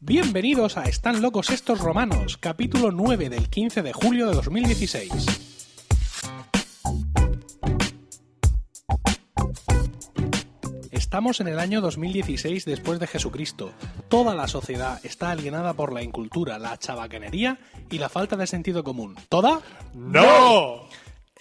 Bienvenidos a Están locos estos romanos, capítulo 9 del 15 de julio de 2016. Estamos en el año 2016 después de Jesucristo. Toda la sociedad está alienada por la incultura, la chabacanería y la falta de sentido común. ¿Toda? ¡No!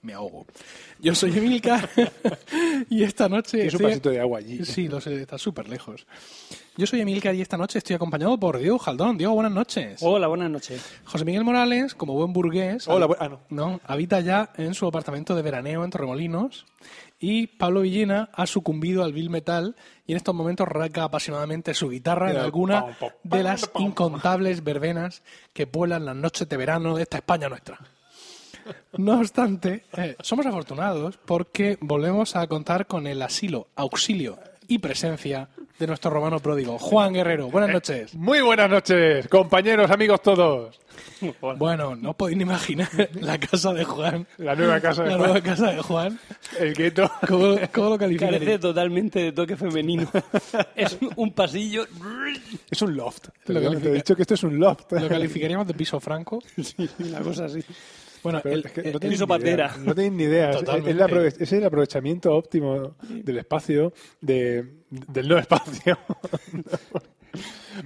Me ahogo. Yo soy Emilcar y esta noche... Tienes un estoy- vasito de agua allí. Sí, lo sé, está súper lejos. Yo soy Emilcar y esta noche estoy acompañado por Diego Jaldón. Diego, buenas noches. Hola, buenas noches. José Miguel Morales, como buen burgués, Hola, bu- ah, no. no, habita ya en su apartamento de veraneo en Torremolinos y Pablo Villena ha sucumbido al vil metal y en estos momentos raca apasionadamente su guitarra en Mira, alguna pam, pam, pam, de las pam, pam. incontables verbenas que pueblan las noches de verano de esta España nuestra. No obstante, eh, somos afortunados porque volvemos a contar con el asilo, auxilio y presencia de nuestro romano pródigo, Juan Guerrero. Buenas noches. Muy buenas noches, compañeros, amigos todos. Hola. Bueno, no os podéis ni imaginar la casa de Juan. La nueva casa de La Juan, nueva casa de Juan. el gueto. ¿Cómo, cómo lo Carece calificarías? totalmente de toque femenino. es un pasillo. Es un loft. Lo Te- Te califica- he dicho que esto es un loft. Lo calificaríamos de piso franco. sí, una cosa así. Bueno, Pero el- es que el- no tenéis tenéis piso ni idea, patera. No tenéis ni idea. Es- Totalmente. es la aprove- Es, el aprovechamiento óptimo del espacio, de- del no espacio.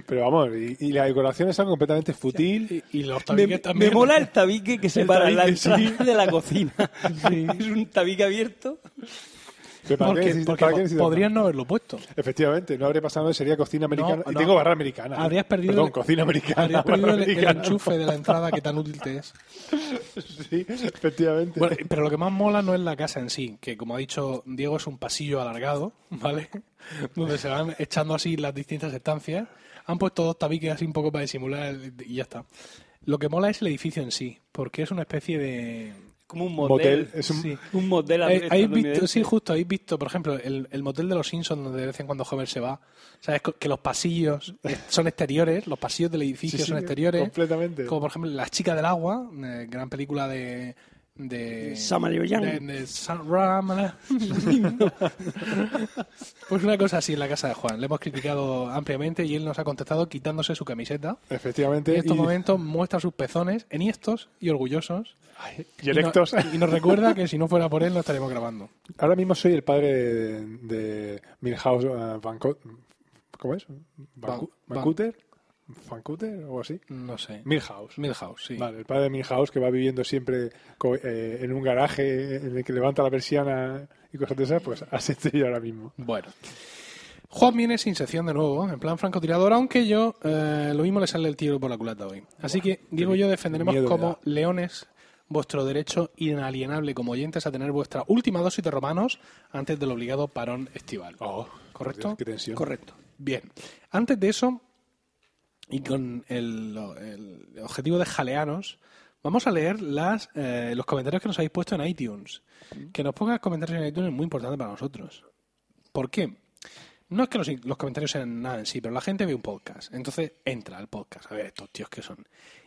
Pero vamos, y, y las decoraciones son completamente futil. y, y los Me, tabiques me también. mola el tabique que separa la tabique, entrada de la cocina. es un tabique abierto. Pero ¿para qué Porque, necesitas- porque para qué po- necesitas podrían no haberlo puesto. más? Efectivamente, no habría pasado, sería cocina americana. No, y no. tengo barra americana. Habrías perdido Perdón, el- cocina americana. Habría barra perdido el, el americana. enchufe de la entrada que tan útil te es. Sí, efectivamente. Bueno, pero lo que más mola no es la casa en sí, que como ha dicho Diego es un pasillo alargado, ¿vale? Donde se van echando así las distintas estancias. Han puesto dos tabiques así un poco para disimular el- y ya está. Lo que mola es el edificio en sí, porque es una especie de... Como un Motel, motel. es un- Sí, un motel Eh, ¿Habéis estadounidense. visto, sí, justo, habéis visto, por ejemplo, el, el motel de los Simpsons donde de vez en cuando Homer se va. ¿Sabes? Co- Que los pasillos eh, son exteriores, los pasillos del edificio Sí, sí, son exteriores. completamente. Como por ejemplo Las chicas del agua, eh, gran película de... De, Samuel Young. de- de Sam Ramal- pues una cosa así en la casa de Juan. Le hemos criticado ampliamente y él nos ha contestado quitándose su camiseta. Efectivamente. En estos y- momentos muestra sus pezones eniestos y orgullosos. Ay, y Y no- erectos. y nos recuerda que si no fuera por él no estaremos grabando. Ahora mismo soy el padre de, de Milhouse uh, Van Co- ¿Cómo es? Van, Van- Van- Vancouver? Vancouver o así. No sé. Milhouse. Milhouse, sí. Vale, el padre de Milhouse que va viviendo siempre co- eh, en un garaje en el que levanta la persiana y cosas de esas, pues así estoy yo ahora mismo. Bueno. Juan viene sin sección de nuevo, en plan francotirador, aunque yo eh, lo mismo le sale el tiro por la culata hoy. Así que Diego y yo defenderemos miedo me como da. leones vuestro derecho inalienable como oyentes a tener vuestra última dosis de romanos antes del obligado parón estival. ¿Correcto? Oh, Dios, qué tensión. Correcto. Bien. Antes de eso, y con el, el objetivo de jaleanos, vamos a leer las, eh, los comentarios que nos habéis puesto en iTunes. Que nos pongas comentarios en iTunes es muy importante para nosotros. ¿Por qué? No es que los, los comentarios sean nada en sí, pero la gente ve un podcast. Entonces entra al podcast. A ver, estos tíos que son.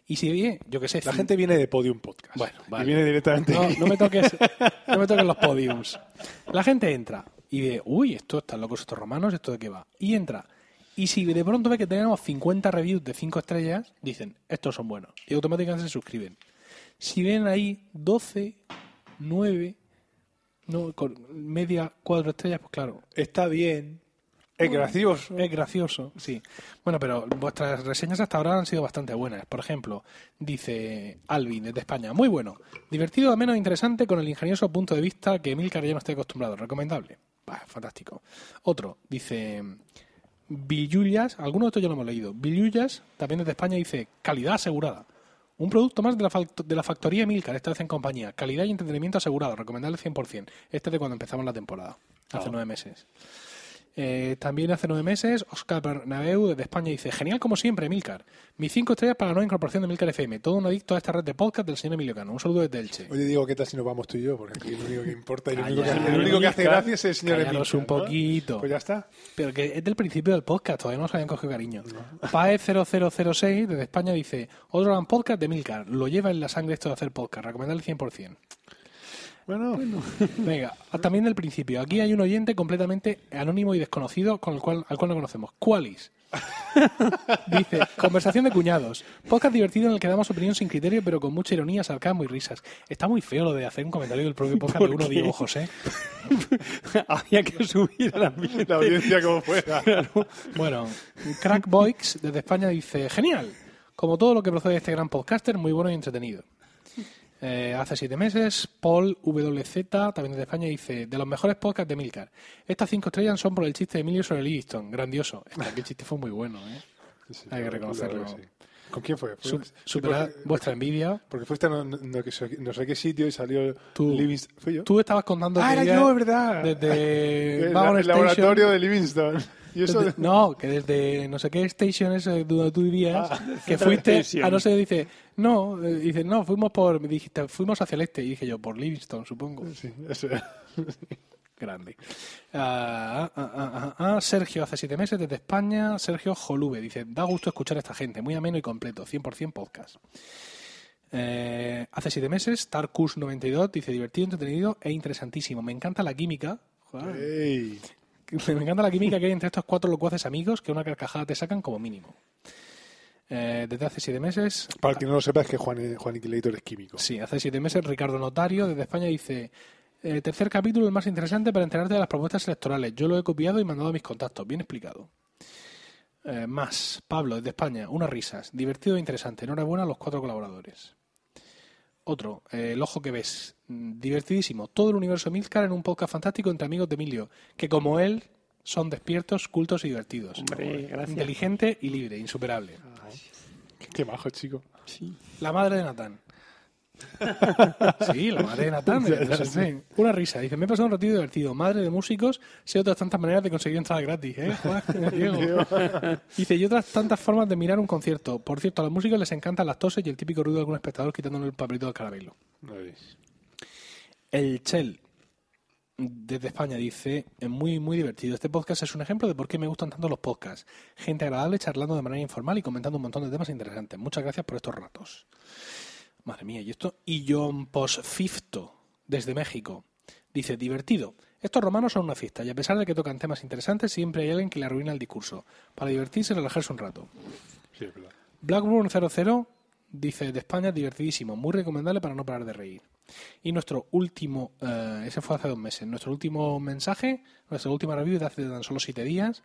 Y si ve, yo qué sé. La cin- gente viene de Podium Podcast. Bueno, Y vale. viene directamente. no, no me toques, no me toques los podiums. La gente entra y ve, uy, esto están locos estos romanos, ¿esto de qué va? Y entra. Y si de pronto ve que tenemos 50 reviews de 5 estrellas, dicen, estos son buenos. Y automáticamente se suscriben. Si ven ahí 12, 9, no, con media, 4 estrellas, pues claro, Está bien. Es gracioso. es gracioso, sí. Bueno, pero vuestras reseñas hasta ahora han sido bastante buenas. Por ejemplo, dice Alvin desde España, muy bueno, divertido, menos interesante, con el ingenioso punto de vista que Emilcar ya no estoy acostumbrado, recomendable. Bah, fantástico. Otro, dice Villullas, alguno de estos ya lo hemos leído, Villullas, también desde España, dice, calidad asegurada. Un producto más de la, fact- de la factoría Emilcar, esta vez en compañía. Calidad y entretenimiento asegurado, recomendable 100%. Este es de cuando empezamos la temporada, hace nueve meses. Eh, también hace nueve meses, Oscar Bernabeu desde España dice, genial como siempre, Milcar. Mis cinco estrellas para la nueva incorporación de Milcar FM. Todo un adicto a esta red de podcast del señor Emilio Cano. Un saludo desde Elche. Oye, digo, ¿qué tal si nos vamos tú y yo? Porque aquí lo único que importa y lo único que, Calla, el único que hace Milcar, gracia es el señor callaros Emilio, un ¿no? poquito. Pues ya está. Pero que es del principio del podcast, todavía no se habían cogido cariño. Paez0006 desde España dice, otro gran podcast de Milcar, lo lleva en la sangre esto de hacer podcast, recomendarle 100%. Bueno, Venga, a- también del principio, aquí hay un oyente completamente anónimo y desconocido con el cual, al cual no conocemos. ¿Cuális? Dice, conversación de cuñados, podcast divertido en el que damos opinión sin criterio pero con mucha ironía, sarcasmo y risas. Está muy feo lo de hacer un comentario del propio podcast de ¿Por uno, qué? digo, José. Había que subir a la mierda. la audiencia como fuera. Bueno, Crack Boix desde España dice, genial, como todo lo que procede de este gran podcaster, muy bueno y entretenido. Eh, hace siete meses, Paul WZ, también desde España, dice, de los mejores podcasts de Milcar. Estas cinco estrellas son por el chiste de Emilio sobre Livingston, grandioso. Este, aquel chiste fue muy bueno, ¿eh? Sí, Hay que la reconocerlo. verdad que sí. ¿Con quién fue? Fue- Su- sí, superad porque- vuestra envidia. Porque fuiste a no, no- no que sé- no sé qué sitio y salió Tú. Livingston. ¿Fui yo? Tú estabas contando Ah, que era ya yo, es verdad. desde el, Wagon el Station- laboratorio de Livingston. Y eso Desde- no, que desde no sé qué station es eh, donde tú vivías, Ah, que Central fuiste Station. a no sé, dice, no, eh, dice, no, fuimos por, me dijiste, fuimos hacia el este, y dije yo, por Livingston, supongo. Sí, eso era. Grande. Ah, ah, ah, ah, ah. Sergio, hace siete meses, desde España, Sergio Jolube, dice, da gusto escuchar a esta gente, muy ameno y completo, 100% podcast. Eh, hace siete meses, Tarkus92 dice, divertido, entretenido e interesantísimo, me encanta la química. Joder. Ey. Me encanta la química que hay entre estos cuatro locuaces amigos que una carcajada te sacan como mínimo. Eh, desde hace siete meses, Para el que no lo sepa, es que Juan, Juan Inquilator es químico. sí, hace siete meses, Ricardo Notario desde España dice: "Eh, Tercer capítulo, el más interesante para enterarte de las propuestas electorales. Yo lo he copiado y mandado a mis contactos. Bien explicado. Eh, más, Pablo desde España, unas risas. Divertido e interesante. Enhorabuena a los cuatro colaboradores. Otro, eh, El Ojo que Ves. Mm, Divertidísimo. Todo el universo Milcar en un podcast fantástico entre amigos de Emilio, que como él son despiertos, cultos y divertidos. Hombre, gracias. Inteligente y libre, insuperable. Qué, qué majo, chico. Sí. La madre de Natán. sí, la madre de Natán. Ya, ya, Sí, sí. Una risa. Dice, me he pasado un ratito divertido. Madre de músicos, sé otras tantas maneras de conseguir entradas gratis. ¿eh? Joder, Diego. Dice, y otras tantas formas de mirar un concierto. Por cierto, a los músicos les encantan las toses y el típico ruido de algún espectador quitándole el papelito del caramelo. Ay. El Chel desde España dice, es muy, muy divertido. Este podcast es un ejemplo de por qué me gustan tanto los podcasts. Gente agradable charlando de manera informal y comentando un montón de temas interesantes. Muchas gracias por estos ratos. Madre mía, y esto. Y John Posfifto, desde México, dice, divertido. Estos romanos son una fiesta y a pesar de que tocan temas interesantes, siempre hay alguien que le arruina el discurso. Para divertirse y relajarse un rato. Sí, es verdad. Blackburn 00 dice de España divertidísimo, muy recomendable para no parar de reír. Y nuestro último, eh, ese fue hace dos meses, nuestro último mensaje, nuestra última review de hace tan solo siete días.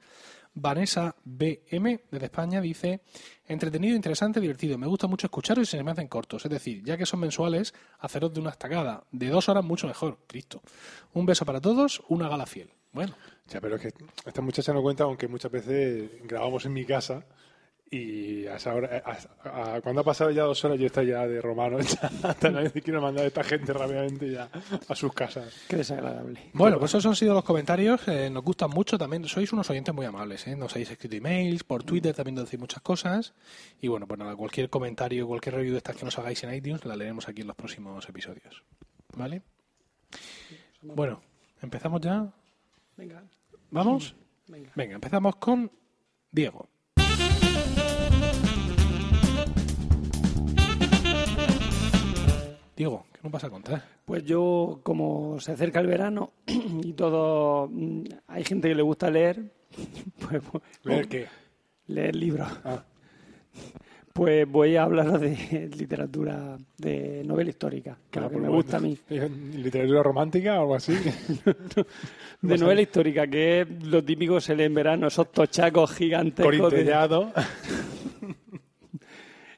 Vanessa BM desde España dice entretenido, interesante, divertido. Me gusta mucho escucharos y se me hacen cortos. Es decir, ya que son mensuales, haceros de una estacada de dos horas mucho mejor. Cristo. Un beso para todos, una gala fiel. Bueno, Ya, pero es que esta muchacha no cuenta, aunque muchas veces grabamos en mi casa y a esa hora, a- a- a- cuando ha pasado ya dos horas, yo estoy ya de romano, ya, hasta nadie quiero mandar a esta gente rápidamente ya a sus casas. Qué desagradable. Bueno, pues esos han sido los comentarios. eh, nos gustan mucho también. Sois unos oyentes muy amables. ¿eh? Nos habéis escrito emails, por Twitter también nos decís muchas cosas. Y bueno, pues nada, cualquier comentario, cualquier review de estas que nos hagáis en iTunes, la leeremos aquí en los próximos episodios. ¿Vale? Bueno, empezamos ya. Venga. ¿Vamos? Venga, empezamos con Diego. Diego, ¿qué nos vas a contar? Pues yo, como se acerca el verano y todo, mm, hay gente que le gusta leer, pues, pues, ¿Leer qué? leer libros. Ah. Pues voy a hablar de literatura, de novela histórica, Ah, que es pues lo que me gusta a mí. ¿Literatura romántica o algo así? De novela histórica, que es lo típico que se lee en verano, esos tochacos gigantescos. de- Corintellado,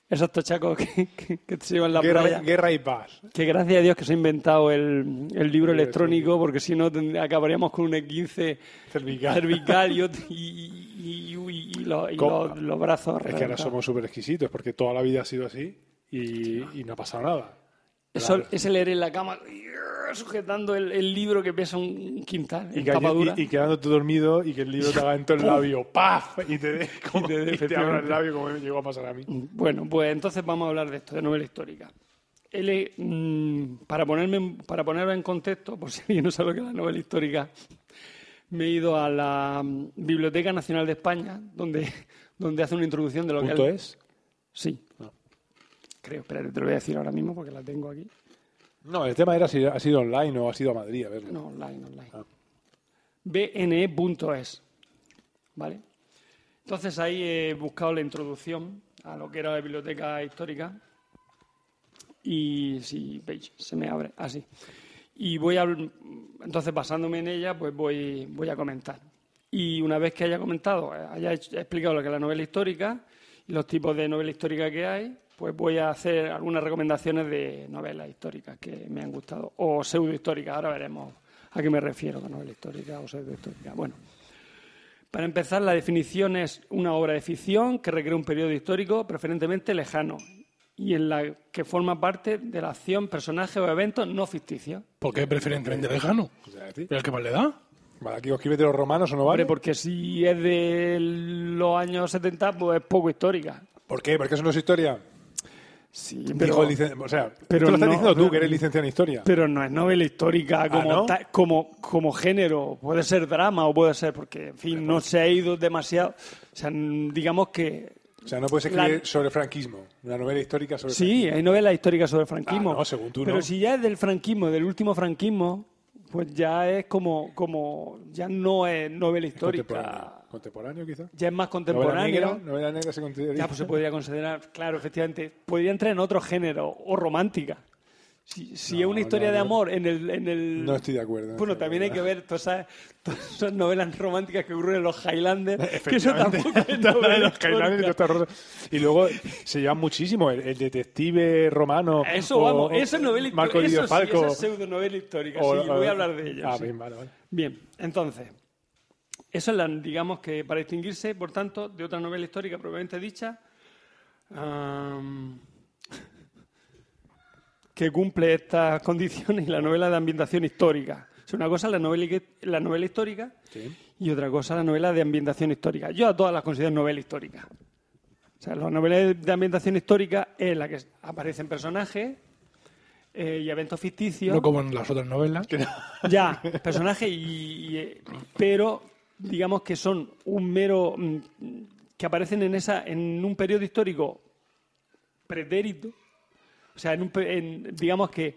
esos tochacos que, que- que se llevan la guerra, playa. guerra y paz. Que gracias a Dios que se ha inventado el, el libro El electrónico, porque si no tendría- acabaríamos con un esguince Cervical. cervical y, ot- y- y- y- y los, y ¿Cómo? los- los brazos. Es que ahora reventados. somos súper exquisitos porque toda la vida ha sido así y, y no ha pasado nada. Eso- ese leer en la cama sujetando el, el libro que pesa un quintal, Y, en que tapa allí- dura. y- y quedándote dormido y que el libro te haga en todo el labio. ¡Paf! Y te, dé- y te, dé- y te abra el efectivamente. labio como me llegó a pasar a mí. Bueno, pues entonces vamos a hablar de esto, de novela histórica. Ele- mm, para, ponerme, en- para ponerlo en contexto, por si alguien no sabe lo que es la novela histórica, me he ido a la mm, Biblioteca Nacional de España, donde, donde hace una introducción de lo ¿Punto que es? Ah. Sí. Creo, espérate, te lo voy a decir ahora mismo porque la tengo aquí. No, el tema era si ha sido online o ha sido a Madrid a verlo. No, online, online. Ah. bne.es. ¿Vale? Entonces ahí he buscado la introducción a lo que era la biblioteca histórica. Y si page se me abre así. Y voy a entonces basándome en ella, pues voy voy a comentar. Y una vez que haya comentado, eh, haya hecho- explicado lo que es la novela histórica y los tipos de novela histórica que hay, pues voy a hacer algunas recomendaciones de novelas históricas que me han gustado o pseudo históricas, ahora veremos a qué me refiero con novela histórica o pseudo histórica. Bueno, para empezar, la definición es una obra de ficción que recrea un periodo histórico preferentemente lejano y en la que forma parte de la acción, personaje o evento no ficticio. ¿Por qué preferentemente lejano? ¿Y el que más le da? Vale, aquí os de los romanos o no vale. Hombre, porque si es de los años 70, pues es poco histórica. ¿Por qué? Porque eso no es historia. Sí, Dijo el licen- O sea, pero esto lo estás no- diciendo tú, que eres licenciado en historia. pero no es novela histórica como, Ah, ¿no? ta- como, como género. Puede ser drama o puede ser, porque, en fin, pues. no se ha ido demasiado. O sea, n- digamos que... O sea, no puedes escribir La- sobre franquismo. Una novela histórica sobre Sí, hay novelas históricas sobre el franquismo. Ah, no, según tú, pero no. si ya es del franquismo, del último franquismo, pues ya es como... como ya no es novela histórica. Contemporáneo. Contemporáneo, quizá. Ya es más Novela contemporánea. negra, novela negra se considera. Ya, pues se podría considerar, claro, efectivamente, podría entrar en otro género o romántica. Si, si es No, una historia no, de no. amor en el, en el... No estoy de acuerdo. Bueno, también hay que ver todas esas, todas esas novelas románticas que ocurren en los Highlanders, que eso Efectivamente. tampoco es Todas novela las Highlanders y histórica. todas estas cosas. Y luego se llevan muchísimo el, el detective romano. A Eso o- vamos, o eso es novela histórica. Marco Eso sí, Lidio Falco. esa es pseudo novela histórica, o- sí, voy a hablar de Ah, ella. sí. bien, vale, vale. Bien, entonces, eso es la, digamos que para distinguirse, por tanto, de otra novela histórica propiamente dicha, am, que cumple estas condiciones y la novela de ambientación histórica. O sea, una cosa es la novela, que- la novela histórica y otra cosa la novela de ambientación histórica. Yo a todas las considero novela histórica. O sea, las novelas de ambientación histórica es la que aparecen personajes eh, y eventos ficticios. No como en las otras novelas. Ya, personaje y, y, eh, pero digamos que son un mero mm, mm, que aparecen en esa en un periodo histórico pretérito. O sea, en un pe- en- digamos que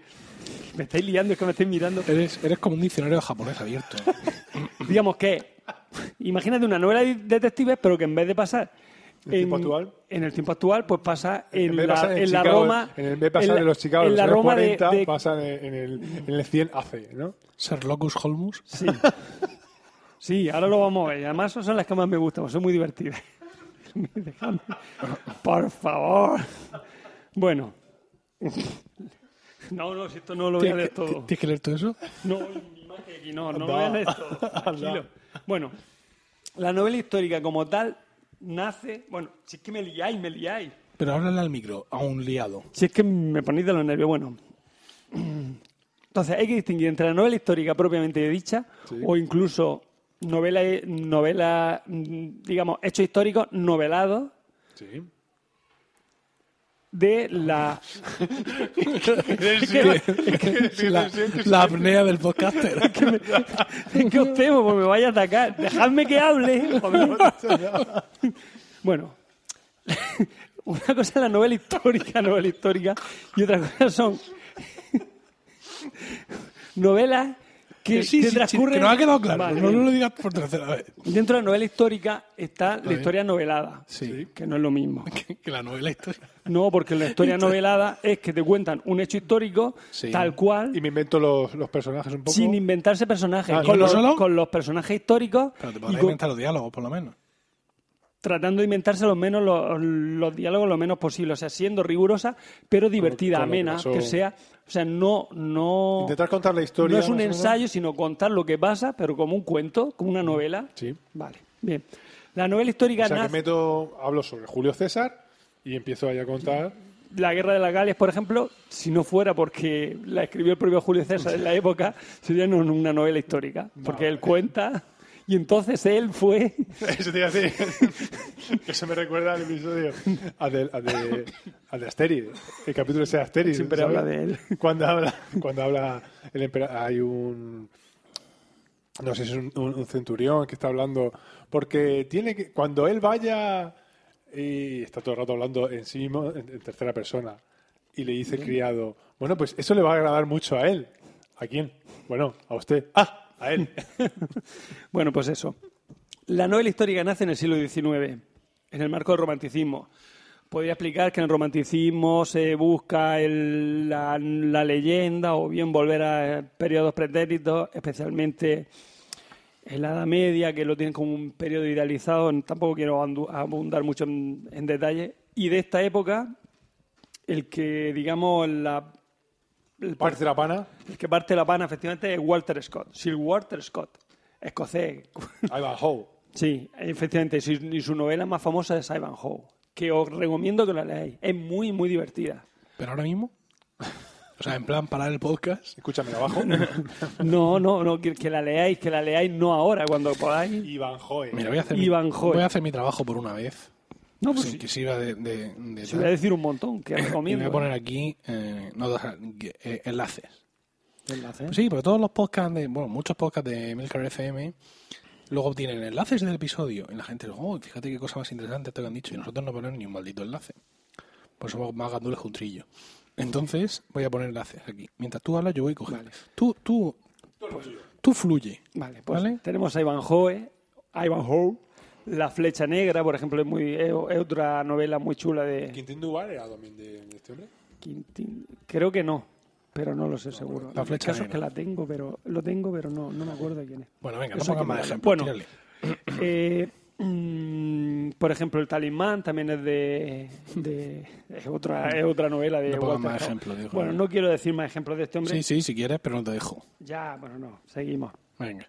me estáis liando, es que me estáis mirando. Eres, eres como un diccionario de japonés abierto. Digamos que imagínate una novela de detectives, pero que en vez de pasar ¿El tiempo actual? en el tiempo actual, pues pasa en, En vez de la, pasar en en la Chicago- Roma. En el- en vez de pasar la- de los Chicago en en la los Roma de- 40, de- pasan en el, en el 100 AC, ¿no? Sherlockus Holmes. Sí. Sí, ahora lo vamos a ver. Y Además, son las que más me gustan, son muy divertidas. Dejadme. Por favor. Bueno. No, no, si esto no lo voy a ¿Tienes leer que, todo. tienes que leer todo eso? No, mi imagen aquí, no, no lo voy a leer todo. Tranquilo. Bueno, la novela histórica como tal nace. Bueno, si es que me liáis, me liáis. Pero háblale al micro, a un liado. Si es que me ponéis de los nervios, bueno. Entonces, hay que distinguir entre la novela histórica propiamente dicha o incluso novela, novela mm, digamos, hechos históricos novelados Sí. de la... La, la apnea del podcaster. Es que os temo, pues me vaya a atacar. Dejadme que hable. joder. Bueno, una cosa es la novela histórica, novela histórica, y otra cosa son novelas que, sí, que sí, sí, transcurren... que nos ha quedado claro. Vale, no, bien. no lo digas por tercera vez. Dentro de la novela histórica está la bien. historia novelada, Sí. que no es lo mismo. Que, que la novela histórica. No, porque la historia novelada es que te cuentan un hecho histórico Sí. tal cual, Y me invento los, los personajes un poco. sin inventarse personajes, Ah, con, ¿no los, solo? con los personajes históricos Pero te y podrás con- inventar los diálogos, por lo menos. tratando de inventarse lo menos los, los diálogos lo menos posible, o sea, siendo rigurosa, pero divertida, con lo que amena, pasó. que, sea, o sea, no no Intentar contar la historia. no es un más o menos. ensayo, sino contar lo que pasa, pero como un cuento, como una novela. Mm. Sí. Vale. Bien. La novela histórica O sea, que nace- meto, hablo sobre Julio César y empiezo ahí a contar La Guerra de las Galias, por ejemplo, si no fuera porque la escribió el propio Julio César en la época, sería no- una novela histórica, porque él cuenta y entonces él fue Eso te iba a decir. que se me recuerda al episodio al de, al de, al de Asterix, el capítulo ese de Asterix. Siempre habla de él. Cuando habla, cuando habla el emperador, hay un... No sé si es un, un- un centurión que está hablando, porque tiene que... Cuando él vaya... Y está todo el rato hablando en sí mismo, en, en tercera persona. Y le dice el criado, bueno, pues eso le va a agradar mucho a él. ¿A quién? Bueno, a usted. ¡Ah! A él. Bueno, pues eso. La novela histórica nace en el siglo XIX, en el marco del romanticismo. Podría explicar que en el romanticismo se busca el- la, la leyenda o bien volver a eh, periodos pretéritos, especialmente en la Edad Media, que lo tienen como un periodo idealizado. Tampoco quiero andu- abundar mucho en- en detalle. Y de esta época, el que, digamos, la el Parte la pana. el que parte la pana, efectivamente, es Walter Scott. Sir Walter Scott, escocés. Ivanhoe. Sí, efectivamente. Y su, y su novela más famosa es Ivanhoe, que os recomiendo que la leáis. Es muy, muy divertida. Pero ahora mismo, o sea, en plan parar el podcast. Escúchame abajo. No, no, no, que, que la leáis, que la leáis no ahora, cuando podáis. Iván Joe. Mira, voy a hacer, mi, Ivanhoe. voy a hacer mi trabajo por una vez. No, pues sin sí, que sirva de. de- de sí, tal. voy a decir un montón, que Y voy recomiendo. a poner aquí eh, notas, eh, enlaces. Enlace, ¿eh? Sí, porque todos los podcasts, de, bueno, muchos podcasts de Milcar FM, luego tienen enlaces del episodio. Y la gente dice, oh, fíjate qué cosa más interesante esto que han dicho. Y nosotros no ponemos ni un maldito enlace. Pues somos más gandules que un trillo. Entonces, voy a poner enlaces aquí. Mientras tú hablas, yo voy a coger. Tú, tú, tú fluye. Vale, pues ¿Vale? tenemos a Ivanhoe, Ivanhoe, La Flecha Negra, por ejemplo, es, muy, es- es otra novela muy chula de Quintín Duval era también de, de este hombre. Quintín. Creo que no, pero no lo sé seguro. La El flecha caso es negra. que la tengo, pero lo tengo, pero no, no me acuerdo de quién es. Bueno, venga, no Eso hay pongas que más mirarlo. ejemplos. Bueno, tírale. eh, mm, por ejemplo, El Talismán también es de. de- es, otra, es otra novela de. No pongas Walter más Scott. ejemplos, digo. bueno, no quiero decir más ejemplos de este hombre. Sí, sí, si quieres, pero no te dejo. Ya, bueno, no, seguimos. Venga.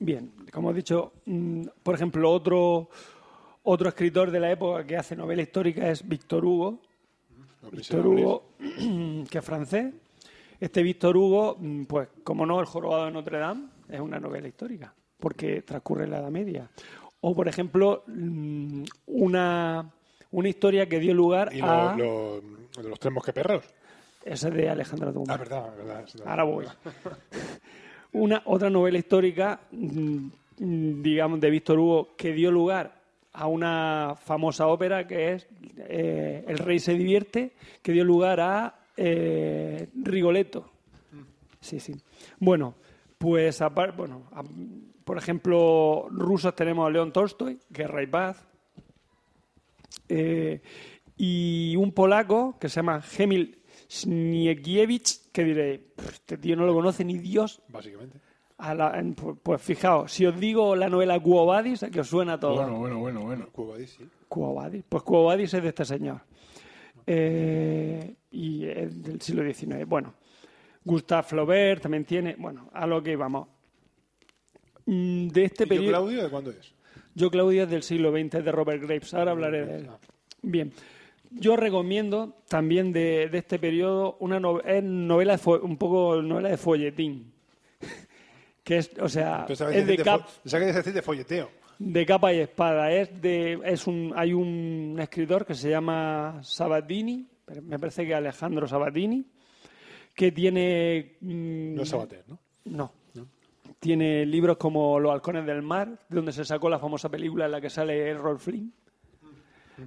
Bien, como he dicho, mm, por ejemplo, otro, otro escritor de la época que hace novela histórica es Víctor Hugo, No, Víctor Hugo, que es francés. Este Víctor Hugo, mm, pues, como no, El jorobado de Notre Dame es una novela histórica, porque transcurre en la Edad Media. O, por ejemplo, mm, una, una historia que dio lugar Y lo, a... lo- lo de los tres mosqueperros. Esa de Alejandra Dumas. Ah, verdad, verdad. es verdad. Ahora voy. Una, otra novela histórica, mm, mm, digamos, de Víctor Hugo, que dio lugar a una famosa ópera que es eh, El rey se divierte, que dio lugar a eh, Rigoletto. Sí, sí. Bueno, pues, apar- bueno, a- por ejemplo, rusos tenemos a León Tolstoy, Guerra y Paz. Eh, y un polaco que se llama Hemil Sniegiewicz, que diré, "Pff, este tío no lo conoce ni Dios. Básicamente. A la- en- pu- pues fijaos, si os digo la novela Quo Vadis, que os suena todo. Bueno, bueno, bueno, bueno. Cuba, sí. Quo Vadis. Pues Quo Vadis es de este señor. Eh, y es del siglo XIX. Bueno, Gustave Flaubert también tiene. Bueno, a lo que vamos. Mm, De este ¿Y yo, periodo. Claudio, de cuándo es? Yo, Claudia, es del siglo XX, es de Robert Graves. Ahora hablaré de él. Bien. Yo recomiendo también de, de este periodo una no- es novela, de fo- un poco novela de folletín. Que es, o sea, Pensaba que es Ah, de, decías cap- fo- pensaba que decías decir de folleteo. de capa y espada. Es de, es un, hay un escritor que se llama Sabatini, pero me parece que Alejandro Sabatini, que tiene. mm, No es Sabater, ¿no? no. Tiene libros como Los halcones del mar, de donde se sacó la famosa película en la que sale Errol Flynn.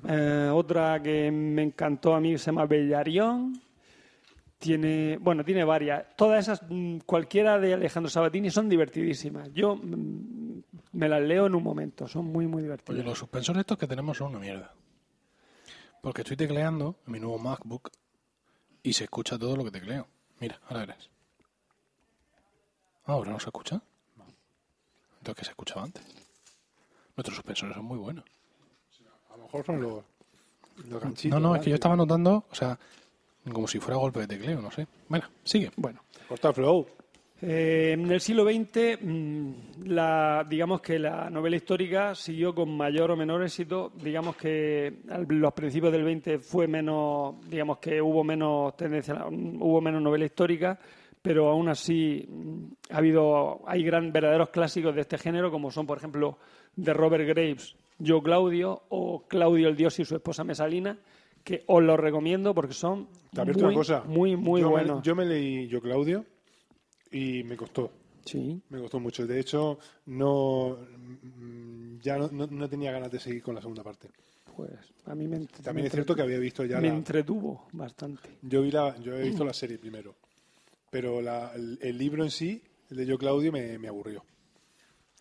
Eh, otra que me encantó a mí se llama Bellarión. Tiene, bueno, tiene varias. Todas esas, mm, cualquiera de Alejandro Sabatini son divertidísimas. Yo mm, me las leo en un momento, son muy, muy Oye, divertidas. Pues los suspensores estos que tenemos son una mierda. Porque estoy tecleando en mi nuevo MacBook y se escucha todo lo que tecleo. Mira, ahora verás. Ah, Ahora no se escucha. Entonces, que se escuchaba antes? Nuestros suspensores son muy buenos. A lo mejor son los, los No, ganchitos. no, es ¿verdad? que yo estaba notando, o sea, como si fuera golpe de tecleo, no sé. Bueno, sigue. Bueno, Corta el flow. Eh, en el siglo XX, mm, la- digamos que la novela histórica siguió con mayor o menor éxito. Digamos que al- los principios del XX fue menos, digamos que hubo menos tendencia, a la- hubo menos novela histórica, pero aún así mm, ha habido, hay gran, verdaderos clásicos de este género, como son, por ejemplo, de Robert Graves, Yo Claudio o Claudio el Dios y su esposa Mesalina, que os los recomiendo porque son Te advierto una muy, cosa. muy, muy yo me- buenos. yo me leí Yo Claudio y me costó. Sí. Me costó mucho. De hecho, no mm, ya no, no- no tenía ganas de seguir con la segunda parte. Pues a mí me, ent- También me es cierto entretu- que había visto ya me la, Eh, entretuvo bastante. yo vi la, yo he visto la serie primero, pero la- el, el libro en sí, el de Yo Claudio, me, me aburrió.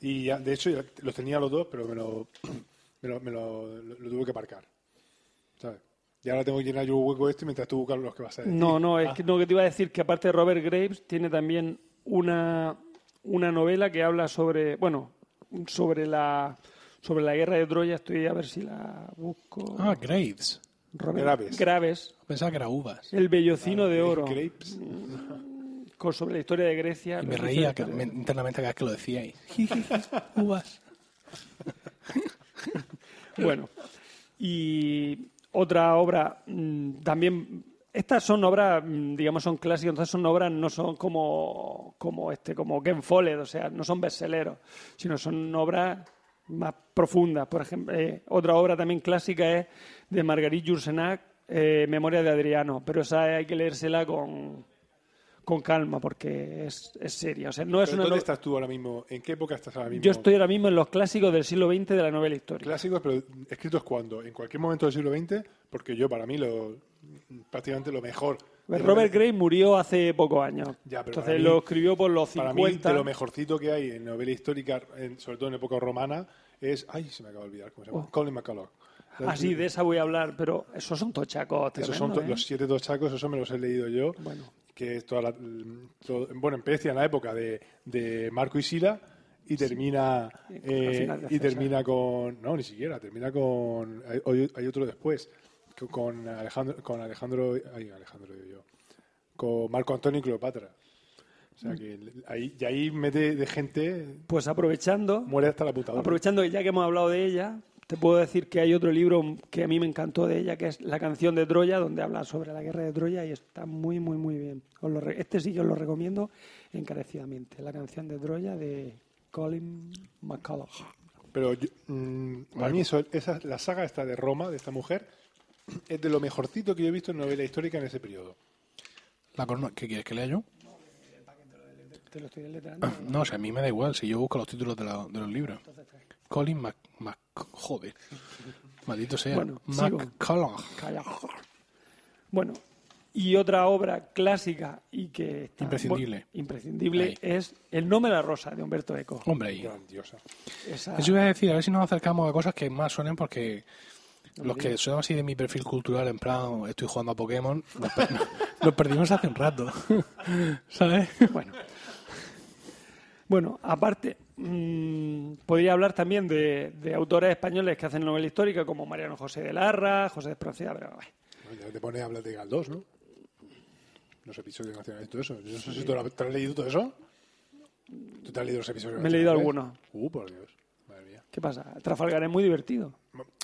Y ya- de hecho ya los tenía los dos, pero me lo me lo, me lo- lo- lo tuve que aparcar. ¿Sabes? Y ahora tengo que llenar yo el hueco este mientras tú buscas los que vas a decir. No, no, Ah. es que, no, que te iba a decir que aparte de Robert Graves tiene también una, una novela que habla sobre, bueno, sobre la sobre la guerra de Troya, estoy a ver si la busco. Ah, Graves. Robert Graves. Ah, Graves, Pensaba que era uvas. El vellocino de oro, Grapes. con- sobre la historia de Grecia. Y la me historia reía de que- Grecia. me- internamente cada vez que lo decíais. uvas. Bueno, y otra obra mm, también. Estas son obras, mm, digamos, son clásicos, entonces son obras, no son como, como este, como Ken Follett, o sea, no son bestselleros, sino son obras más profundas. Por ejemplo, eh, otra obra también clásica es de Marguerite Yourcenar, eh, Memoria de Adriano, pero esa hay que leérsela con, con calma porque es, es seria. O sea, no es Pero una ¿Dónde no- estás tú ahora mismo? ¿En qué época estás ahora mismo? Yo estoy ahora mismo en los clásicos del siglo XX de la novela histórica. Clásicos, pero escritos cuando? En cualquier momento del siglo XX, porque yo para mí lo prácticamente lo mejor. Robert Gray murió hace pocos años. Ya, pero Entonces para mí- lo escribió por los Para 50. mí, de lo mejorcito que hay en novela histórica, en- sobre todo en época romana, es. Ay, se me acaba de olvidar cómo se llama. Colin McCullough. Así Oh. Ah, de esa voy a hablar, pero esos son Esos tochacos. tremendos, son to- ¿eh? los siete tochacos, esos me los he leído yo. Bueno. Que es toda la- todo- bueno, empieza en la época de, de Marco y Sila y termina Sí, con- eh, al final de y César. termina con no ni siquiera termina con hay, hay- hay otro después co- con Alejandro con Alejandro ay, Alejandro digo yo con Marco Antonio y Cleopatra o Mm. sea que el- ahí y ahí mete de gente Pues aprovechando, muere hasta la puta hora. aprovechando que ya que hemos hablado de ella, te puedo decir que hay otro libro que a mí me encantó de ella, que es La canción de Troya, donde habla sobre la guerra de Troya y está muy, muy, muy bien. Os lo re- este sí que os lo recomiendo encarecidamente. La canción de Troya de Colin McCullough. Pero yo, mm, a mí eso, esa, la saga esta de Roma, de esta mujer, es de lo mejorcito que yo he visto en novela histórica en ese periodo. La corno- ¿Qué quieres que lea yo? Te lo estoy deletrando. No, o sea, a mí me da igual si yo busco los títulos de, la- de los libros. Colin Mac, Mac- joder. Maldito sea. Bueno, sigo. McCullough. Calla. Bueno, y otra obra clásica y que está- Imprescindible. bueno, imprescindible Ahí. es El nombre de la rosa de Humberto Eco. Oh, Hombre, ahí. Grandiosa. Esa- Eso iba a decir, a ver si nos acercamos a cosas que más suenen porque los que son así de mi perfil cultural, en plan, estoy jugando a Pokémon, nos, per- nos perdimos hace un rato. ¿Sabes? bueno. Bueno, aparte, mm, podría hablar también de, de autores españoles que hacen novela histórica, como Mariano José de Larra, José de Espronceda, pero, ay, Bueno, Ya te pones a hablar de Galdós, ¿no? Los episodios nacionales y todo eso. Yo no sé si tú lo- te has leído todo eso. ¿Tú te has leído los episodios Me he leído nacionales? algunos. Uh, por Dios. Madre mía. ¿Qué pasa? Trafalgar es muy divertido.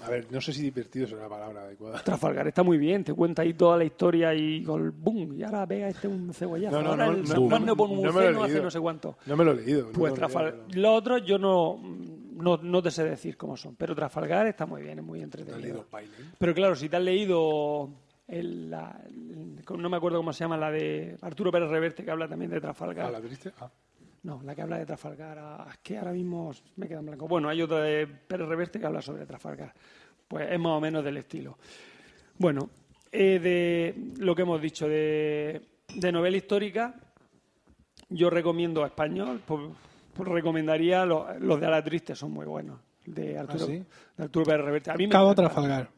A ver, no sé si divertido es la palabra adecuada. Trafalgar está muy bien, te cuenta ahí toda la historia y gol, boom, y ahora vega este un cebollazo. No, no, ahora no, el no, Fernando no, no me lo he Pomuceno hace leído. no sé cuánto. No me lo he leído. no Pues me lo he leído, Trafalgar. pero- Los otros yo no, no, no te sé decir cómo son, pero Trafalgar está muy bien, es muy ¿Has entretenido. leído Pailin? Pero claro, si te has leído, el- la- el- no me acuerdo cómo se llama, la de Arturo Pérez Reverte, que habla también de Ah, Trafalgar. la triste. Ah. No, la que habla de Trafalgar, ah, es que ahora mismo me queda en blanco. Bueno, hay otra de Pérez Reverte que habla sobre Trafalgar. Pues es más o menos del estilo. Bueno, eh, de lo que hemos dicho de, de novela histórica, yo recomiendo a español, pues, pues recomendaría los, los de Ala Triste, son muy buenos. De Arturo, sí? de Arturo Pérez Reverte. A mí me ¿Ah, Cabo encanta. Trafalgar.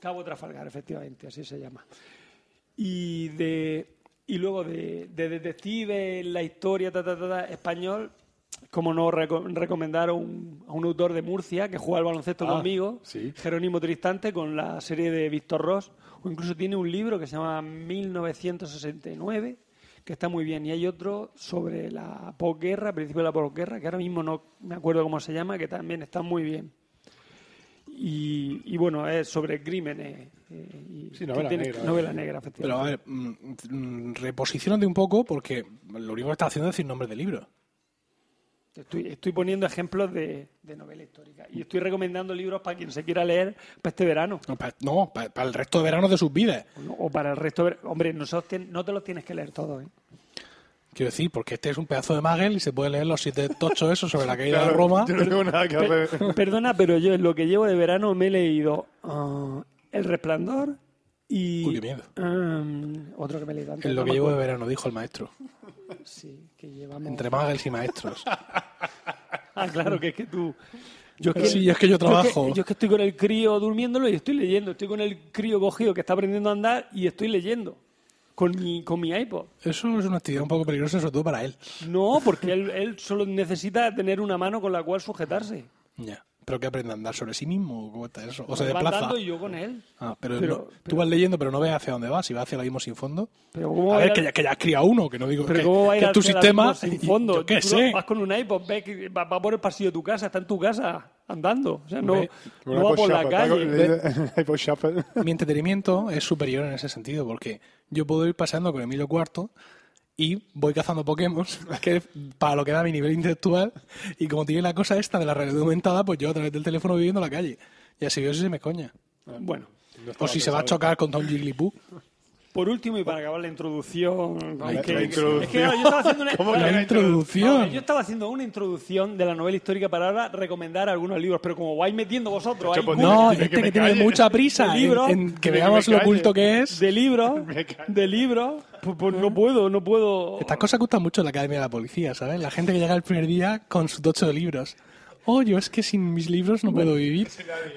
Cabo Trafalgar, efectivamente, así se llama. Y de y luego de, de detective, la historia, ta, ta, ta, ta, español, como no reco- recomendar a un, a un autor de Murcia que juega al baloncesto Ah, conmigo, sí. Jerónimo Tristante, con la serie de Víctor Ross, o incluso tiene un libro que se llama 1969, que está muy bien. Y hay otro sobre la posguerra, principio de la posguerra, que ahora mismo no me acuerdo cómo se llama, que también está muy bien. Y, y bueno, es sobre crímenes. eh, y- Sí, que novela negra. novela negra, efectivamente. Pero a ver, mm, mm, reposiciónate un poco porque lo único que estás haciendo es decir nombres de libros. Estoy, estoy poniendo ejemplos de, de novela histórica y estoy recomendando libros para quien se quiera leer para este verano No, para el resto de veranos de sus vidas. o, no- o para el resto. de ver- Hombre, no, se los tien- no te los tienes que leer todos. ¿eh? Quiero decir, porque este es un pedazo de Magel y se puede leer los siete tochos esos sobre la caída de Claro, Roma. Yo no tengo nada que Pe- hacer. perdona, pero yo en lo que llevo de verano me he leído ah, El Resplandor y. Uy, qué miedo. em, otro que me he leído antes. En lo no que me llevo de acuerdo. verano, dijo el maestro. Sí, que llevamos. Entre Magels y maestros. Ah, claro, que es que tú. Yo Sí, es que yo Yo trabajo. es que, estoy con el crío durmiéndolo y estoy leyendo. Estoy con el crío cogido que está aprendiendo a andar y estoy leyendo. Con mi, con mi iPod. Eso es una actividad un poco peligrosa, sobre todo para él. No, porque él, él solo necesita tener una mano con la cual sujetarse. Ya. Pero que aprenda a andar sobre sí mismo, o ¿cómo está eso? O se Va desplaza. andando y yo con él. Ah, pero, Pero- no- pero- tú vas leyendo, pero no ves hacia dónde vas. Si vas hacia el abismo sin fondo. Pero ¿cómo a va ver, a ir que al- ya, que ya has criado uno, que no digo Pero que, ¿cómo va a que ir tu hacia el sistema. abismo sin y- y- fondo? yo qué Tú sé. Vas con un iPod, ves que va, va por el pasillo de tu casa, está en tu casa, andando. O sea, no, Hombre, no va por la calle. iPod Shuffle. Mi entretenimiento es superior en ese sentido, porque yo puedo ir paseando con Emilio Cuarto y voy cazando Pokémon, que es para lo que da mi nivel intelectual. Y como tiene la cosa esta de la realidad aumentada, pues yo a través del teléfono viviendo la calle. Y así veo si se me coña. Bueno, O si se va a chocar contra un Jigglypuff. por último y para acabar la introducción. Ay, es que- la es que, introducción. claro, yo estaba haciendo una, ¿Cómo claro, La vamos a ver, yo introducción. estaba haciendo una introducción de la novela histórica para ahora recomendar algunos libros, pero como vais metiendo vosotros Yo ahí pondré- No, Dime este Pues que que, me tiene calle. mucha prisa El libro, en, en que dime que veamos me lo calle. oculto que es. de libros, Me callo. de libros, pues, pues no puedo, no puedo. Estas cosas gustan mucho en la Academia de la Policía, ¿sabes? La gente que llega el primer día con sus tocho de libros. Oh, yo es que sin mis libros no puedo vivir.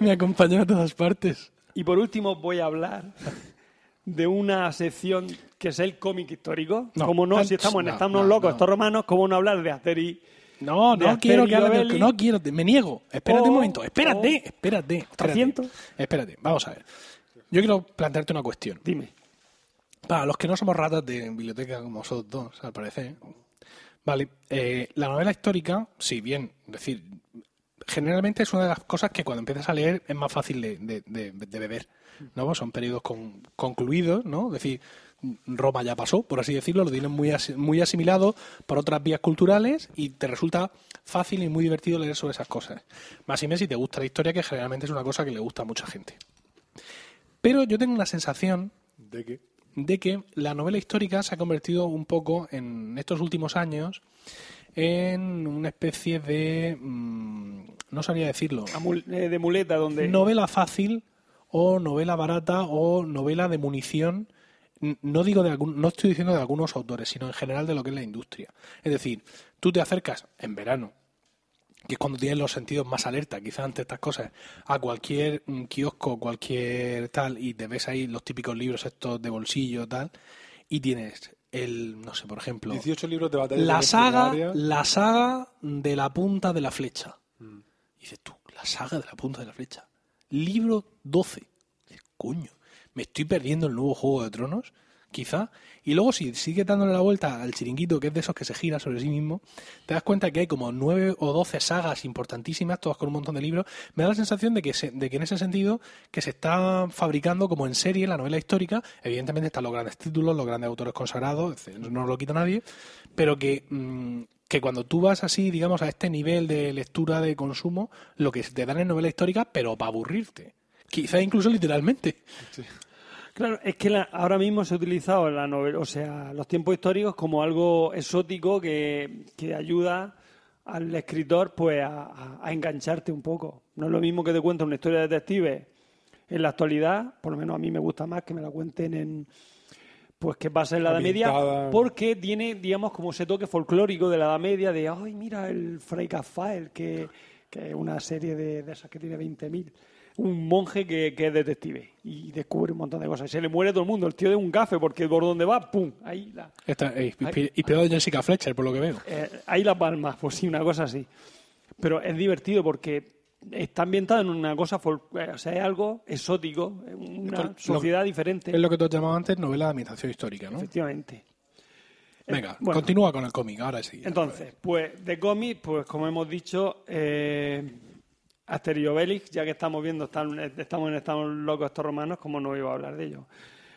Me acompañan a todas partes. Y por último voy a hablar de una sección que es el cómic histórico. No, como no, tan- si estamos en no, Estamos no, locos, no. estos romanos, ¿cómo no hablar de Asterix? No, De no Asterix quiero que y hables del- Obelix. No quiero, te- me niego. Espérate Oh, un momento, espérate, oh. espérate. Espérate, siento. espérate, vamos a ver. Yo quiero plantearte una cuestión. Dime. Para los que no somos ratas de biblioteca como vosotros dos, al parecer. Vale, eh, la novela histórica, si bien, es decir, generalmente es una de las cosas que cuando empiezas a leer es más fácil de, de- de- de beber, ¿no? Pues son periodos con- concluidos, ¿no? Es decir, Roma ya pasó, por así decirlo, lo tienes muy, asi- muy asimilado por otras vías culturales y te resulta fácil y muy divertido leer sobre esas cosas. Más y menos si te gusta la historia, que generalmente es una cosa que le gusta a mucha gente. Pero yo tengo una sensación ¿De qué? de que la novela histórica se ha convertido un poco en estos últimos años en una especie de mm, no sabría decirlo a mul- eh, de muleta, donde. novela fácil o novela barata o novela de munición N- no digo de algún- no estoy diciendo de algunos autores sino en general de lo que es la industria es decir tú te acercas en verano que es cuando tienes los sentidos más alerta, quizás ante estas cosas, a cualquier mm, kiosco, cualquier tal, y te ves ahí los típicos libros estos de bolsillo, tal, y tienes el, no sé, por ejemplo, 18 libros de batalla. la saga, revolucionaria. la saga de la punta de la flecha. Y dices tú, la saga de la punta de la flecha. Libro 12. Dices, coño, me estoy perdiendo el nuevo Juego de Tronos, quizá. Y luego si sigue dándole la vuelta al chiringuito, que es de esos que se gira sobre sí mismo, te das cuenta que hay como nueve o doce sagas importantísimas, todas con un montón de libros. Me da la sensación de que, se- de que en ese sentido, que se está fabricando como en serie la novela histórica. Evidentemente están los grandes títulos, los grandes autores consagrados, es decir, no lo quita nadie, pero que... mm, que cuando tú vas así, digamos, a este nivel de lectura, de consumo, lo que te dan es novela histórica, pero para aburrirte. Quizá incluso literalmente. Claro, es que la- ahora mismo se ha utilizado la novela, o sea, los tiempos históricos como algo exótico que, que ayuda al escritor pues a, a- a engancharte un poco. No es lo mismo que te cuente una historia de detectives en la actualidad, por lo menos a mí me gusta más que me la cuenten en pues que pasa en la Edad Media, Ambientada. porque tiene, digamos, como ese toque folclórico de la Edad Media, de, ay, mira, el Frey Cafael, que, que es una serie de, de esas que tiene 20.000, un monje que, que es detective y descubre un montón de cosas. Y se le muere todo el mundo, el tío de un gafe, porque por donde va, ¡pum! Ahí la, Está eh, inspi- inspirado en Jessica Fletcher, por lo que veo. eh, ahí las palmas, pues sí, una cosa así. Pero es divertido porque está ambientado en una cosa, fol- eh, o sea, es algo exótico, es una Esto es lo- sociedad diferente. Es lo que tú has llamado antes novela de ambientación histórica, ¿no? Efectivamente. Venga, bueno. continúa con el cómic, ahora sí. Entonces, pues de cómics, pues como hemos dicho, eh, Asterix y Obelix, ya que estamos viendo, están, estamos en Estados Locos estos romanos, como no iba a hablar de ellos.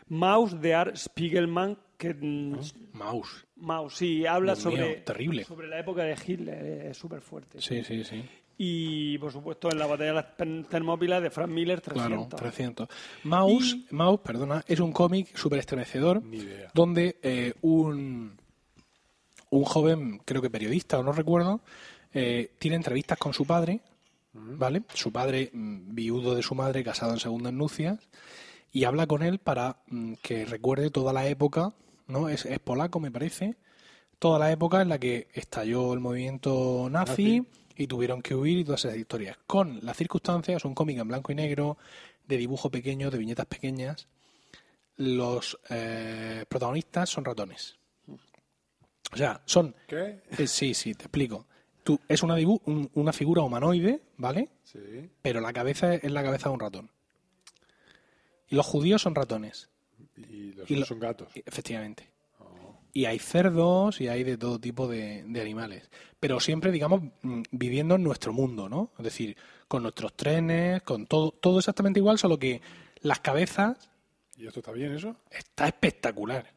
Maus de Art Spiegelman, que mm, Mouse. Maus, sí, habla Dios sobre, mío, terrible. sobre la época de Hitler, eh, es súper fuerte. Sí, sí, sí. Y, por supuesto, en la batalla de las Pen- Termópilas de Frank Miller, 300. Claro, 300. Mouse, Mouse, perdona, es un cómic súper estremecedor Ni idea. donde eh, un, un joven, creo que periodista o no recuerdo, eh, tiene entrevistas con su padre, Mm. ¿vale? Su padre, mm, viudo de su madre, casado en segundas nupcias, y habla con él para mm, que recuerde toda la época, ¿no? Es, es polaco, me parece, toda la época en la que estalló el movimiento nazi, y tuvieron que huir y todas esas historias. Con las circunstancias, un cómic en blanco y negro, de dibujo pequeño, de viñetas pequeñas, los eh, protagonistas son ratones. O sea, son... ¿Qué? eh, sí, sí, te explico. Tú, es una, dibu- un- una figura humanoide, ¿vale? Sí. Pero la cabeza es la cabeza de un ratón. Y los judíos son ratones. Y los Y otros lo- son gatos. Efectivamente. Y hay cerdos y hay de todo tipo de, de animales. Pero siempre, digamos, mm, viviendo en nuestro mundo, ¿no? Es decir, con nuestros trenes, con todo, todo exactamente igual, solo que las cabezas ¿Y esto está bien, eso? está espectacular.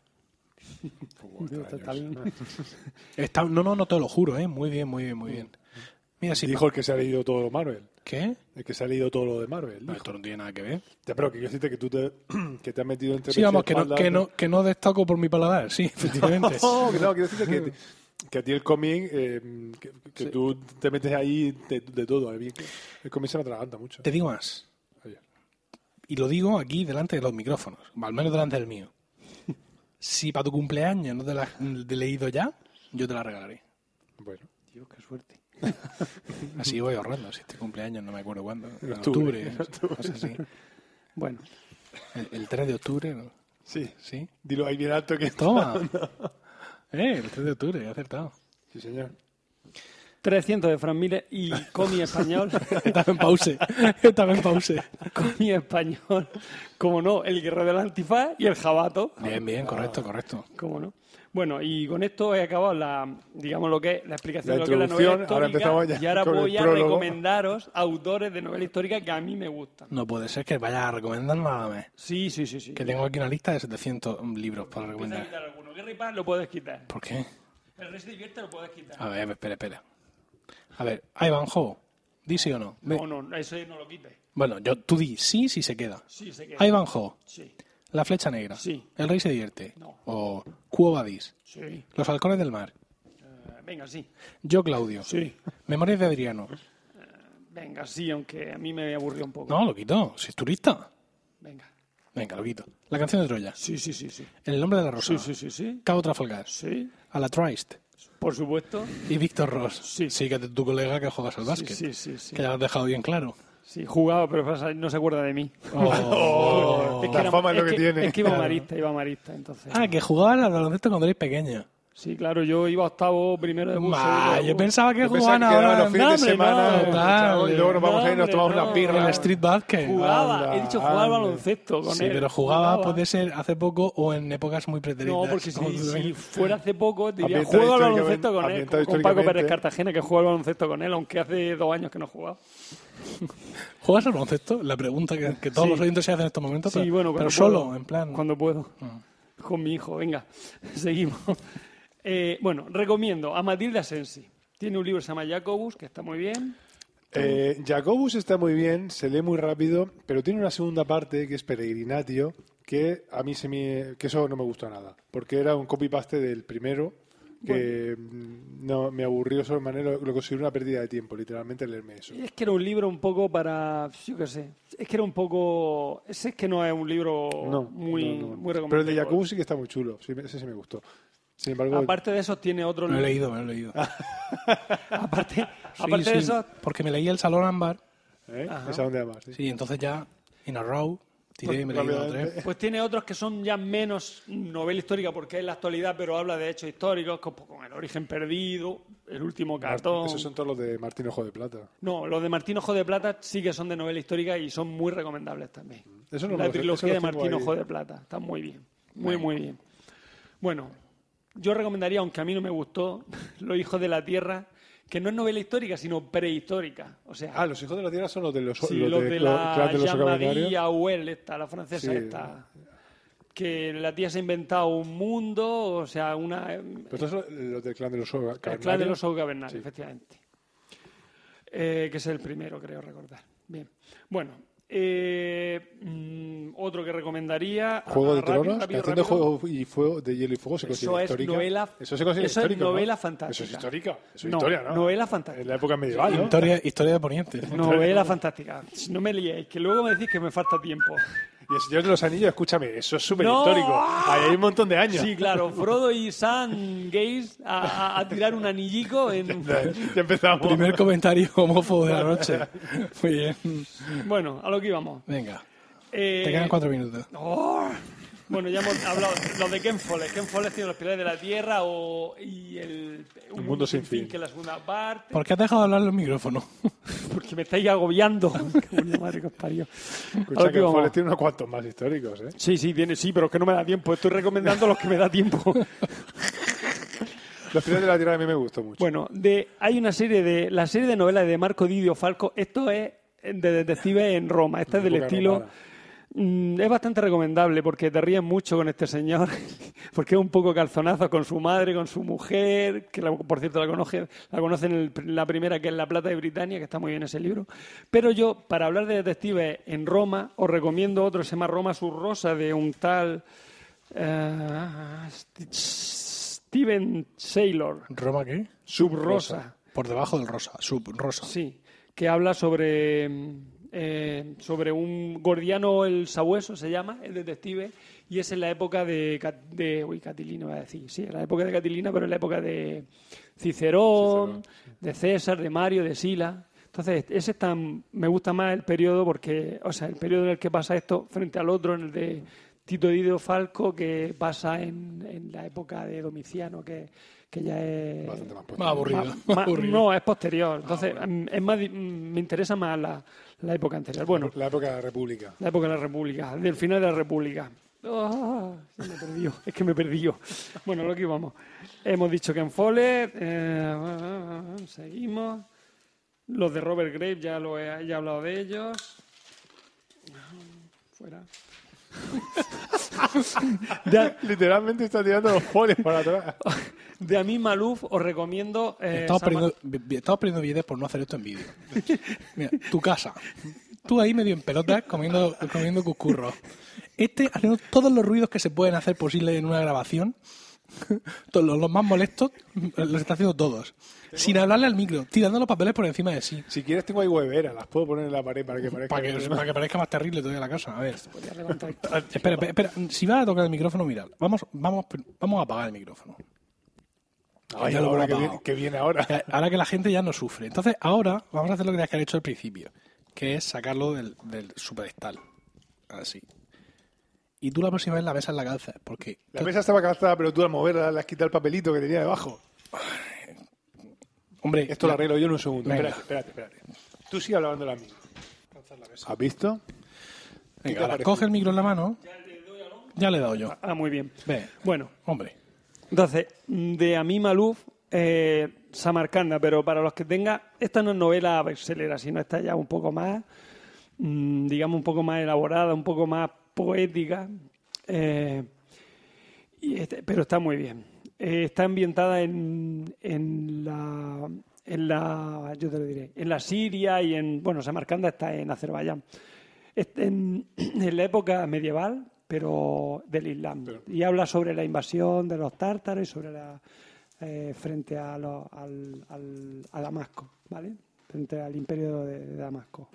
Poco Está- está extraño. bien. Está, no, no, no te lo juro, ¿eh? Muy bien, muy bien, muy bien. Mira, si... Dijo el que se ha leído todo Marvel. ¿Qué? El que se ha leído todo lo de Marvel. No, dijo. esto no tiene nada que ver. Ya, pero que quiero decirte que tú te, que te has metido entre Sí, vamos, que pecho y no, espalda. que, no, que no destaco por mi paladar, sí, efectivamente. No, que no, quiero decirte que, te- que a ti el cómic, eh, que, que tú te metes ahí de, de todo. A mí El cómic se me atraganta mucho. Te digo más. Oye, y lo digo aquí delante de los micrófonos, o al menos delante del mío. Si para tu cumpleaños no te la has leído ya, yo te la regalaré. Bueno, Dios, qué suerte. Así voy ahorrando. Si este cumpleaños no me acuerdo cuándo. En octubre. octubre. En octubre. cosas así. Bueno, El, el 3 de octubre, ¿no? sí. ¿sí? Dilo ahí bien alto que ¡Toma! Eh, el 3 de octubre, he acertado. Sí, señor. 300 de Frank Miller y cómic español. Estaba en pause. Estaba en pause. cómic español, como no, el guerrero del antifaz y el jabato, Bien, bien, correcto, correcto. como no. Bueno, y con esto he acabado la, digamos lo que es la explicación La de lo que es la novela introducción, ahora histórica empezamos ya y ahora con el voy a prólogo. recomendaros autores de novela histórica que a mí me gustan. No puede ser que vaya a recomendar nada más. Sí, sí, sí, sí. Que tengo aquí una lista de 700 libros para Empieza a recomendar. quitar alguno. Guerra y Paz lo puedes quitar. ¿Por qué? El Rey se divierte lo puedes Ah, quitar. A ver, espera, espera. A ver, Ivanhoe, di sí o no. Ve- No, no, eso no lo quites. Bueno, yo, tú di sí si se queda. Sí, se queda. Ivanhoe, Sí, La Flecha Negra. Sí. El Rey se divierte. No. O Quo Vadis, sí. Eh, Los Halcones del Mar. venga, sí. Yo, Claudio. Sí. Memorias de Adriano. Venga, sí, aunque a mí me aburrió un poco. No, lo quito. Si es turista. Venga. Ah. Venga, lo quito. La canción de Troya. Sí, sí, sí, sí. El nombre de la rosa. Sí, sí, sí, sí. Cabo Trafalgar. Sí, A la Trist. por supuesto. Y Víctor Ross. Sí. que es tu colega que juegas al básquet. Sí, sí, sí. Que ya lo has dejado bien claro. Sí, jugaba, pero pasa- no se acuerda de mí. Oh, la era- fama es lo que, que- tiene. Es que iba marista, iba marista, entonces. Ah, que jugabas al baloncesto cuando erais pequeños. Sí, claro, yo iba octavo, primero de buzo. Ma, yo pensaba que Yo pensaba jugaban que quedaban ahora los fines de semana. no, chavos, y luego nos dale. vamos a ir y nos hombre, tomamos no. una En birra. el street basket. Jugaba, Anda, he dicho jugaba al ande. baloncesto con Sí, él. pero jugaba pues, puede ser hace poco o en épocas muy preteritas. No, porque si, si fuera hace poco, te diría, Ambientado juego al históricamente- baloncesto con él. ambientado Con, Paco históricamente. Pérez Cartagena, que juega al baloncesto con él, aunque hace dos años que no jugaba. ¿Juegas al baloncesto? La pregunta que, que todos Sí. los oyentes se hacen en estos momentos, Sí, pero, bueno, cuando pero solo, puedo. en plan... Ah. Cuando puedo. Con mi hijo, venga, seguimos. Eh, bueno, recomiendo a Matilda Sensi. Tiene un libro que se llama Jacobus, que está muy bien. Eh, Jacobus está muy bien, se lee muy rápido, pero tiene una segunda parte que es Peregrinatio, que a mí se me, que eso no me gustó nada, porque era un copy-paste del primero, que mm, no me aburrió de sobremanera, lo considero una pérdida de tiempo, literalmente leerme eso. Y es que era un libro un poco para, yo qué sé, es que era un poco, ese es que no es un libro No, Oh, muy, no, no. muy recomendable. Pero el de Jacobus sí que está muy chulo, sí, ese sí me gustó. Sin embargo, Aparte de eso, tiene otro Lo he libro. leído, me lo he leído. Aparte, Sí, Ah, aparte de sí, eso, Porque me leí El Salón Ámbar, ¿eh? ¿Esa dónde va más? sí. sí, entonces ya, en a row, tiré y me leí dos o tres. pues tiene otros que son ya menos novela histórica porque es la actualidad, pero habla de hechos históricos, como con el origen perdido, el último cartón. Esos son todos los de Martín Ojo de Plata. No, los de Martín Ojo de Plata sí que son de novela histórica y son muy recomendables también. Mm. Eso no me la lo sé, eso trilogía lo de tengo Martín ahí. Ojo de Plata está muy bien, muy muy bien. Bueno, Yo recomendaría, aunque a mí no me gustó, Los hijos de la tierra, que no es novela histórica, sino prehistórica. O sea, Ah, los hijos de la tierra son los de los Sí, los los de, la Clan de los Socavendarios. llamadilla Well, esta, la francesa Sí. esta. Que la tía se ha inventado un mundo, o sea, una... Pero estos son los del clan de los Socavendarios. El clan de los Ougavernal, efectivamente. Eh, que es el primero, creo recordar. Bien. Bueno, eh, mm, otro que recomendaría. Juego Ah, de rápido, Tronos, rápido, canción de rápido. juego y fuego de hielo y fuego se Eso considera es histórica. novela- Eso se considera eso es histórico, novela ¿no? fantástica. Eso es histórica, eso es No, historia, ¿no? novela fantástica. En la época medieval, ¿no? Historia, historia de Poniente. Novela fantástica. No me liéis, que luego me decís que me falta tiempo. Y el Señor de los Anillos, escúchame, eso es súper ¡No! histórico. Ahí hay un montón de años. Sí, claro, Frodo y Sam Gates a, a- a tirar un anillico en... ya empezamos. Primer comentario homófobo de la noche. Muy bien. Bueno, a lo que íbamos. Venga. Eh, Te quedan cuatro minutos. ¡Oh! Bueno, ya hemos hablado los de Ken Follett. Ken Follett tiene los pilares de la Tierra o, y el, un mundo sin fin. que es la segunda parte. ¿Por qué has dejado de hablar los micrófonos? Porque me estáis agobiando. Qué buena madre que os parió. A Escucha lo que que íbamos. Foles tiene unos cuantos más históricos, ¿eh? Sí, sí, tiene, sí, pero es que no me da tiempo. Estoy recomendando los que me da tiempo. Los Pilares de la Tierra a mí me gustó mucho. Bueno, de, hay una serie de. La serie de novelas de Marco Didio Falco. Esto es de detectives en Roma. Este es del Época estilo. romana. mm, es bastante recomendable porque te ríes mucho con este señor. Porque es un poco calzonazo con su madre, con su mujer. Que la- por cierto la conoce, la conoce en el- la primera, que es La Plata de Britania, que está muy bien ese libro. Pero yo, para hablar de detectives en Roma, os recomiendo otro. Se llama Roma Subrosa, de un tal. eh, St- Steven Saylor. ¿Roma qué? Subrosa, Por debajo del rosa. Sub rosa. sí, que habla sobre, mm, eh, sobre un gordiano el sabueso, se llama, el detective, y es en la época de, Cat- de uy, Catilina, iba a decir, sí, en la época de Catilina, pero en la época de Cicerón, de César, de Mario, de Sila. Entonces, ese está, me gusta más el periodo porque, o sea, el periodo en el que pasa esto frente al otro, en el de Tito Didio Falco, que pasa en, en la época de Domiciano, que, que ya es Bastante más Más aburrido. Ma- más ma- aburrido. no, es posterior. Entonces, mm, es más, di- mm, me interesa más la, la época anterior. Bueno, La época de la República. la época de la República, del final de la República. Ah, se me perdió, es que me perdí yo. Bueno, lo que íbamos. Hemos dicho que en Follett, eh, seguimos. Los de Robert Graves, ya, lo he, ya he hablado de ellos. Fuera. de, Literalmente está tirando los Foles para atrás. de Amin Malouf os recomiendo... eh, Estamos Sama- perdiendo, vi- vi- estamos perdiendo billetes por no hacer esto en vídeo. Mira, tu casa. Tú ahí medio en pelotas comiendo, comiendo cuscurros. Este haciendo todos los ruidos que se pueden hacer posible en una grabación. Todos los, los más molestos eh, los está haciendo todos. Sin hablarle al micro, tirando los papeles por encima de sí. Si quieres tengo ahí hueveras, las puedo poner en la pared para que parezca... Para que, para que parezca más terrible todavía la casa. A ver. Voy a levantar- Espera, espera, espera. Si vas a tocar el micrófono, mirad. Vamos, vamos, vamos a apagar el micrófono. Ay, Ya lo ahora habrá que viene, pagado. que viene ahora. Eh, Ahora que la gente ya no sufre. Entonces, ahora vamos a hacer lo que tenías que haber hecho al principio, que es sacarlo del, del su pedestal. Así. Y tú la próxima vez la besas en la calza, porque La mesa estaba calzada, pero tú al moverla le has quitado el papelito que tenía debajo. Hombre, Esto lo la- arreglo yo en un segundo. Venga. Espérate, espérate, espérate. Tú sigue hablando la mía. ¿Has visto? venga, ¿qué te ahora parece? coge el micro en la mano. Ya le he dado yo. Ah, muy bien. Ve, Bueno, hombre. Entonces, de Ami Malouf, eh, Samarcanda, pero para los que tengan, esta no es novela verselera, sino esta ya un poco más, mm, digamos, un poco más elaborada, un poco más poética, eh, y este- pero está muy bien. Eh, está ambientada en, en la en la yo te lo diré en la Siria y en bueno Samarcanda está en Azerbaiyán Est- en, en la época medieval, pero del Islam. Y habla sobre la invasión de los tártaros y sobre la eh, frente a, los- al, al- a Damasco, ¿vale? Frente al imperio de, de Damasco.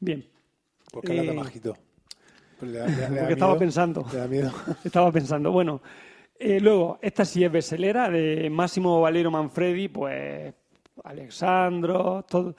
Bien, ¿Por qué hablas Eh. tan bajito? Pues le da- le da- le da Porque estaba miedo. pensando. Le da miedo. estaba pensando. Bueno, eh, luego, esta sí es Veselera, de Máximo Valero Manfredi, pues Alexandro, todo,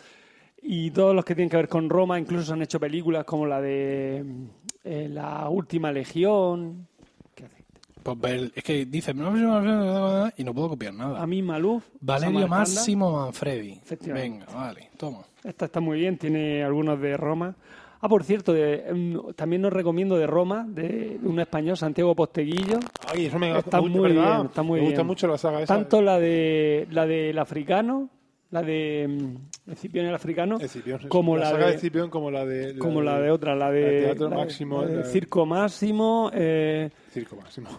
y todos los que tienen que ver con Roma, incluso se han hecho películas como la de mm, eh, La Última Legión. ¿Qué hace? Pues ver, es que dice, "No, no, no, no", y no puedo copiar nada. A mí Maluf. Valerio Samarcanda. Máximo Manfredi. Efectivamente. Venga, vale, toma. Esta está muy bien, tiene algunos de Roma. Ah, por cierto, de- em, también os recomiendo de Roma, de, de un español, Santiago Posteguillo. Ay, eso me Está Uy, muy ¿verdad? bien, está muy Me gusta bien. mucho la saga esa. Tanto la de la del africano, la de mm, Escipión el africano, Escipión, sí, como la, saga de de, Escipión, como la de. como la de otra, la de, la de Teatro la Máximo, la de la de- Circo Máximo. eh, Circo Máximo.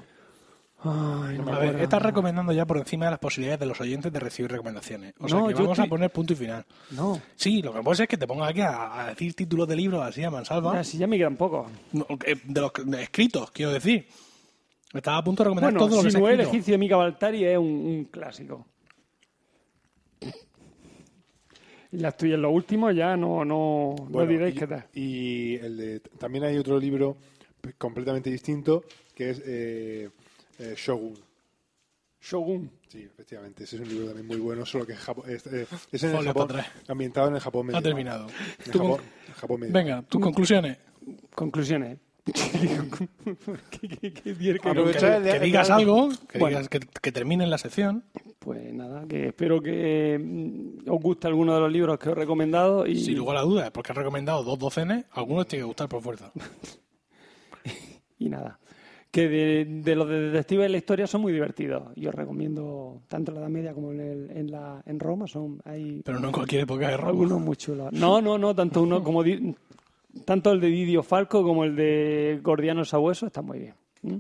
ay, no me A ver, acuerdo. estás recomendando ya por encima de las posibilidades de los oyentes de recibir recomendaciones. O sea, No, que yo vamos estoy- a poner punto y final. No, Sí, lo que puede ser es que te pongas aquí a, a decir títulos de libros así a mansalva. así ya me quedan pocos. No, eh, de los de escritos, quiero decir. Estaba a punto de recomendar Bueno, todo lo que se ha Sinuel escrito. egipcio de Mika Baltari es un, un clásico. Y las tuyas, los últimos, ya no, no, no Bueno, diréis y, qué tal. y el de- también hay otro libro p- completamente distinto que es eh, eh, Shogun. Shogun. Sí, efectivamente. Ese es un libro también muy bueno, solo que es, Japo- es, eh, es en el Folio Japón, para atrás. ambientado en el Japón Ha medieval. terminado. En Tu Japón, conc- en Japón medieval. Venga, tus conclusiones. Conclusiones. Ah, ¿Qué- qué- qué- qué- qué- Que, Aprovechar el- que digas algo, que, Bueno. digas- que, que termine la sección. Pues nada, que espero que mm, os guste alguno de los libros que os he recomendado. Y Sin lugar a dudas, porque has recomendado dos docenes, algunos tienen que gustar por fuerza. y nada. Que de, de los de detectives de la historia son muy divertidos. Y os recomiendo tanto en la Edad Media como en, el- en, la, en Roma. Son, hay Pero no en cualquier época de robo. algunos muy chulos. No, no, no, tanto uno como di- tanto el de Didio Falco como el de Gordiano Sabueso están muy bien. ¿Mm?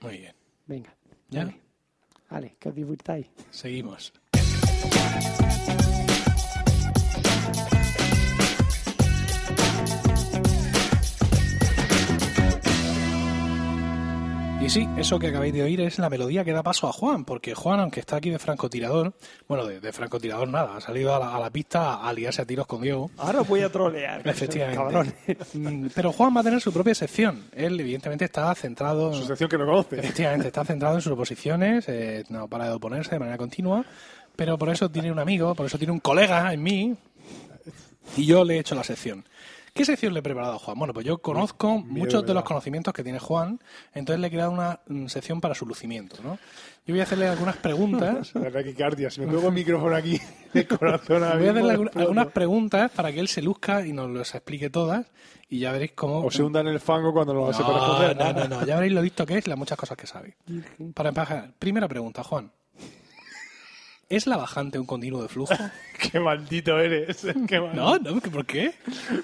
Muy bien. Venga. ¿Ya? Vale. Vale, que os divirtáis. Seguimos. Y sí, eso que acabáis de oír es la melodía que da paso a Juan, porque Juan, aunque está aquí de francotirador, bueno, de, de francotirador nada, ha salido a la, a la pista a liarse a tiros con Diego. Ahora os voy a trolear. Efectivamente. Cabrones. Mm, Pero Juan va a tener su propia sección. Él, evidentemente, está centrado. Su sección que no conoce. Efectivamente, está centrado en sus oposiciones, eh, no para de oponerse de manera continua, pero por eso tiene un amigo, por eso tiene un colega en mí, y yo le he hecho la sección. ¿Qué sección le he preparado a Juan? Bueno, pues yo conozco muchos de ¿verdad? los conocimientos que tiene Juan, entonces le he creado una mm, sección para su lucimiento, ¿no? Yo voy a hacerle algunas preguntas. La taquicardia. Si me pego el micrófono aquí, el corazón ahora Voy a mismo hacerle alguna- explota. algunas preguntas para que él se luzca y nos las explique todas y ya veréis cómo... O se hunda en el fango cuando lo no, hace para responder. no, no, no, ya veréis lo listo que es y las muchas cosas que sabe. Virgen. Para empajar, primera pregunta, Juan. ¿Es la bajante un continuo de flujo? Qué maldito eres. Qué mal- No, no, ¿por qué?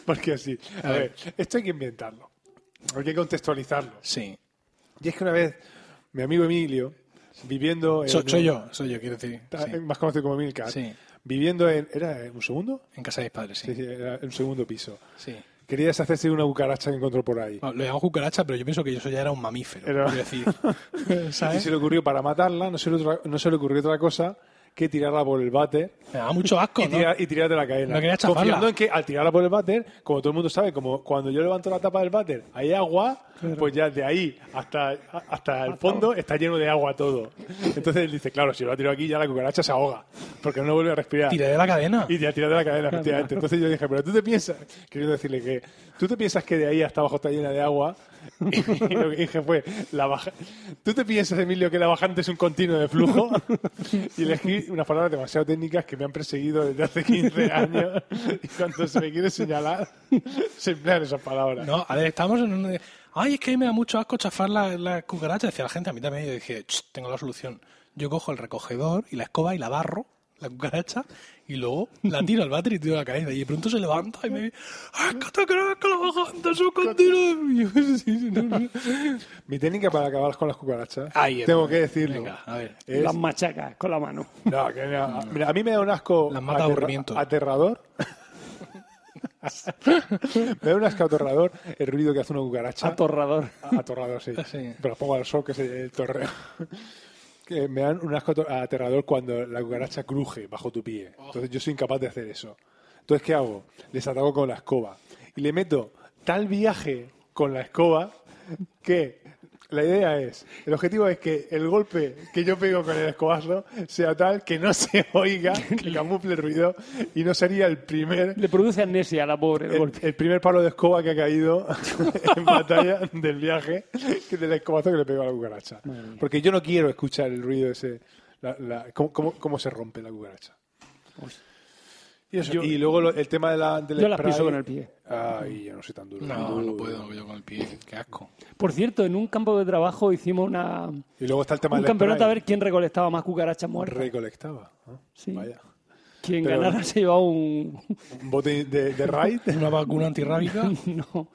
Porque así. A A ver, esto hay que inventarlo. Hay que contextualizarlo. Sí. Y es que una vez, mi amigo Emilio, viviendo. en- So- soy yo, soy yo, quiero decir. Ta- eh, sí. Más conocido como Milcar. Sí. Viviendo en. ¿Era en un segundo? En casa de mis padres, sí. Sí, sí. sí, era en un segundo piso. Quería deshacerse de una cucaracha que encontró por ahí. Bueno, lo llamamos cucaracha, pero yo pienso que eso ya era un mamífero. Quiero Era- decir, Y ¿sabes? se le ocurrió para matarla, no se le, otra- no se le ocurrió otra cosa que tirarla por el váter Me da mucho asco, y, ¿no? tirar, y tirar de la cadena. No quería chafarla. Confiando en que al tirarla por el váter, como todo el mundo sabe, como cuando yo levanto la tapa del váter hay agua, pues ya de ahí hasta, hasta el fondo está lleno de agua todo. Entonces él dice, claro, si yo la tiro aquí ya la cucaracha se ahoga, porque no vuelve a respirar. Tiré de la cadena. Y te ha tirado de la cadena, efectivamente. Entonces yo dije, pero tú te piensas, queriendo decirle que, tú te piensas que de ahí hasta abajo está llena de agua. Y lo que dije fue, la baja... ¿tú te piensas, Emilio, que la bajante es un continuo de flujo? Y elegí unas palabras demasiado técnicas que me han perseguido desde hace 15 años. Y cuando se me quiere señalar, se emplean esas palabras. No, a ver, estamos en un... Ay, es que me da mucho asco chafar la, la cucaracha. Decía la gente, a mí también. Yo dije, "Ch, tengo la solución. Yo cojo el recogedor y la escoba y la barro, la cucaracha, y luego la tiro al váter y tiro la cadena. Y de pronto se levanta y me dice, ¡Asco, te crees que la bajante es un continuo". Y yo, "Sí, sí, no, no". Mi técnica para acabar con las cucarachas, Ahí es. tengo que decirlo. Venga, a ver. es- Las machacas con la mano. No, que no. Mira, a mí me da un asco Las mata aburrimiento. aterrador. me da un asco aterrador el ruido que hace una cucaracha. Atorrador. A- atorrador, sí. Sí. Pero pongo al sol, que es el torreo. que me dan un asco ator- aterrador cuando la cucaracha cruje bajo tu pie. Entonces yo soy incapaz de hacer eso. Entonces, ¿qué hago? Les ataco con la escoba. Y le meto tal viaje con la escoba que la idea es, el objetivo es que el golpe que yo pego con el escobazo sea tal que no se oiga, que camufle el ruido y no sería el primer Le produce amnesia a la pobre el el, golpe. el primer palo de escoba que ha caído en batalla del viaje que del escobazo que le pegó a la cucaracha. Porque yo no quiero escuchar el ruido ese, la- la- cómo, cómo- cómo se rompe la cucaracha. Y, eso, Yo- y luego lo- el tema de la, del Yo las spray- piso con el pie. Ay, yo no soy tan duro. No, no puedo yo con el pie. Qué asco. Por cierto, en un campo de trabajo hicimos una, Y luego está el tema un del campeonato a spray. ver quién recolectaba más cucarachas muertas. Recolectaba. ¿no? Sí. Vaya. quien pero- ganara se llevaba un... Un bote de, de raid. Una vacuna antirrábica. no.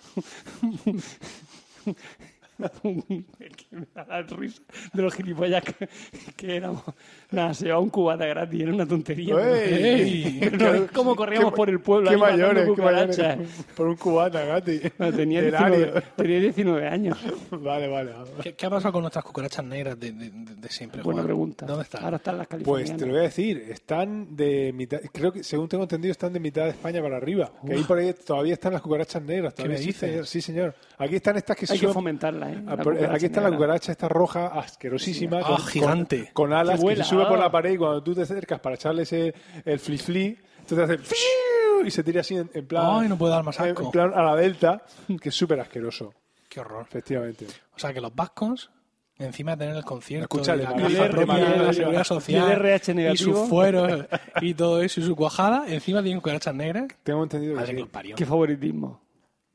Un- es que me da la risa de los gilipollas que, que éramos. Nada, se llevaba un cubata gratis, era una tontería. ¡Ey! Pero no ves cómo corríamos por el pueblo Qué ahí matando mayores, qué cucarachas. mayores. Por un cubata, gati. Bueno, tenía, Del 19, área. tenía 19 años. Vale, vale. vale. ¿Qué, qué ha pasado con nuestras cucarachas negras de, de- de- de siempre? Buena Juan? pregunta. ¿Dónde están? Ahora están las Pues californianas. te lo voy a decir, están de mitad, creo que según tengo entendido están de mitad de España para arriba. Que ahí por ahí todavía están las cucarachas negras. ¿Qué Todavía me sí, dices? señor. Sí, señor. Aquí están estas que Hay que son- fomentarlas, ¿eh? Ah, La pero, eh, cucaracha aquí está la negra. cucaracha esta roja asquerosísima Ah, gigante. con, alas Que que, vuela, se sube por ah. la pared y cuando tú te acercas para echarle ese el fli fli entonces hace ¡fiu! y se tira así en, en plan Ay, no puedo dar más en- asco. en plan a la delta que es súper asqueroso Qué horror. efectivamente O sea, que los vascos, encima de tener el concierto, Escucha, y de la Madrid, caja de propia de la Madrid, seguridad y social, el RH y negativo. sus fueros, y todo eso, y su cuajada, encima tienen cucarachas negras. tengo entendido que Madre Pues sí. que los parió. Qué favoritismo.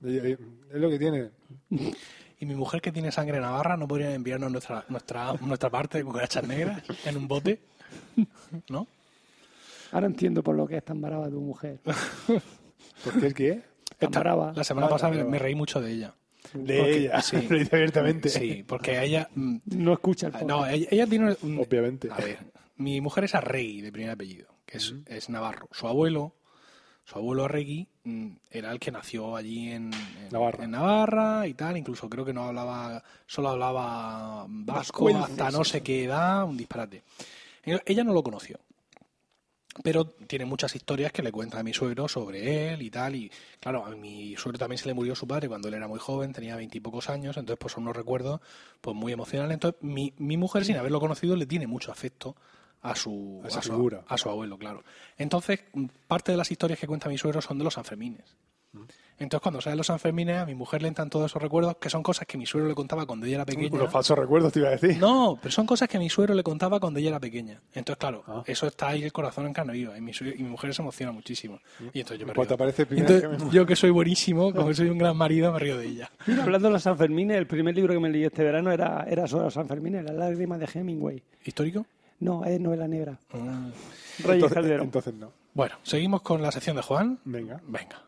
Y- y- es lo que tiene Y mi mujer que tiene sangre navarra no podría enviarnos nuestra, nuestra, nuestra parte de cucarachas negras en un bote. ¿No? Ahora entiendo por lo que es tan brava tu mujer. porque el que es Tan brava. La semana pasada me, me reí mucho de ella. de Porque- ella sí. lo dice abiertamente Sí, porque a ella. mm, No escucha el Ah, podcast. No, ella, ella tiene. un- Obviamente. A ver, mi mujer es Arregui de primer apellido, que es, es navarro. Su abuelo, su abuelo Arregui, mm, era el que nació allí en, en- Navarra. en Navarra y tal. Incluso creo que no hablaba, solo hablaba vasco Vascuences. hasta no sé qué edad, un disparate. Ella no lo conoció. Pero tiene muchas historias que le cuenta a mi suegro sobre él y tal. Y claro, a mi suegro también se le murió su padre cuando él era muy joven, tenía veintipocos años. Entonces, pues son unos recuerdos pues muy emocionales. Entonces, mi, mi mujer, sin haberlo conocido, le tiene mucho afecto a su, A esa su- figura. a su abuelo, claro. Entonces, parte de las historias que cuenta mi suegro son de los Sanfermines. Mm. Entonces, cuando salen los Sanfermines, a mi mujer le entran todos esos recuerdos, que son cosas que mi suegro le contaba cuando ella era pequeña. los falsos recuerdos te iba a decir No, pero son cosas que mi suegro le contaba cuando ella era pequeña. Entonces, claro, Ah. eso está ahí el corazón en carne viva. Y mi, sue- y mi mujer se emociona muchísimo. Y entonces yo me Cuando río. aparece Pues el primer Entonces, que me- Ah. yo que soy buenísimo, como que soy un gran marido, me río de ella. Mira, hablando de los Sanfermines, el primer libro que me leí este verano era, era sobre los Sanfermines, Las lágrimas de Hemingway. ¿Histórico? No, es novela negra. Mm. Reyes entonces, Calderón. entonces no Bueno, seguimos con la sección de Juan. venga Venga.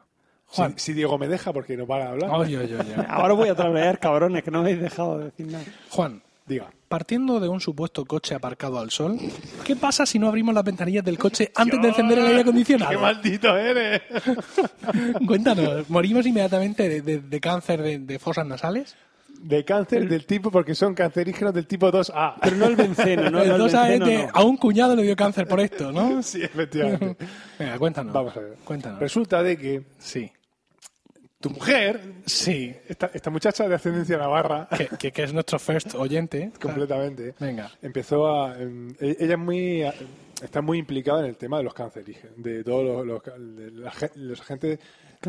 si, Juan. si Diego me deja porque no para a hablar Ay, ay, ay, ay. Ahora voy a traer, cabrones, que no me habéis dejado de decir nada. Juan, diga partiendo de un supuesto coche aparcado al sol, ¿qué pasa si no abrimos las ventanillas del coche antes de encender el aire acondicionado? ¡Qué maldito eres! Cuéntanos, ¿morimos inmediatamente de, de- de cáncer de- de fosas nasales? De cáncer del tipo, porque son cancerígenos del tipo 2A. Pero no el benceno, no, no el Entonces, a benceno, este- no. a un cuñado le dio cáncer por esto, ¿no? Sí, efectivamente. Venga, cuéntanos. Vamos a ver. Cuéntanos. Resulta de que sí. tu mujer, Sí. esta, esta muchacha de ascendencia navarra, Que, que- que es nuestro first oyente. completamente, ¿eh? Venga. empezó a... em, e- Ella es muy... a- está muy implicada en el tema de los cancerígenos, de todos los, los ca- de la gen- los agentes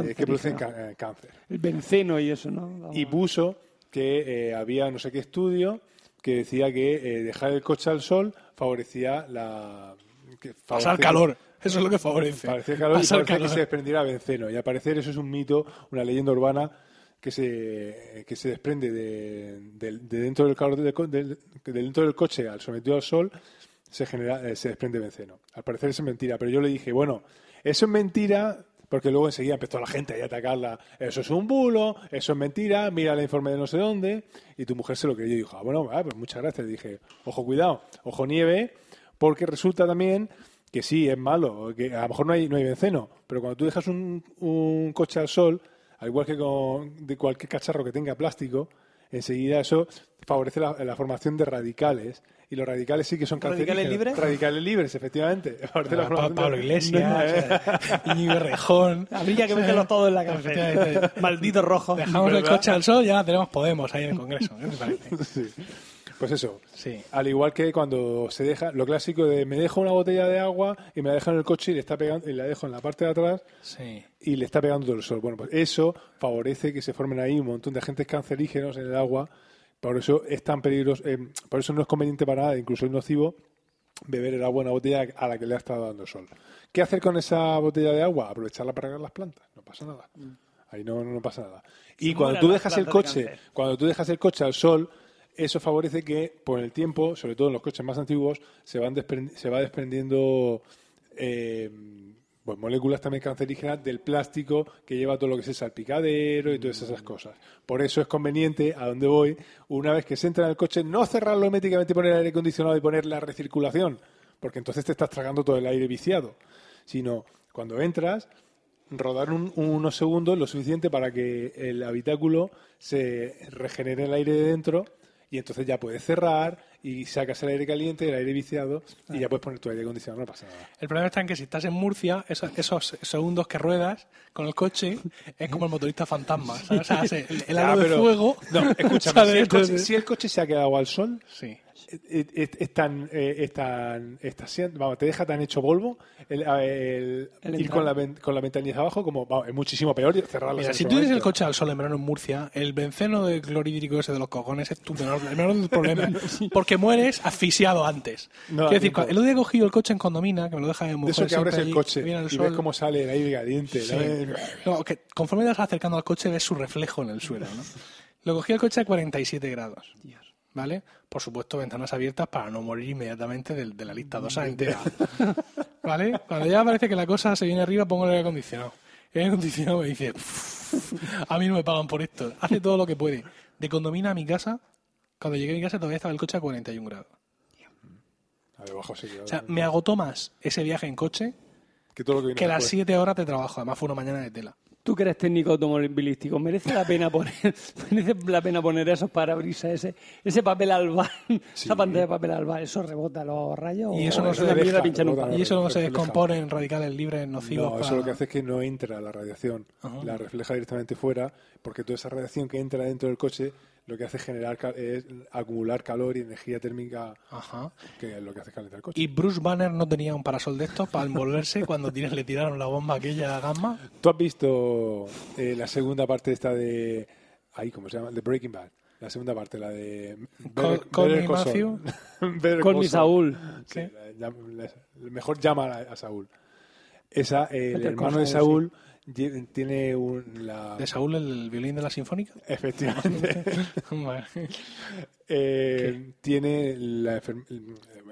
eh, que producen ca- eh, cáncer. Ah. El benceno y eso, ¿no? Vamos. y puso que eh, había no sé qué estudio que decía que eh, dejar el coche al sol favorecía la que Pasar favorecía- calor. Eso es lo que favorece. favorecía el calor y Pasar favorecía que calor. se desprendiera benceno y al parecer eso es un mito una leyenda urbana que se que se desprende de, del- de dentro del calor del, co- del- que de dentro del coche al sometido al sol se genera eh, se desprende benceno al parecer eso es mentira pero yo le dije bueno eso es mentira porque luego enseguida empezó la gente ahí a atacarla. Eso es un bulo, eso es mentira, mira el informe de no sé dónde. Y tu mujer se lo creyó y dijo, ah, bueno, ah, pues muchas gracias. Le dije, ojo, cuidado, ojo nieve, porque resulta también que sí, es malo, que a lo mejor no hay, no hay benceno, pero cuando tú dejas un, un coche al sol, al igual que con de cualquier cacharro que tenga plástico, enseguida eso favorece la, la formación de radicales. Y los radicales sí que son ¿Radicales cancerígenos. libres? Radicales libres, efectivamente. Favorece Pa- la formación de- Ah, Pablo Iglesias, Íñigo Rejón. Habría que meterlo todo en la cárcel. Efectivamente. Malditos rojos. Dejamos el ¿Verdad? coche al sol y ahora tenemos Podemos ahí en el Congreso. ¿eh? ¿Qué te parece? Sí. Pues eso. Sí. Al igual que cuando se deja, lo clásico de me dejo una botella de agua y me la dejo en el coche y, le está pegando, y la dejo en la parte de atrás Sí. y le está pegando todo el sol. Bueno, pues eso favorece que se formen ahí un montón de agentes cancerígenos en el agua. Por eso es tan peligroso, eh, por eso no es conveniente para nada, incluso es nocivo beber era buena botella a la que le ha estado dando sol. ¿Qué hacer con esa botella de agua? Aprovecharla para regar las plantas. No pasa nada. Ahí no, no, no pasa nada. Y Se cuando mueren tú las dejas el plantas de coche, cáncer. cuando tú dejas el coche al sol, eso favorece que por el tiempo, sobre todo en los coches más antiguos, se van despre- se va desprendiendo eh, pues moléculas también cancerígenas del plástico que lleva todo lo que es el salpicadero y todas Mm. esas cosas. Por eso es conveniente, a donde voy, una vez que se entra en el coche, no cerrarlo herméticamente y poner el aire acondicionado y poner la recirculación, porque entonces te estás tragando todo el aire viciado, sino cuando entras, rodar un- unos segundos lo suficiente para que el habitáculo se regenere el aire de dentro y entonces ya puedes cerrar y sacas el aire caliente, el aire viciado y ya puedes poner tu aire acondicionado, no pasa nada. El problema está en que si estás en Murcia, esos, esos segundos que ruedas con el coche es como el motorista fantasma. ¿sabes? O sea, se- el, el Ah, halo de pero- fuego. No, escúchame, ¿sabes? si, el coche, Entonces- si el coche se ha quedado al sol, e, sí. es, es- es tan, eh, es tan- está siendo- vamos, te deja tan hecho polvo el, el El ir con entrar. la, ven- con la ventanilla abajo como vamos, es muchísimo peor cerrarla. Mira, en si ese tú tienes el momento. coche al sol en verano en Murcia, el benceno de clorhídrico ese de los cojones es tu menor, el menor de los problemas, porque mueres asfixiado antes. No da Quiero decir, tiempo. el otro día he cogido el coche en Condomina, que me lo deja mi mujer de eso que siempre abres el allí, coche que viene el y ves sol. cómo sale el aire caliente. Sí. ¿no? No, que conforme te vas acercando al coche ves su reflejo en el suelo, ¿no? Lo cogí el coche a 47 grados. ¿Vale? Por supuesto, ventanas abiertas para no morir inmediatamente del- de, la lista dosa entera. ¿Vale? Cuando ya parece que la cosa se viene arriba, pongo el aire acondicionado. El aire acondicionado me dice, "Pff, a mí no me pagan por esto. Hace todo lo que puede. De condomina a mi casa, cuando llegué a mi casa todavía estaba el coche a 41 grados. A ver, bajo sí, claro. O sea, me agotó más ese viaje en coche que todo lo que viene que las después. 7 horas de trabajo. Además fue una mañana de tela. Tú que eres técnico automovilístico, ¿merece la pena poner, merece la pena poner esos parabrisas, ese, ese papel alba, esa pantalla de papel alba? ¿Eso rebota los rayos? Y eso o no es se una deja, mierda pinchar en un rebota. palo? Y eso no se refleja. descompone en radicales libres nocivos. No, para- eso lo que hace es que no entra la radiación, la refleja directamente fuera, porque toda esa radiación que entra dentro del coche lo que hace es generar cal- es acumular calor y energía térmica, Ajá. que es lo que hace calentar el coche. Y Bruce Banner no tenía un parasol de estos para envolverse cuando tira- le tiraron la bomba aquella a Gamma. ¿Tú has visto eh, la segunda parte esta de ahí cómo se llama, de Breaking Bad? La segunda parte, la de Call- Better- Call me Better Call Saul. Better Call Call me Saul. Saúl. Sí, Sí. la- la- la- mejor llama a, a Saúl. Esa, eh, el Better Call hermano de Saul, Saúl lle- tiene un, la, De Saúl, el violín de la sinfónica. efectivamente Vale. Eh, tiene la enfer-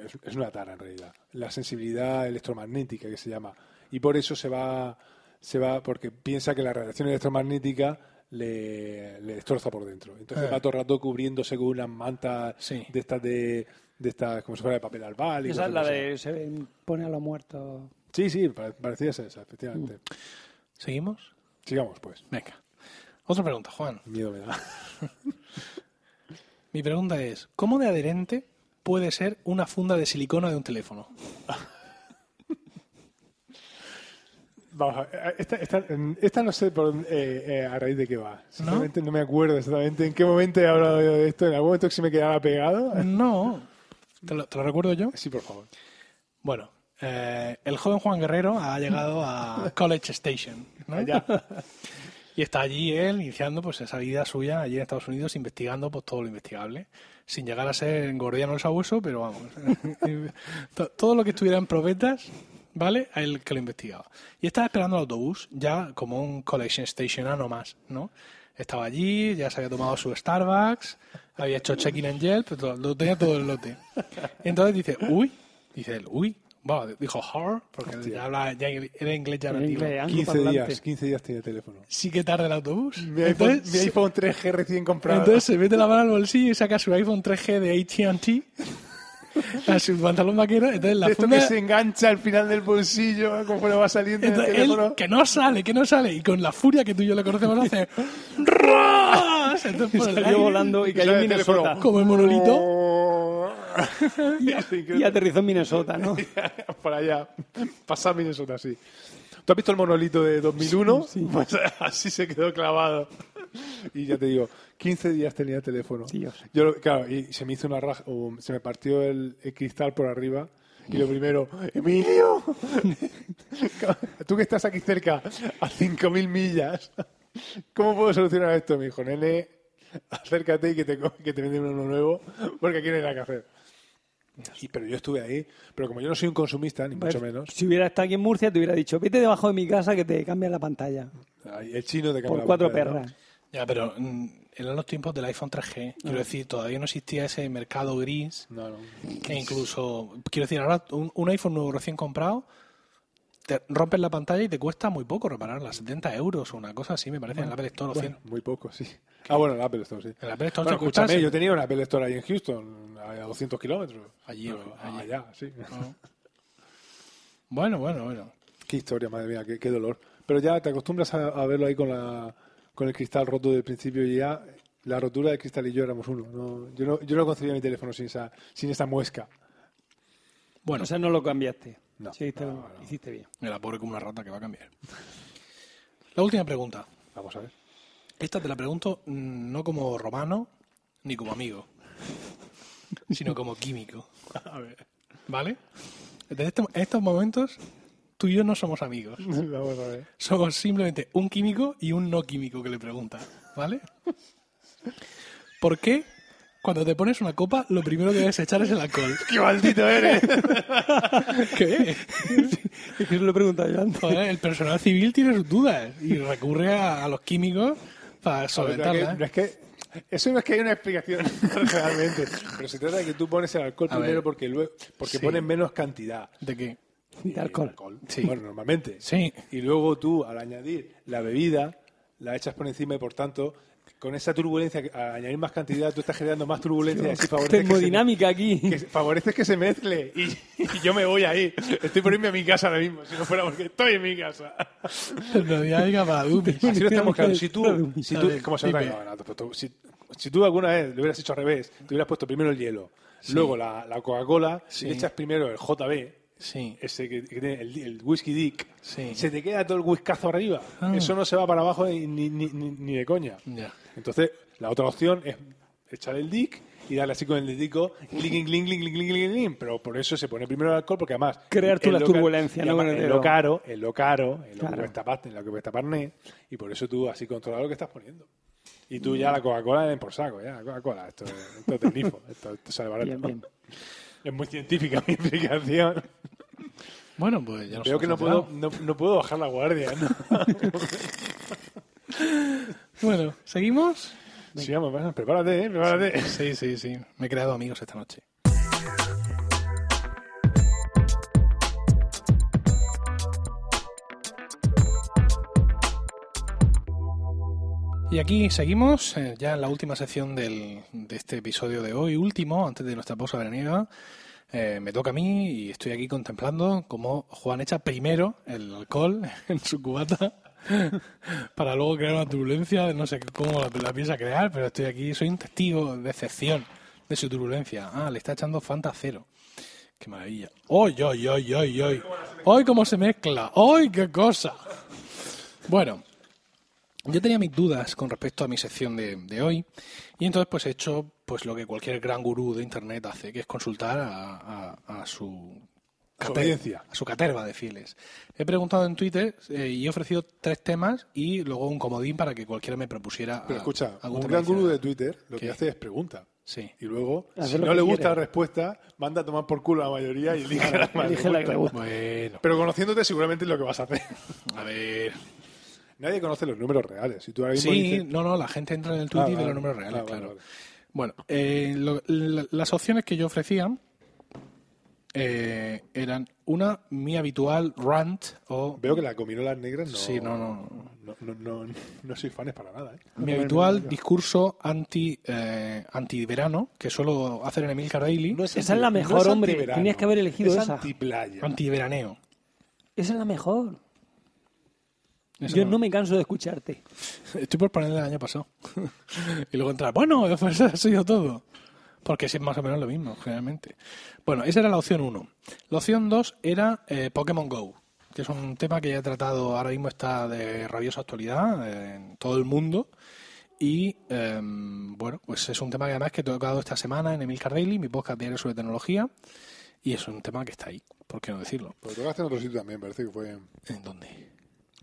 es- es una tara en realidad la sensibilidad electromagnética que se llama y por eso se va se va porque piensa que la radiación electromagnética le, le destroza por dentro entonces Ah. va todo el rato cubriéndose con unas mantas Sí. de estas de de estas como si fuera de papel albal y Esa es cosas la así. de se ven- pone a los muertos. sí sí pa- parecía ser esa efectivamente ¿Seguimos? sigamos pues Venga. Otra pregunta, Juan. miedo me da Mi pregunta es, ¿cómo de adherente puede ser una funda de silicona de un teléfono? Vamos a ver, esta, esta- esta no sé por, eh, eh, a raíz de qué va. Sinceramente ¿No? me acuerdo exactamente en qué momento he hablado yo de esto. ¿En algún momento que se me quedara pegado? No. ¿Te lo- te lo recuerdo yo? Sí, por favor. Bueno, eh, el joven Juan Guerrero ha llegado a College Station, ¿no? Y está allí él iniciando pues esa vida suya allí en Estados Unidos, investigando pues todo lo investigable, sin llegar a ser gordiano el sabueso, pero vamos, to- todo lo que estuviera en probetas, ¿vale? A él que lo investigaba. Y estaba esperando el autobús, ya como un collection station, ah, no más, ¿no? Estaba allí, ya se había tomado su Starbucks, había hecho check-in en Yelp, todo- lo tenía todo el lote. Entonces dice, uy, dice él, uy, bueno, dijo her, porque ya, habla, ya era inglés ya Era nativo. inglés, ¿eh? 15 Angloparlante. días, 15 días tiene teléfono. Sí que tarda el autobús. Mi iPhone, Entonces, mi se- iPhone 3G recién comprado. entonces se mete la mano al bolsillo y saca su iPhone 3G de ATT a su pantalón vaquero. Entonces la De esto funda. que se engancha al final del bolsillo, conforme va saliendo el entonces él, teléfono. que no sale, que no sale. Y con la furia que tú y yo le conocemos, hace. ¡Ras! Entonces, por el Salió aire, volando y cayó en sale el teléfono. Minnesota. Como el monolito. Es increíble. Y aterrizó en Minnesota, ¿no? para allá. Pasa a Minnesota así. ¿Tú has visto el monolito de 2001? Pues así se quedó clavado. Y ya te digo, 15 días tenía teléfono. Dios. Yo, lo- claro, y se me hizo una raja, o se me partió el, el cristal por arriba. Y lo primero, Emilio, tú que estás aquí cerca, a 5.000 millas, ¿cómo puedo solucionar esto? Me dijo, nene, acércate y que te, co- que te venden uno nuevo, porque aquí no hay nada que hacer. Y- pero yo estuve ahí, pero como yo no soy un consumista, ni Pues, mucho menos, Si hubiera estado aquí en Murcia, te hubiera dicho, vete debajo de mi casa que te cambian la pantalla. ahí el chino te cambia Por la cuatro pantalla, ¿no? perras. Ya, pero mm, eran los tiempos del iPhone 3G. Ah. Quiero decir, todavía no existía ese mercado gris. No, no. E incluso, quiero decir, ahora un, un iPhone nuevo recién comprado, te rompes la pantalla y te cuesta muy poco repararla, 70 euros o una cosa así, me parece, en la Apple Store o 100. Bueno, muy poco, sí. Ah, bueno, el Apple Store, sí. En la Apple Store Bueno, te cuesta escúchame, ese- yo tenía una Apple Store ahí en Houston, a 200 kilómetros. Allí, Pero, allí. Allá, sí. ¿no? Bueno, bueno, bueno. Qué historia, madre mía, qué, qué dolor. Pero ya te acostumbras a, a verlo ahí con, la, con el cristal roto del principio y ya la rotura del cristal y yo éramos uno. No, yo, no, yo no concebía mi teléfono sin esa, sin esa muesca. Bueno, O Pues, eh. sea, no lo cambiaste. No, Sí, te- Hiciste bien. la pobre como una rata que va a cambiar. La última pregunta. Vamos a ver. Esta te la pregunto mm, no como romano ni como amigo, sino como químico. A ver. ¿Vale? Desde este- en estos momentos, tú y yo no somos amigos. Vamos a ver. Somos simplemente un químico y un no químico que le pregunta, ¿vale? ¿Por qué cuando te pones una copa lo primero que debes echar es el alcohol? ¡Qué maldito eres! ¿Qué? Es que lo he preguntado yo antes. Joder, el personal civil tiene sus dudas y recurre a, a los químicos para ¿eh? A ver, solventarlas. no es que- no es que- eso no es que haya una explicación realmente. Pero se trata de que tú pones el alcohol A primero ver. porque luego Sí. porque pones menos cantidad ¿De qué? De alcohol. Sí. Bueno, normalmente. Sí. Y luego tú, al añadir la bebida, la echas por encima y por tanto, con esa turbulencia, que- al añadir más cantidad, tú estás generando más turbulencia y así favoreces que se- Termodinámica aquí. que se- favoreces que se mezcle y, y yo me voy ahí. Estoy por irme a mi casa ahora mismo, si no fuera porque estoy en mi casa. No diga para Dupi. Así no estamos claros. Si tú, si tú, Dale, ¿cómo se nota que dime. no, no, tú- si, si tú alguna vez lo hubieras hecho al revés, te hubieras puesto primero el hielo, luego la, la Coca-Cola, Sí. le echas primero el JB, Sí. ese que, que tiene el, el whisky dick, Sí. se te queda todo el whiskazo arriba. Ah. Eso no se va para abajo ni, ni, ni, ni de coña. Ya. Entonces, la otra opción es echar el dick y darle así con el dedico, gling, gling, gling, gling, gling, gling, gling. pero por eso se pone primero el alcohol, porque además... Crear tú es la lo ca- turbulencia, y ¿no? además con el Es dedo. lo caro, es lo caro, es lo que Claro. cuesta pasta, en lo que cuesta parné, y por eso tú así controlas lo que estás poniendo. Y tú ya la Coca-Cola en por saco, ya, la Coca-Cola, esto, es- esto es del grifo, esto, esto sale barato. Bien, bien. Es muy científica mi explicación. Bueno, pues ya nos Veo que no hemos puedo, enterado. no, no puedo bajar la guardia. ¿no? Bueno, ¿seguimos? Sí, vamos, vamos, prepárate, ¿eh? prepárate. Sí, sí, sí. Me he creado amigos esta noche. Y aquí seguimos, eh, ya en la última sección del- de este episodio de hoy, último, antes de nuestra pausa veraniega. Eh, me toca a mí y estoy aquí contemplando cómo Juan echa primero el alcohol en su cubata para luego crear una turbulencia. No sé cómo la, la piensa crear, pero estoy aquí, soy un testigo de excepción de su turbulencia. Ah, le está echando Fanta cero. Qué maravilla. ¡Hoy, hoy, hoy, hoy, hoy! ¡Hoy cómo se mezcla! ¡Hoy qué cosa! Bueno, yo tenía mis dudas con respecto a mi sección de, de hoy y entonces pues he hecho pues lo que cualquier gran gurú de internet hace, que es consultar a, a- a su A su cate- audiencia. a su caterva de fieles. He preguntado en Twitter eh, y he ofrecido tres temas y luego un comodín para que cualquiera me propusiera. Pero a- escucha, algún un tema gran gurú adicional. de Twitter lo ¿Qué? que hace es pregunta. Sí. Y luego, Hace si lo no que le quiere. gusta la respuesta, manda a tomar por culo a la mayoría y elige la que más le Elige la que le gusta. gusta. Bueno, Pero conociéndote seguramente es lo que vas a hacer. a ver. Nadie conoce los números reales. Si tú ahora mismo Sí, dices- no, no, la gente entra en el Twitter Ah, y ve vale. los números reales, Ah, vale, claro. vale. Bueno, eh, lo- la- las opciones que yo ofrecía eh, eran una mi habitual rant o Veo que la cominolas negras no... Sí, no, no. No, no, no- no soy fanes para nada. ¿eh? mi habitual discurso anti eh, antiverano que suelo hacer en Emilcar Daily, No Esa es la anti- no mejor, hombre. antiverano. Tenías que haber elegido es esa. antiplaya. antiveraneo. Esa es la mejor. Eso Yo no. no me canso de escucharte. Estoy por ponerle el año pasado. y luego entrar, bueno, eso ha sido todo. Porque sí es más o menos lo mismo, generalmente. Bueno, esa era la opción 1. La opción 2 era eh, Pokémon Go, que es un tema que ya he tratado, ahora mismo está de rabiosa actualidad eh, en todo el mundo. Y em, bueno, pues es un tema que además que he tocado esta semana en Emil Cardelli, mi podcast diario sobre tecnología. Y es un tema que está ahí, ¿por qué no decirlo? Pero tú gastas en otro sitio también, parece que fue... en- ¿En dónde?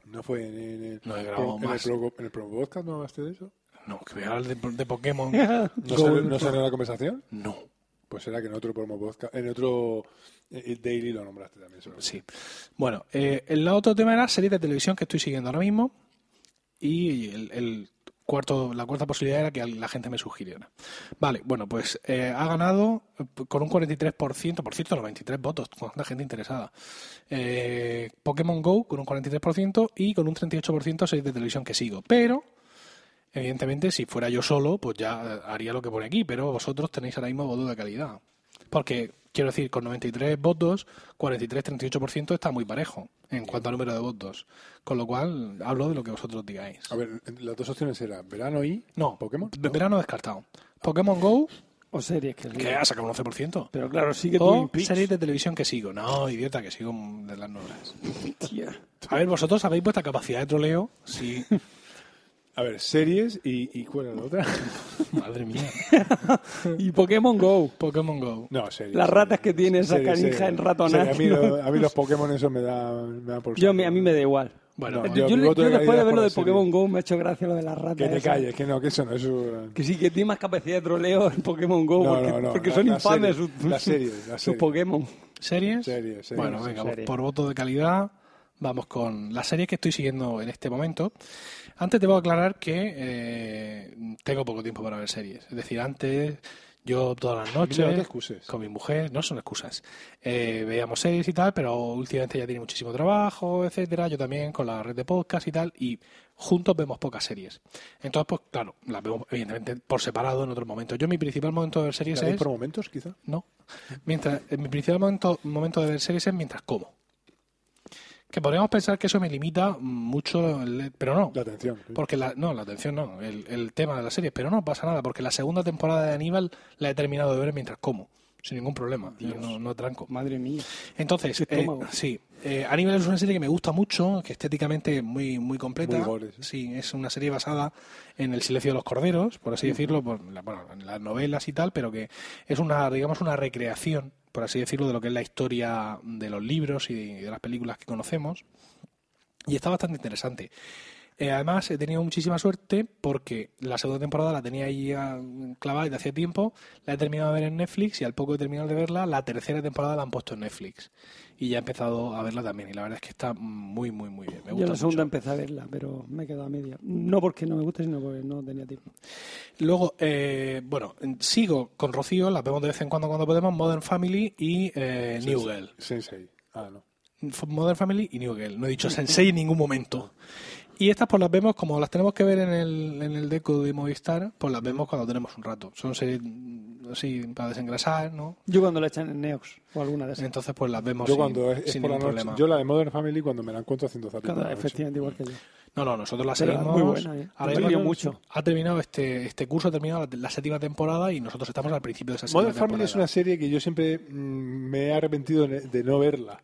No fue en, en el, No he grabado en el más. pro- en el Pro Podcast, ¿no hablaste de eso? No, que voy a hablar de, de Pokémon. ¿No salió, no salió la conversación? No. Pues será que en otro promo podcast, en otro eh, daily lo nombraste también. seguro. Sí. Bueno, eh, el otro tema era series de televisión que estoy siguiendo ahora mismo. Y el, el cuarto, la cuarta posibilidad era que la gente me sugiriera. Vale, bueno, pues eh, ha ganado con un 43%, por cierto, 93 votos, cuánta gente interesada. Eh, Pokémon Go con un 43% y con un 38% series de televisión que sigo. Pero Evidentemente, si fuera yo solo, pues ya eh, haría lo que pone aquí, pero vosotros tenéis ahora mismo voto de calidad. Porque, quiero decir, con 93 votos, 43-38% está muy parejo en cuanto al número de votos. Con lo cual, hablo de lo que vosotros digáis. A ver, las dos opciones eran verano y No, Pokémon. de verano descartado. Pokémon Go, O series que... que ha sacado un 11%. Pero claro, sigue tu O Twin Peaks. series de televisión que sigo. No, idiota, que sigo de las nuevas. Tía. A ver, vosotros sabéis vuestra capacidad de troleo. Sí. A ver, series y, y ¿cuál era la otra? Madre mía. Y Pokémon Go. Pokémon Go. No, series. Las ratas que tiene esa Series, canija series. en ratonal. Series. A, mí, lo- a mí los Pokémon eso me da, me da por Yo, a mí- a mí me da igual. Bueno, No, Yo, mi le- voto yo de después de ver lo calidad por de las series. Pokémon Go me ha hecho gracia lo de las ratas. Que te esas. calles, que no, que eso no es un- Que sí, que tiene más capacidad de troleo en Pokémon Go. No, porque no, no, porque la- son la infames serie, sus, la serie, la sus serie. Pokémon. ¿Series? Series, series, bueno, sí, venga, pues, series. por voto de calidad, vamos con la serie que estoy siguiendo en este momento. Antes te voy a aclarar que eh, tengo poco tiempo para ver series. Es decir, antes yo todas las noches Mira, no te excuses. con mi mujer, no son excusas, eh, veíamos series y tal, pero últimamente ya tiene muchísimo trabajo, etcétera. Yo también con la red de podcast y tal, y juntos vemos pocas series. Entonces, pues claro, las vemos evidentemente por separado en otros momentos. Yo mi principal momento de ver series ¿La vi es... por momentos, quizá? No. Mientras, en mi principal momento, momento de ver series es mientras como. Que podríamos pensar que eso me limita mucho, el- pero no. La atención. sí. Porque la, no, la atención no, el, el tema de las series, pero no pasa nada, porque la segunda temporada de Aníbal la he terminado de ver mientras como, sin ningún problema, Yo no, no tranco. Madre mía. Entonces, Qué eh, estómago. sí, eh, Aníbal es una serie que me gusta mucho, que estéticamente es muy, muy completa. Muy gore, sí. es una serie basada en El silencio de los corderos, por así decirlo, por la- bueno, en las novelas y tal, pero que es una, digamos, una recreación, por así decirlo, de lo que es la historia de los libros y de- de las películas que conocemos. Y está bastante interesante. Eh, además, he tenido muchísima suerte porque la segunda temporada la tenía ahí ah, clavada desde hacía tiempo, la he terminado de ver en Netflix y al poco de terminar de verla, la tercera temporada la han puesto en Netflix. Y ya he empezado a verla también y la verdad es que está muy, muy, muy bien. Me Yo gusta la segunda mucho. empecé a verla, pero me he quedado a media. No porque no me guste, sino porque no tenía tiempo. Luego, eh, bueno, sigo con Rocío, las vemos de vez en cuando cuando podemos, Modern Family y eh, New Girl. Sensei. Ah, no. Modern Family y New Girl. No he dicho Sensei en ningún momento. Y estas pues las vemos como las tenemos que ver en el, en el deco de Movistar, pues las vemos cuando tenemos un rato. Son series mm, así para desengrasar, ¿no? Yo cuando la echan en Neox o alguna de esas. Entonces pues las vemos Yo sin, cuando es, es sin por la ningún noche, problema. yo la de Modern Family cuando me la encuentro haciendo zapping. por Cada, la noche. efectivamente, igual que yo. No, no, nosotros la Pero seguimos. muy buena, ¿eh? Ahora Me mismo río mucho. Ha terminado este, este curso, ha terminado la, la séptima temporada y nosotros estamos al principio de esa séptima Modern Family es una temporada. serie que yo siempre mm, me he arrepentido de de no verla,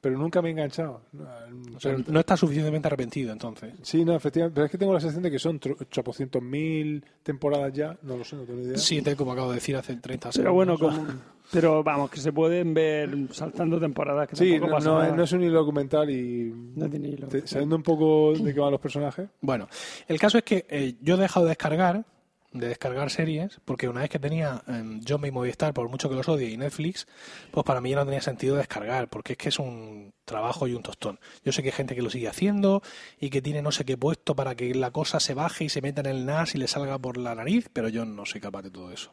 pero nunca me he enganchado. No, O sea, pero- no está suficientemente arrepentido entonces. sí, no, efectivamente, pero es que tengo la sensación de que son tro- 800.000 temporadas ya, no lo sé, no tengo ni idea. Siete, como acabo de decir hace 30 segundos. Pero bueno, como, pero vamos, que se pueden ver saltando temporadas que Sí, tampoco no, pasa no, nada. no es un hilo documental y No tiene hilo. te- sabiendo un poco de qué van los personajes. Bueno, el caso es que eh, yo he dejado de descargar, de descargar series, porque una vez que tenía em, yo mi Movistar, por mucho que los odie, y Netflix, pues para mí ya no tenía sentido descargar, porque es que es un trabajo y un tostón. Yo sé que hay gente que lo sigue haciendo y que tiene no sé qué puesto para que la cosa se baje y se meta en el NAS y le salga por la nariz, pero yo no soy capaz de todo eso.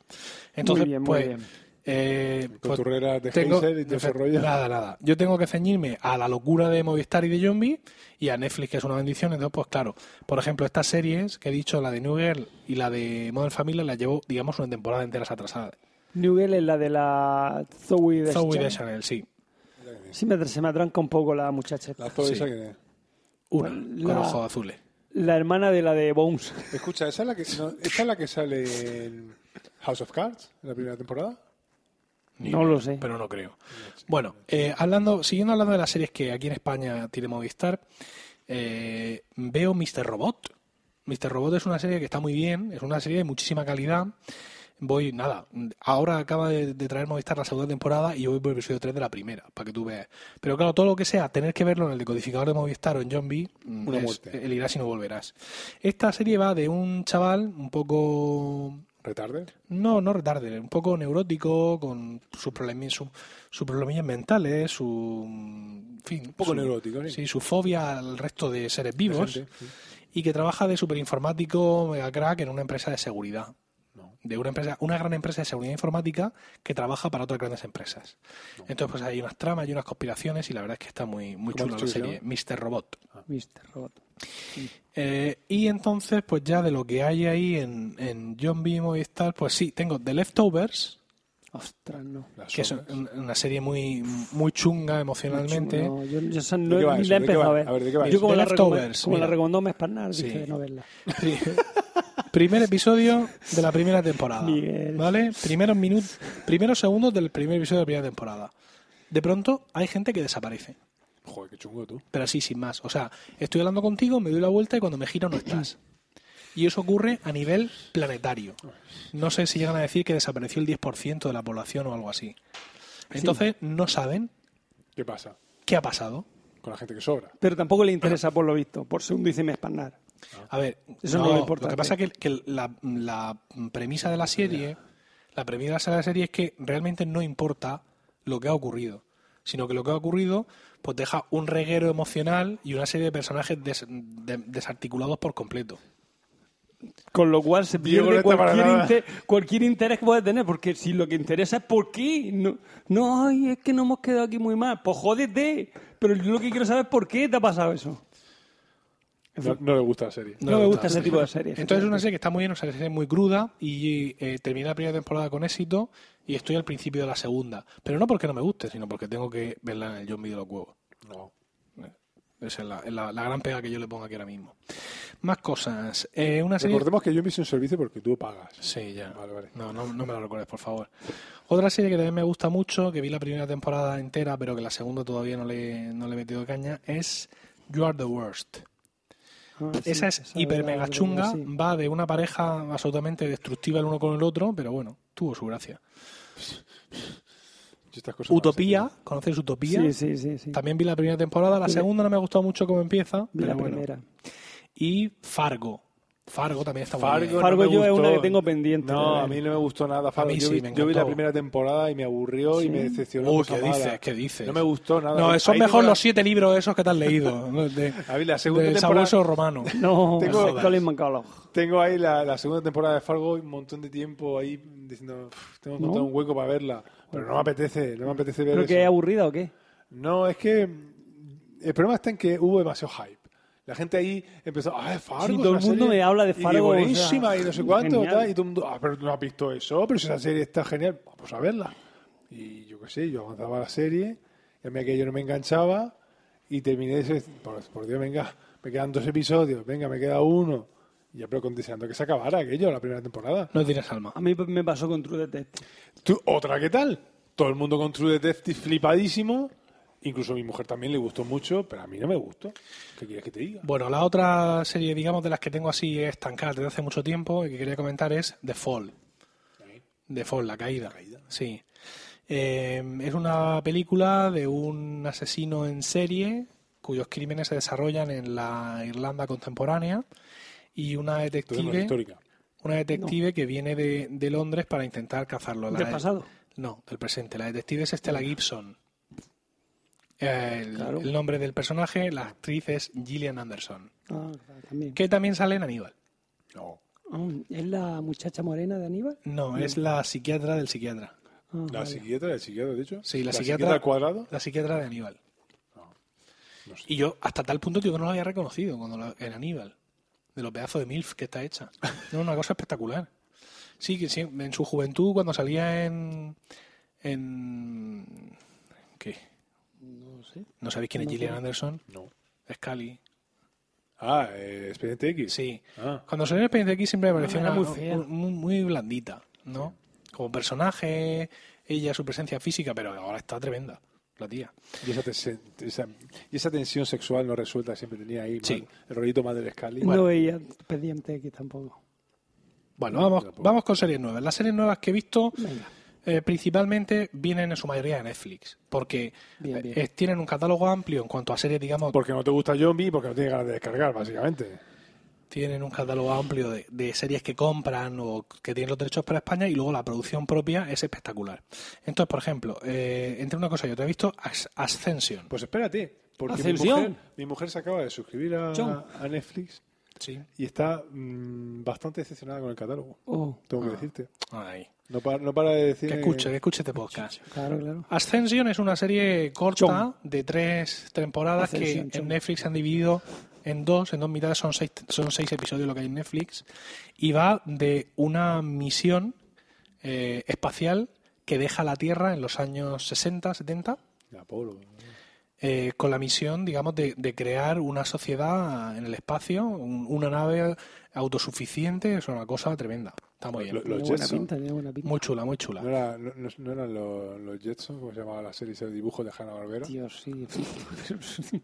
Entonces, bien, muy pues, bien. eh, pues, Coturreras de Hazel y todo ese efe- rollo. Nada, nada. Yo tengo que ceñirme a la locura de Movistar y de Zombie y a Netflix, que es una bendición. Entonces, pues claro, por ejemplo, estas series que he dicho, la de New Girl y la de Modern Family, las llevo, digamos, una temporada entera atrasada. New Girl es la de la Zoe de Zoe de Chanel, sí. Sí, me, se me atranca un poco la muchacha. La La, Zoe Sí. esa que- Una, con eh. la- ojos azules. hermana de la de Bones. Escucha, ¿esa es la que, no, ¿esa es la que sale en House of Cards, en la primera temporada? Ni No idea, lo sé. Pero no creo. Bueno, eh, hablando, siguiendo hablando de las series que aquí en España tiene Movistar, eh, veo Mr. Robot. Mr. Robot es una serie que está muy bien, es una serie de muchísima calidad. Voy, nada, ahora acaba de, de traer Movistar la segunda temporada y yo voy por el episodio 3 de la primera, para que tú veas. Pero claro, todo lo que sea, tener que verlo en el decodificador de Movistar o en John B, Una es- muerte. el irás y no volverás. Esta serie va de un chaval un poco ¿Retarde? No, no retarde, un poco neurótico, con sus problemillas, su- sus problemillas mentales, su. mm, En fin, un poco neurótico, sí. sí. su fobia al resto de seres vivos. gente, sí. y que trabaja de superinformático, mega crack, en una empresa de seguridad. De una empresa, una gran empresa de seguridad informática que trabaja para otras grandes empresas. Entonces, pues hay unas tramas y unas conspiraciones, y la verdad es que está muy, muy ¿Cómo chula la has Ah. dicho que se serie, Mr. Robot. Mr. Robot. Eh, y entonces, pues ya de lo que hay ahí en, en John B. Movistar, pues sí, tengo The Leftovers, Ostras, no. Las que es sombras. un- una serie muy, muy chunga emocionalmente. No, yo, yo esa ¿De qué no, va ni eso? la he ¿De qué empezado a va? ver. A ver, ¿de qué va Yo eso? como, The la, recomendé- Leftovers, como la mira. recomendó Mesparnar, Sí. dije de no verla. Primer episodio de la primera temporada. Miguel. ¿Vale? Primeros minutos, primeros segundos del primer episodio de la primera temporada. De pronto hay gente que desaparece. Joder, qué chungo tú. Pero así, sin más. O sea, estoy hablando contigo, me doy la vuelta y cuando me giro no estás. Y eso ocurre a nivel planetario. No sé si llegan a decir que desapareció el 10% de la población o algo así. Entonces, no saben ¿Qué pasa qué ha pasado. con la gente que sobra? Pero tampoco le interesa por lo visto, por según dice Mesparnar. A ver, Eso no, no es lo lo que importante. pasa es que, que la, la premisa de la serie, la premisa de la serie es que realmente no importa lo que ha ocurrido, sino que lo que ha ocurrido pues deja un reguero emocional y una serie de personajes des- de- desarticulados por completo. Con lo cual se Diego pierde no está para cualquier, nada. inte- cualquier interés que pueda tener, porque si lo que interesa es por qué. No, no, ay, es que no hemos quedado aquí muy mal. Pues jódete. Pero yo lo que quiero saber es por qué te ha pasado eso. No, no le gusta la serie. No, me gusta ese tipo de series. Entonces es una serie que está muy bien, una serie muy cruda y eh, terminé la primera temporada con éxito y estoy al principio de la segunda. Pero no porque no me guste, sino porque tengo que verla en el John B. de los huevos. No. Esa es la, es la- la gran pega que yo le pongo aquí ahora mismo. Más cosas. Eh, una serie... Recordemos que yo me hice un servicio porque tú pagas. Sí, ya. Vale, vale. No, no, no me lo recuerdes, por favor. Otra serie que también me gusta mucho, que vi la primera temporada entera, pero que la segunda todavía no le, no le he metido caña, es You Are the Worst. Ah, sí, esa es esa hiper era- mega chunga, sí. va de una pareja absolutamente destructiva el uno con el otro, pero bueno, tuvo su gracia. Y estas cosas Utopía, ¿conocéis Utopía? Sí, sí, sí. sí. También vi la primera temporada, la Sí. segunda no me ha gustado mucho cómo empieza, Vi la pero bueno. primera. Y Fargo. Fargo también está muy bien. Fargo, no Fargo me yo es gustó. una que tengo pendiente. No, Eh, a mí no me gustó nada Fargo. mí yo, sí, vi, me yo vi la encantó. primera temporada y me aburrió y me decepcionó. Uy, cosa ¿qué mala. dices? ¿Qué dices? No me gustó nada. No, son Ahí mejor tengo los siete libros esos que te has leído. ¿no? De, A ver, la segunda del temporada- sabueso romano. No, Tengo- es Colin McCullough. la- Tengo ahí la, la segunda temporada de Fargo y un montón de tiempo ahí diciendo, "Pff, tengo que encontrar un hueco para verla. Pero no me apetece, no me apetece ver ¿Pero eso. que es aburrida o qué? No, es que mm, el problema está en que hubo demasiado hype. La gente ahí empezó, ah, es Fargo. Sí, es todo una el mundo serie me habla de y que Fargo, o sea, buenísima y no sé cuánto. genial. tal", y todo el mundo, ah, pero tú no has visto eso, pero si esa serie está genial, vamos a verla. Y yo qué sé, yo avanzaba la serie, y a mí aquello no me enganchaba, y terminé ese, por, por Dios, venga, me quedan dos episodios, venga, me queda uno. Y ya, pero con- deseando que se acabara aquello, la primera temporada. No tienes alma. A mí me pasó con True Detective. Tú, ¿Otra qué tal? Todo el mundo con True Detective flipadísimo. Incluso a mi mujer también le gustó mucho, pero a mí no me gustó. ¿Qué quieres que te diga? Bueno, la otra serie, digamos, de las que tengo así estancadas desde hace mucho tiempo y que quería comentar es The Fall. The Fall, la caída. Sí. Eh, es una película de un asesino en serie cuyos crímenes se desarrollan en la Irlanda contemporánea y una Entonces no detective. es histórica. Una detective que viene de, de Londres para intentar cazarlo. La ¿Del de- pasado? No, del presente. La detective es Stella Gibson. Eh, El, Claro. el nombre del personaje, la actriz es Gillian Anderson, Ah, claro, también. que también sale en Aníbal. No. Ah, ¿Es la muchacha morena de Aníbal? No, es la psiquiatra del psiquiatra. Ah, La psiquiatra, el psiquiatra, de hecho. Sí, la, psiquiatra al cuadrado. La psiquiatra de Aníbal. no sé. Y yo hasta tal punto tío, que no lo había reconocido cuando la- en Aníbal, de los pedazos de MILF que está hecha. No, una cosa espectacular. Sí, que sí, en su juventud, cuando salía en... en ¿Qué? no sé. ¿No sabéis quién es Gillian Anderson? No. Scali. Ah, eh, Expediente X. Sí. Ah. Cuando salió el expediente aquí siempre me pareció era una- muy fea. un- muy, muy blandita, ¿no? Como personaje, ella, su presencia física, pero ahora está tremenda, la tía. Y esa, tensión, esa- y esa tensión sexual no resuelta que siempre tenía ahí. Sí. mal- el rollito más del Scali. No veía pendiente aquí tampoco. Bueno, vamos, tampoco. vamos con series nuevas. Las series nuevas que he visto eh, principalmente vienen en su mayoría de Netflix, porque Bien, bien. eh, tienen un catálogo amplio en cuanto a series, digamos, Porque no te gusta Zombie y porque no tienes ganas de descargar, básicamente. tienen un catálogo amplio de, de series que compran o que tienen los derechos para España y luego la producción propia es espectacular. Entonces, por ejemplo, eh, entre una cosa y otra, he visto As- Ascension. Pues espérate, porque mi Ascensión. mujer, mi mujer se acaba de suscribir a, Chon. a Netflix Sí. y está mm, bastante decepcionada con el catálogo. Oh, Tengo que decirte. Ahí. No para, no para de decir. Que escuche, que escuche este podcast. claro, claro. Ascension es una serie corta de tres temporadas Ascension, que en chum. Netflix han dividido en dos, en dos mitades son seis, son seis episodios lo que hay en Netflix, y va de una misión eh, espacial que deja la Tierra en los años 60, 70, Apolo. eh, con la misión, digamos, de, de crear una sociedad en el espacio, un- una nave autosuficiente, es una cosa tremenda. Está muy bien. Lo- Tiene Los buena Jetson. pinta, tiene buena pinta. Muy chula, muy chula. ¿No, era- no- no- no eran los, los Jetson? ¿Cómo se llamaba la serie? ese dibujo de Hanna Barbera? Dios, sí.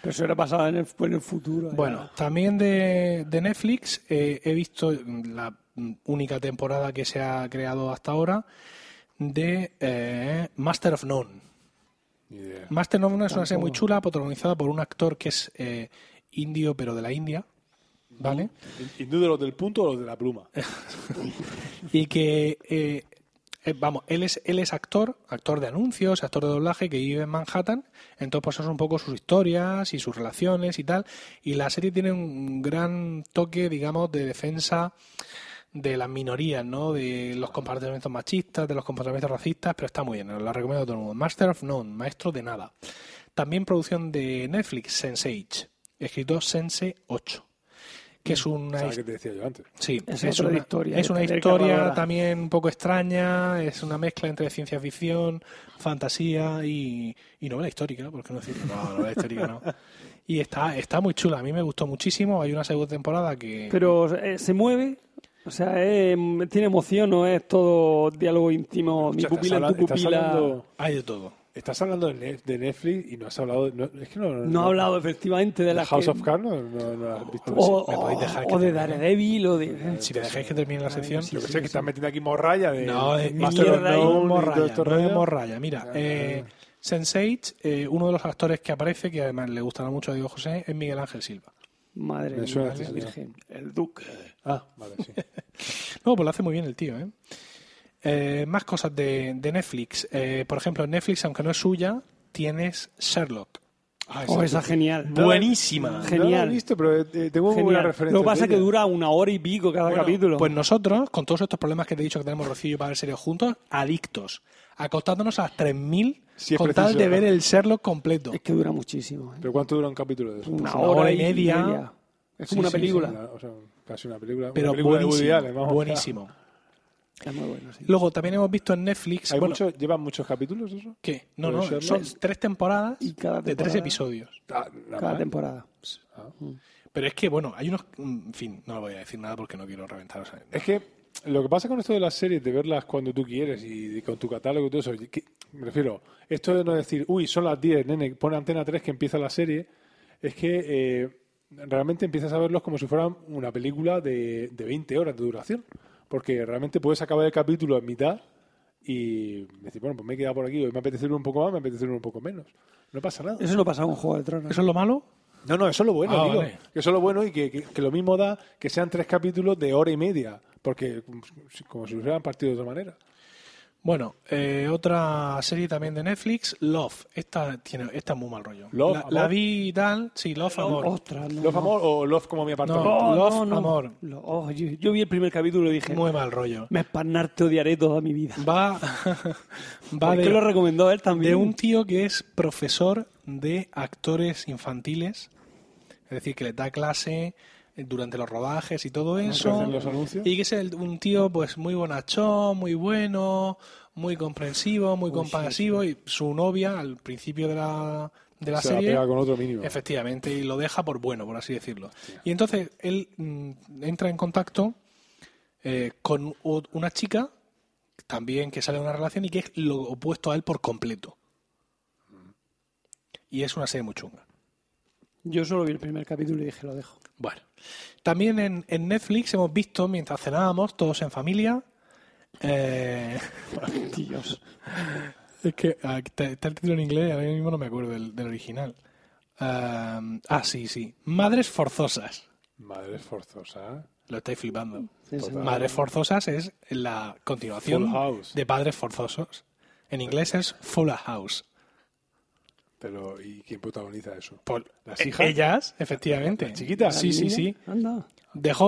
Pero eso era pasado en el, en el futuro. Bueno, también de, de Netflix eh, he visto la única temporada que se ha creado hasta ahora de eh, Master of None. Ni idea. Master of None es una serie muy chula, protagonizada por un actor que es eh, indio, pero de la India, ¿vale? ¿Hindú de los del punto o los de la pluma? Y que, eh, eh, vamos, él es, él es actor, actor de anuncios, actor de doblaje que vive en Manhattan. Entonces, pues, son un poco sus historias y sus relaciones y tal. Y la serie tiene un gran toque, digamos, de defensa de las minorías, ¿no? De los comportamientos machistas, de los comportamientos racistas, pero está muy bien, os la recomiendo a todo el mundo. Master of None, maestro de nada. También producción de Netflix, Sense8, escrito Sense 8, que es una ¿Sabes qué te decía yo antes? Sí, Es es, otra una historia, Es de una tener historia cazadora. también un poco extraña, es una mezcla entre ciencia ficción, fantasía y, y novela histórica, ¿por qué no decirlo? No, novela histórica no. Y está, está muy chula, a mí me gustó muchísimo. Hay una segunda temporada que. Pero eh, se mueve, o sea, eh, tiene emoción, no es todo diálogo íntimo, mi Escucha, pupila en habla- tu pupila. hablando, hay de todo. estás hablando de Nef- de Netflix y no has hablado. no- es que no, No ha hablado efectivamente de de la House que- Oh, of Cards, no, no, no has visto. o, me podéis dejar que o de termine. Daredevil o de... eh, Si me dejáis que termine la sección. Yo que sé, que estás metiendo aquí morralla de. No, es Master of mierda y None y todo morralla, esto no es rollo. morralla. Mira, eh, Sense8, eh, uno de los actores que aparece, que además le gustará mucho a Diego José, es Miguel Ángel Silva. Madre Me suena mía, este señor. virgen. El duque. Ah, vale, sí. No, pues lo hace muy bien el tío, ¿eh? Eh, más cosas de, de Netflix. Eh, por ejemplo, en Netflix, aunque no es suya, tienes Sherlock. Ah, Oh, esa genial. Buenísima. No lo Genial. he visto, pero eh, tengo muy buena Genial. referencia. Lo que pasa es que tuya. dura una hora y pico cada Bueno, capítulo. Pues nosotros, con todos estos problemas que te he dicho que tenemos Rocío y yo para ver series juntos, adictos, acostándonos a las 3.000 Si es con tal preciso. de ver el Sherlock completo. Es que dura muchísimo. ¿eh? ¿Pero cuánto dura un capítulo de eso? Una, una hora y media. Es como una sí, sí, película. o sea, casi una película. Pero una película de Woody buenísimo. Allen, vamos. buenísimo. Es muy bueno, sí. Luego también hemos visto en Netflix. ¿Hay bueno, muchos- ¿Llevan muchos capítulos eso? ¿Qué? No, ¿Lo no, de son Sherlock? tres temporadas Y cada de tres temporada- episodios. Ah, nada Cada más. temporada. Pero es que, bueno, hay unos... mm, En fin, no voy a decir nada porque no quiero reventaros. Es que lo que pasa con esto de las series, de verlas cuando tú quieres y con tu catálogo y todo eso, que- me refiero, esto de no decir, uy, son las 10, nene, pone antena 3 que empieza la serie, es que eh, realmente empiezas a verlos como si fueran una película de, de 20 horas de duración, porque realmente puedes acabar el capítulo en mitad y decir, bueno, pues me he quedado por aquí, hoy me apetece ver un poco más, me apetece ver un poco menos. No pasa nada. Eso no pasa con Juego de Tronos. ¿Eso es lo malo? No, no, eso es lo bueno, Ah, digo. vale. Que eso es lo bueno y que, que- que lo mismo da que sean tres capítulos de hora y media. Porque mm, si- como si los hubieran partido de otra manera. Bueno, eh, otra serie también de Netflix, Love. Esta tiene, esta es muy mal rollo. Love, la, amor. la vi y tal, sí, Love, amor. Ostras, no. ¿Love no. Amor o Love como mi apartamento? No. Oh, Love, no, no. amor. Lo- oh, yo, yo vi el primer capítulo y dije, Muy mal rollo. me esparnar, te odiaré toda mi vida. Va, va ¿Por qué lo de, recomendó él de también? un tío que es profesor de actores infantiles, es decir, que le da clase durante los rodajes y todo Ah, que eso. hacen los anuncios? Y que es el- un tío pues muy bonachón, muy bueno, muy comprensivo, muy compasivo. Y su novia al principio de la, de la Se la serie pega con otro mínimo. Efectivamente, y lo deja por bueno, por así decirlo. Y entonces él mm, entra en contacto eh, con o- una chica también que sale de una relación y que es lo opuesto a él por completo. Y es una serie muy chunga. Yo solo vi el primer capítulo y dije, lo dejo. Bueno, también en, en Netflix hemos visto, mientras cenábamos todos en familia, eh, Dios. es que ah, está, está el título en inglés y ahora mismo no me acuerdo del, del original. Ah, ah, sí, sí. Madres forzosas. Madres forzosas. Lo estáis flipando. Pues Sí, Total. señor. Madres forzosas es la continuación Full House. de padres forzosos. En inglés es Full House. Pero, ¿y quién protagoniza eso? Por- ¿Las e- hijas? Ellas, efectivamente. ¿Las chiquitas? Sí, ¿Las sí, niñas? sí. Anda. DJ,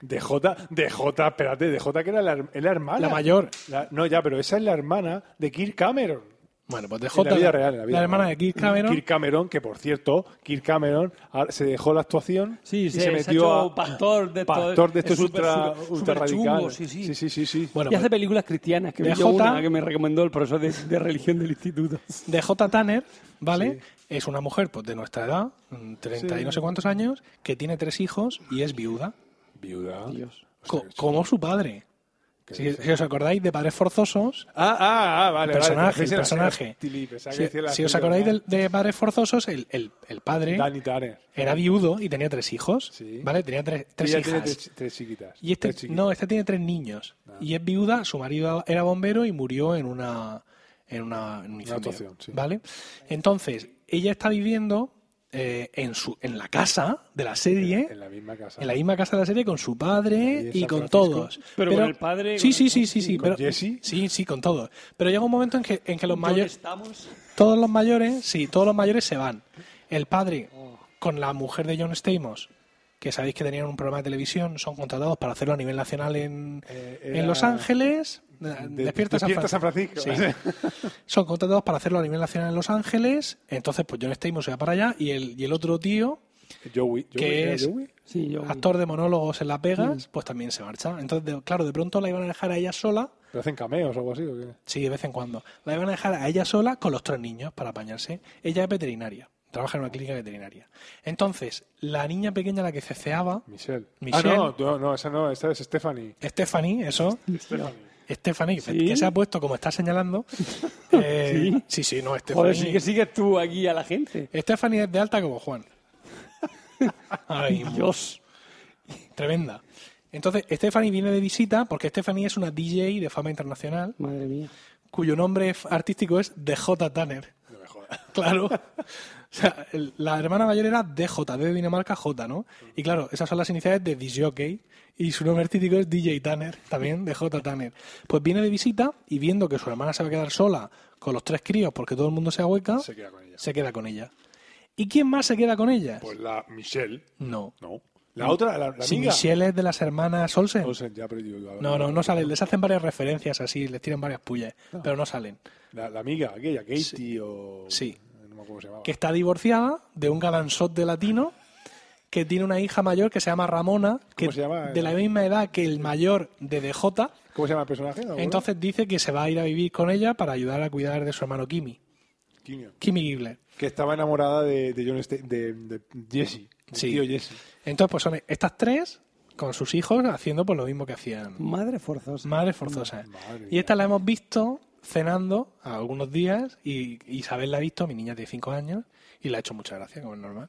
DJ, DJ, espérate, DJ que era la, her- es la hermana. la mayor. La- no, ya, pero esa es la hermana de Kirk Cameron. Bueno, pues En DJ, la vida real, en la la vida hermana de real. Kirk Cameron. Kirk Cameron, que por cierto, Kirk Cameron ah, se dejó la actuación Sí, y se, se, se ha metió hecho a pastor de estos- pastor de estos es súper- ultra, súper- ultra súper radicales. chungo, sí, sí. sí, sí, sí. Bueno, y pues hace películas cristianas, que vi DJ yo una que me recomendó el profesor de, de religión del instituto. DJ Tanner, ¿vale? Es una mujer pues, de nuestra edad, mm, 30 y Sí. no sé cuántos años, que tiene tres hijos y es viuda, Viuda. co- como su padre. Si, si os acordáis de Padres Forzosos, Ah, ah, ah, vale. personaje, vale, el personaje. si, si os acordáis ¿eh? del- de Padres Forzosos, el, el- el padre Danny Tanner. era viudo y tenía tres hijos, Sí. ¿vale? Tenía tres, tres Ella hijas. tiene tres, tres chiquitas. Y tres Ah. este, chiquitas. no, este tiene tres niños. Y es viuda, su marido era bombero y murió en una en una, en un incendio, actuación, sí. ¿Vale? Entonces, ella está viviendo eh, en su en la casa de la serie, En la misma casa. en la misma casa de la serie con su padre Ahí y en San con Francisco. todos. Pero con el padre, Sí, con- sí, sí, sí, sí. ¿Con pero- Jesse? Sí, sí, con todos. Pero llega un momento en que, en que los ¿Dónde mayores estamos? todos los mayores, sí, todos los mayores se van. El padre con la mujer de John Stamos, que sabéis que tenían un programa de televisión, son contratados para hacerlo a nivel nacional en, Eh, en era- Los Ángeles. Eh, De- Despierta, San, Despierta San Francisco. Francisco. Sí. Son contratados para hacerlo a nivel nacional en Los Ángeles. Entonces, pues John Stamos se va para allá y el, y el otro tío, Joey. Joey, Que ¿era es- Joey? Sí, yo. actor de monólogos en Las Mm. Vegas, pues también se marcha. Entonces, de- claro, de pronto la iban a dejar a ella sola. ¿Pero hacen cameos o algo así? ¿o qué? Sí, de vez en cuando. La iban a dejar a ella sola con los tres niños para apañarse. Ella es veterinaria, trabaja en una clínica veterinaria. Entonces, la niña pequeña a la que ceceaba, Michelle. Michelle. Ah, no, no, no, esa no, esa es Stephanie. Stephanie, eso, Stephanie, ¿Sí? que se ha puesto como está señalando. eh, ¿Sí? sí, no, Joder, Stephanie. sí que sigues tú aquí a la gente. Stephanie es de alta como Juan. Ay, Dios. tremenda. Entonces, Stephanie viene de visita porque Stephanie es una DJ de fama internacional Madre mía. cuyo nombre f- artístico es DJ Tanner. No me jodas. Claro. O sea, el- la hermana mayor era DJ, de Dinamarca J, ¿no? Y claro, esas son las iniciales de DJ y su nombre artístico es DJ Tanner, también DJ Tanner. Pues viene de visita y viendo que su hermana se va a quedar sola con los tres críos porque todo el mundo se ahueca, Se queda con ella. se queda con ella. ¿Y quién más se queda con ella? Pues la Michelle. no. No. La otra, la, la Si amiga. Michelle es de las hermanas Olsen. Olsen, ya, pero digo, la- No, no, no salen. Les hacen varias referencias así, les tiran varias pullas, pero no salen. La, la amiga, aquella, Katie o. Sí. No me acuerdo cómo se llamaba. que está divorciada de un galanzote latino que tiene una hija mayor que se llama Ramona, que ¿Cómo se llama? Ah, de la misma edad que el mayor de DJ. ¿Cómo se llama el personaje? ¿No me acuerdo? Entonces dice que se va a ir a vivir con ella para ayudar a cuidar de su hermano Kimi, Kinio. Kimi Gibler. Que estaba enamorada de, de John Sta- de, de Jesse. del Sí. Tío Jesse. Entonces, pues son estas tres con sus hijos haciendo pues lo mismo que hacían. Madre forzosa. Madres forzosas. Madre Y esta la hemos visto cenando algunos días y Isabel la ha visto, mi niña de 5 años, y le ha hecho mucha gracia, como es normal.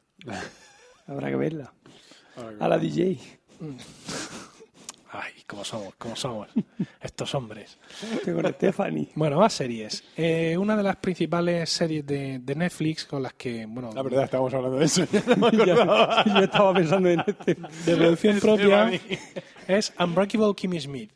Habrá que verla. A la DJ. Ay, cómo somos, cómo somos estos hombres. Con Stephanie. Bueno, más series. Eh, una de las principales series de, de Netflix con las que, bueno, La verdad, estábamos hablando de eso. ya no me Ya, acordaba. yo estaba pensando en este. de producción propia Stephanie. es Unbreakable Kimmy Schmidt.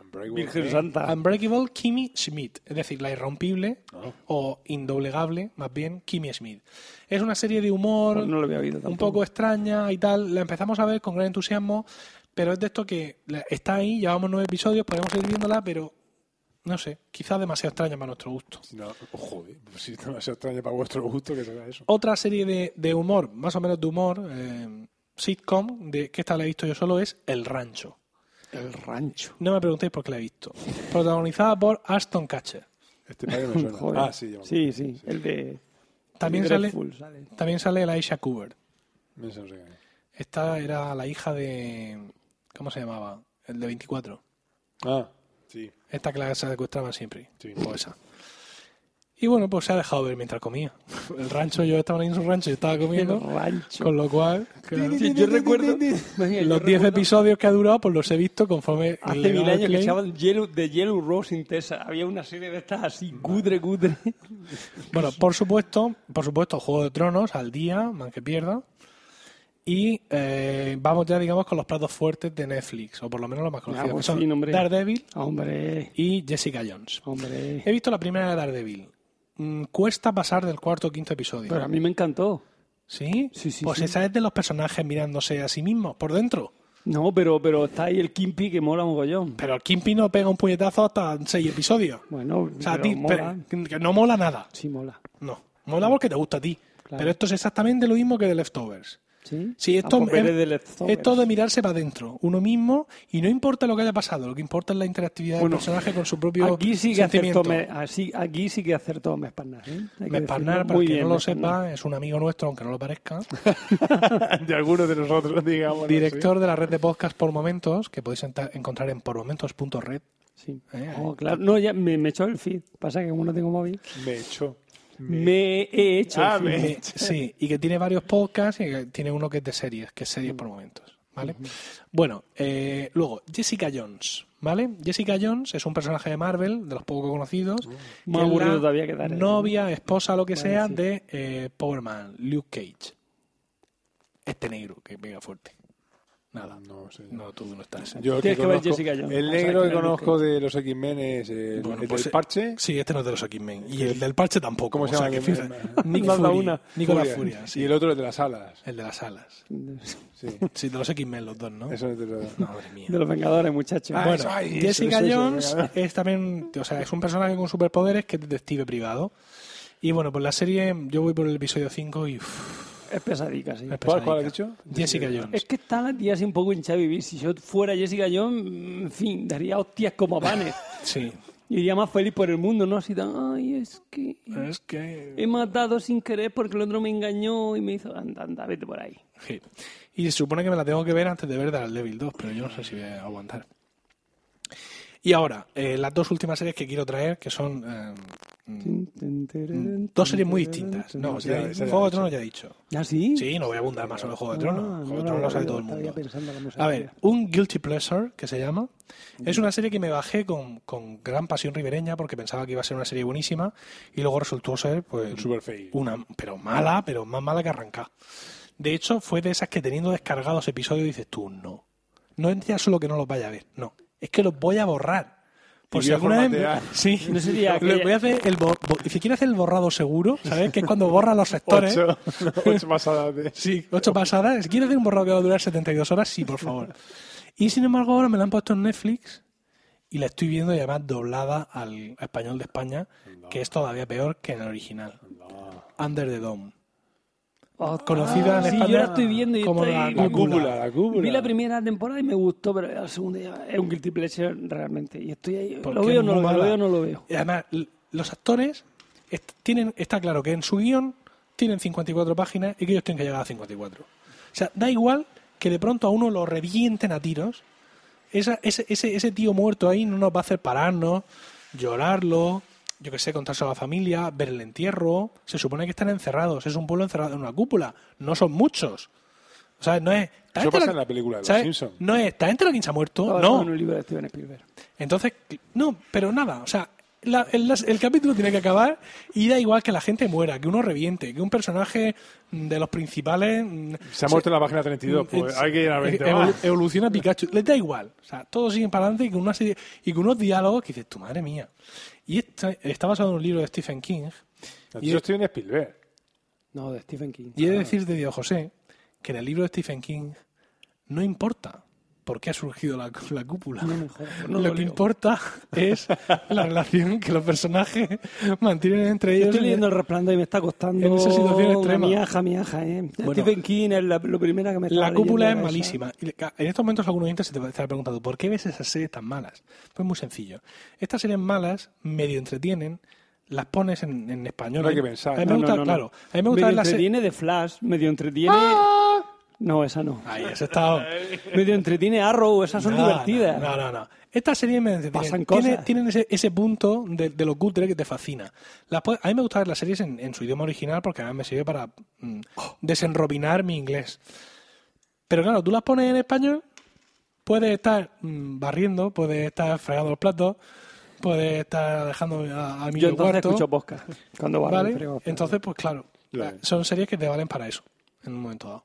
Unbreakable Eh, Virgen Man. Santa. Unbreakable Kimmy Schmidt, es decir, la irrompible Ah. o indoblegable, más bien, Kimmy Schmidt. Es una serie de humor Pues No lo había oído un tampoco. poco extraña y tal. La empezamos a ver con gran entusiasmo, pero es de esto que la- está ahí, llevamos nueve episodios, podemos seguir viéndola, pero no sé, quizás demasiado extraña para nuestro gusto. Si No, joder, pues si no se extraña para vuestro gusto que sea eso. Otra serie de, de humor, más o menos de humor, eh, sitcom, de que esta la he visto yo solo, es El Rancho. El rancho. No me preguntéis por qué la he visto. Protagonizada por Ashton Catcher. Este padre me suena. Joder. Ah, sí, ya me acuerdo. sí, sí, El de. También el sale, Dreadful sale. también sale la Isha Cooper. No sé, no sé qué es. Esta era la hija de... ¿Cómo se llamaba? El de 24. Ah, sí. Esta que la secuestraban siempre. Sí. Pues esa. Y bueno, pues se ha dejado ver mientras comía. El rancho, yo estaba en su rancho y estaba El comiendo. rancho. Con lo cual... claro. Sí, yo recuerdo. los 10 episodios que ha durado, pues los he visto conforme. le Hace daba mil años que play. echaban Yellow- de Yellow Rose Intesa. Había una serie de estas así, cutre, cutre. Bueno, por supuesto, por supuesto, Juego de Tronos al día, man que pierda. Y eh, vamos ya, digamos, con los platos fuertes de Netflix, o por lo menos los más conocidos, pues que son sí, hombre. Daredevil Hombre, y Jessica Jones. hombre. He visto la primera de Daredevil. Mm, cuesta pasar del cuarto o quinto episodio. Pero a mí me encantó. ¿Sí? Sí, sí, Pues sí. esa es de los personajes mirándose a sí mismos por dentro. No, pero, pero está ahí el Kimpi que mola mogollón. Pero el Kingpin no pega un puñetazo hasta en seis episodios. Bueno, O sea, a pero ti mola. pero- que no mola nada. Sí, mola. No. Mola porque te gusta a ti. Claro. Pero esto es exactamente lo mismo que de Leftovers. Sí, Sí, esto Ah, pues es, veré de Leftovers. esto de mirarse para adentro, uno mismo, y no importa lo que haya pasado, lo que importa es la interactividad Bueno, del personaje con su propio Aquí sí que sentimiento. acertó, me- así, aquí sí que acertó Mesparnar. ¿eh? Hay que Mesparnar, decirlo. para Muy quien bien, no lo Mesparnar. sepa, es un amigo nuestro, aunque no lo parezca, de algunos de nosotros, digamos. director de la red de podcast Por Momentos, que podéis enta- encontrar en pormomentos.red. Sí. Eh, Oh, claro. No, ya me, me echó el feed. Pasa que como no tengo móvil. Me echó. Me he hecho. el Ah, feed. me- Eh, Sí, y que tiene varios podcasts y que tiene uno que es de series, que es series por momentos. ¿Vale? Bueno, eh, luego, Jessica Jones, ¿vale? Jessica Jones es un personaje de Marvel, de los poco conocidos. que Más es aburrido la todavía que Daredevil. Novia, esposa, lo que Vale, sea, sí. de eh, Power Man, Luke Cage. Este negro que pega fuerte. Nada, No sé. no, tú no estás. Yo el Tienes que ver conozco- Jessica Jones. El O sea, negro que que la conozco de los X-Men es el, Bueno, el pues, del eh, parche. Sí, este no es de los X-Men. Y el del parche tampoco. ¿Cómo o se sea, llama? que Que- fíjate. Nick Manda Fury, una. Nicolas Furia. Furia, sí. Y el otro es de las alas. El de las alas. Sí. Sí, de los X-Men, los dos, ¿no? Eso es de los... Madre mía. De los Vengadores, muchachos. Ah, Bueno, eso, ay, eso, Jessica eso, eso, Jones venga. es también, o sea, es un personaje con superpoderes que es detective privado. Y bueno, pues la serie, yo voy por el episodio 5 y... uff, Es pesadica, sí. es ¿Cuál- cuál has pesadica. dicho? Jessica Jones. Es que está la tía así un poco hincha de vivir. Si yo fuera Jessica Jones, en fin, daría hostias como panes. Sí. Y iría más feliz por el mundo, ¿no? Así tan, ay, es que Es que... he matado sin querer porque el otro me engañó y me hizo, anda, anda, vete por ahí. Sí. Y se supone que me la tengo que ver antes de ver Daredevil 2, pero yo no sé si voy a aguantar. Y ahora, eh, las dos últimas series que quiero traer, que son eh, mm, dos series muy distintas. No, ya, ya- esa ya Juego la de he Tronos ya he dicho. ¿Ah, sí? Sí, no voy a abundar más sobre Juego de Tronos. Ah, Juego de no, Tronos lo sabe yo todo el estaría mundo. pensando que no A sabía. ver, Pues, un Guilty Pleasure, que se llama, es una serie que me bajé con, con gran pasión ribereña porque pensaba que iba a ser una serie buenísima y luego resultó ser, pues, Super fail. una, pero mala, pero más mala que arrancar. De hecho, fue de esas que teniendo descargados episodios dices tú, no. No es ya solo que no los vaya a ver, no. Es que los voy a borrar. Por Y si voy a alguna vez. formatear. Sí, No sería Lo- aquella- voy a hacer el. bo- bo- si quieres hacer el borrado seguro, ¿sabes? Que es cuando borra los sectores. Ocho, ocho pasadas de... Sí, ocho pasadas. Si quieres hacer un borrado que va a durar 72 horas, sí, por favor. Y sin embargo, ahora me la han puesto en Netflix y la estoy viendo y además doblada al español de España, que es todavía peor que en el original. Under the Dome. Ah, Conocida en sí, España yo la estoy viendo y como estoy- la, La cúpula. cúpula, la cúpula. Vi la primera temporada y me gustó, pero la segunda ya es un guilty pleasure realmente. Y estoy ahí, Porque lo veo, es no muy lo veo, lo mala. veo, no lo veo. Y además, l- los actores est- tienen, está claro que en su guión tienen 54 páginas y que ellos tienen que llegar a 54. O sea, da igual que de pronto a uno lo revienten a tiros. Esa- ese, ese- ese tío muerto ahí no nos va a hacer pararnos, llorarlo, yo que sé, contárselo a la familia, ver el entierro. Se supone que están encerrados, es un pueblo encerrado en una cúpula, no son muchos. O sea, no es. "Esta gente pasa en la película de los ¿sabes? Simpson. No es, esta gente la quien se ha muerto. Estaba no, en un libro de Steven Spielberg. entonces, no, pero nada, o sea, la- el, las- el capítulo tiene que acabar y da igual que la gente muera, que uno reviente, que un personaje mm, de los principales... mm, Se ha muerto en la página 32, pues eh, hay que ir a 20 evolu- más. Evoluciona Pikachu, les da igual, o sea, todos siguen para adelante y con, una serie, y con unos diálogos que dices, tu madre mía. Y esta- está basado en un libro de Stephen King y, Yo estoy en Spielberg. No, de Stephen King. y he Ah. de decir de Dios José que en el libro de Stephen King no importa por qué ha surgido la, la cúpula. No, joder, no lo lo que leo. importa es la relación que los personajes mantienen entre ellos. Estoy leyendo El Resplandor y me está costando. En esa situación una extrema. Miaja, miaja, eh. Bueno. Stephen King es la- lo primera que me está La cúpula es leyendo, esa. malísima. Y le- En estos momentos algunos oyentes se te estarán preguntando ¿por qué ves esas series tan malas? Pues muy sencillo. Estas series malas medio entretienen, las pones en, en español. No hay que pensar. A mí me No, gusta, no. claro. A mí me gusta medio las series... entretiene de Flash, medio entretiene. Ah. No, esa no. Ahí has estado. Medio entretiene Arrow, esas son No, divertidas. No, no, no. Estas series me entretienen. Pasan Tiene- cosas. Tienen ese, ese punto de, de lo cutre que te fascina. Las puedes- a mí me gusta ver las series en, en su idioma original porque además me sirve para mm, desenrobinar mi inglés. Pero claro, tú las pones en español, puedes estar mm, barriendo, puedes estar fregando los platos, puedes estar dejando a, a mi Yo entonces cuarto. escucho podcast cuando barro el ¿vale? fregado. Entonces, pues claro, Claro. son series que te valen para eso en un momento dado.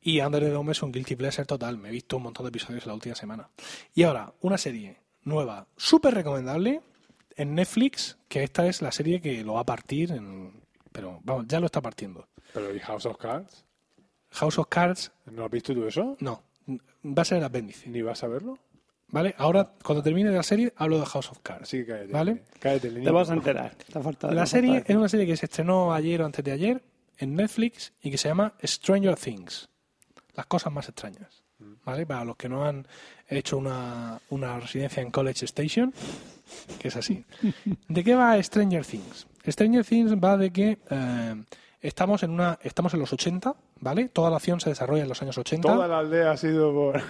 Y Under the Dome es un guilty pleasure total. Me he visto un montón de episodios la última semana. Y ahora, una serie nueva, súper recomendable, en Netflix, que esta es la serie que lo va a partir, en- pero vamos, ya lo está partiendo. Pero ¿y House of Cards? House of Cards, ¿No has visto tú eso? no. Va a ser el apéndice, ¿Ni vas a verlo? ¿vale? Ahora, cuando termine la serie, hablo de House of Cards. Así que cállate. ¿Vale? Lenny. Cállate, Lenny. Te vas a enterar. Te ha faltado- te La ha serie faltado es una serie que se estrenó ayer o antes de ayer en Netflix y que se llama Stranger Things. Las cosas más extrañas. Mm. ¿Vale? Para los que no han hecho una, una residencia en College Station, que es así. ¿De qué va Stranger Things? Stranger Things va de que eh, estamos en una estamos en los 80, ¿vale? Toda la acción se desarrolla en los años 80 Toda la aldea ha sido por... Eh.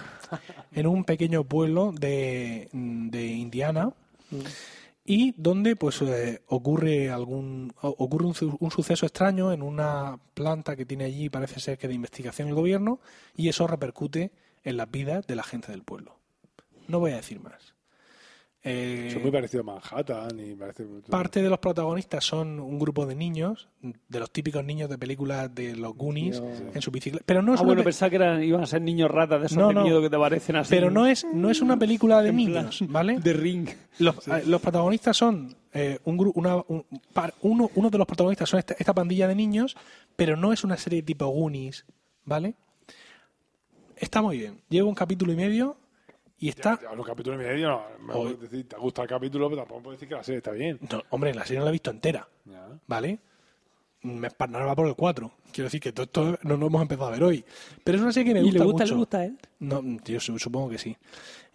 en un pequeño pueblo de, de Indiana y donde pues eh, ocurre algún o- ocurre un, su- un suceso extraño en una planta que tiene allí parece ser que de investigación el gobierno y eso repercute en las vidas de la gente del pueblo no voy a decir más Eh, Eso es muy parecido a Manhattan y parece... parte de los protagonistas son un grupo de niños de los típicos niños de películas de los Goonies en su bicicleta pero no es Ah, una bueno, pe- pensaba que eran, iban a ser niños ratas de esos No, de no. miedo que te parecen así. pero no es no es una película de En plan, niños vale De ring. Los, eh, los protagonistas son eh, un grupo, una, un- par- uno, uno de los protagonistas son esta, esta pandilla de niños, pero no es una serie tipo Goonies, ¿vale? Está muy bien. Lleva un capítulo y medio y está. Ya, Los capítulos y medio, no. Me Hoy. puedes decir, te gusta el capítulo, pero tampoco puedes decir que la serie está bien. No, hombre, la serie no la he visto entera, Ya. ¿vale? Me va por el 4. Quiero decir que todo esto no lo hemos empezado a ver hoy. Pero es una serie que me Y gusta. le gusta, mucho. le gusta, ¿eh? No, yo su- supongo que sí.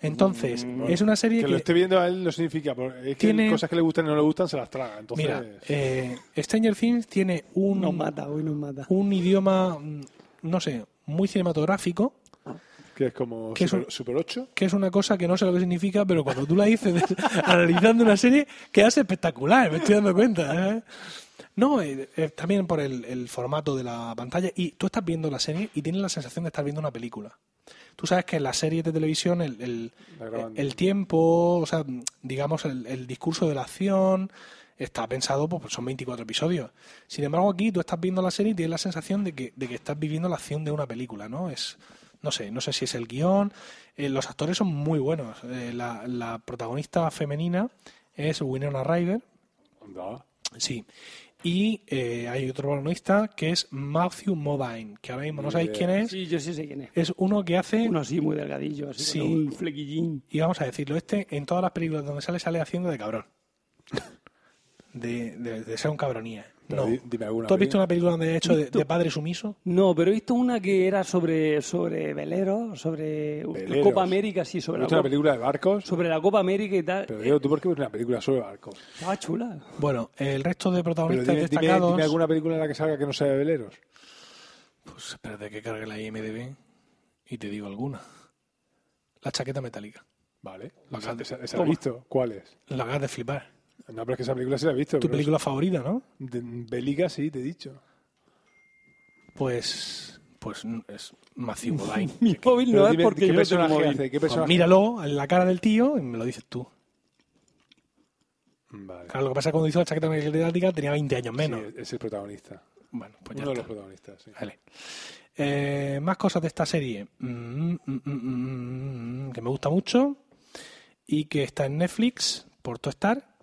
Entonces, es una serie Mm, Que que. lo esté viendo a él no significa. porque Es que Tiene- cosas que le gustan y no le gustan se las traga. Entonces, Mira, eh, Stranger Things tiene un. Nos mata, hoy nos mata. un idioma, mm, no sé, muy cinematográfico, que es como que es super, un- Super 8. que es una cosa que no sé lo que significa, pero cuando tú la dices analizando una serie, quedas espectacular, me estoy dando cuenta. ¿eh? No, eh, eh, también por el, el formato de la pantalla. Y tú estás viendo la serie y tienes la sensación de estar viendo una película. Tú sabes que en las series de televisión el, el- La graban. el tiempo, o sea, digamos, el, el discurso de la acción está pensado, pues son 24 episodios. Sin embargo, aquí tú estás viendo la serie y tienes la sensación de que, de que estás viviendo la acción de una película, ¿no? Es, no sé, no sé si es el guión. Eh, los actores son muy buenos. Eh, la, la protagonista femenina es Winona Ryder, Anda. Sí. Y eh, hay otro protagonista que es Matthew Modine, que ahora mismo no Ni sabéis idea. quién es. Sí, yo sí sé quién es. Es uno que hace, Uno así, muy delgadillo, así, Sí. con un flequillín. y vamos a decirlo, este en todas las películas donde sale, sale haciendo de cabrón. De, de- de ser un cabronía. Pero No. di- dime alguna ¿Tú has peli. visto una película donde ha hecho de, de padre sumiso? No, pero he visto una que era sobre, sobre veleros, sobre Veleros. Copa América, sí, sobre ¿Has la, visto una Copa- película de barcos? sobre la Copa América y tal. Pero digo, ¿tú por qué ves una película sobre barcos? Estaba chula. Bueno, el resto de Pero protagonistas dime, dime- destacados. dime alguna película en la que salga que no sea de veleros. Pues espérate que cargue la IMDB y te digo alguna. La chaqueta metálica. Vale. Bacán. ¿Esa, esa la Toma. has visto? ¿Cuál es? La acabas de flipar. No, pero es que esa película sí la he visto. Tu pero película favorita, ¿no? es- de- Bélica sí, te he dicho. Pues. Pues es Matthew Modine. Mi móvil Pero no es dime, porque ¿qué yo tengo personaje móvil. hace? Pues ¿Qué personaje? míralo en la cara del tío y me lo dices tú. Vale. Claro, lo que pasa es que cuando hizo la chaqueta mediática tenía 20 años menos. Sí, es el protagonista. Bueno, pues ya Uno de los está. protagonistas, sí. Vale. Eh, más cosas de esta serie Mm, mm, mm, mm, mm, que me gusta mucho y que está en Netflix por Star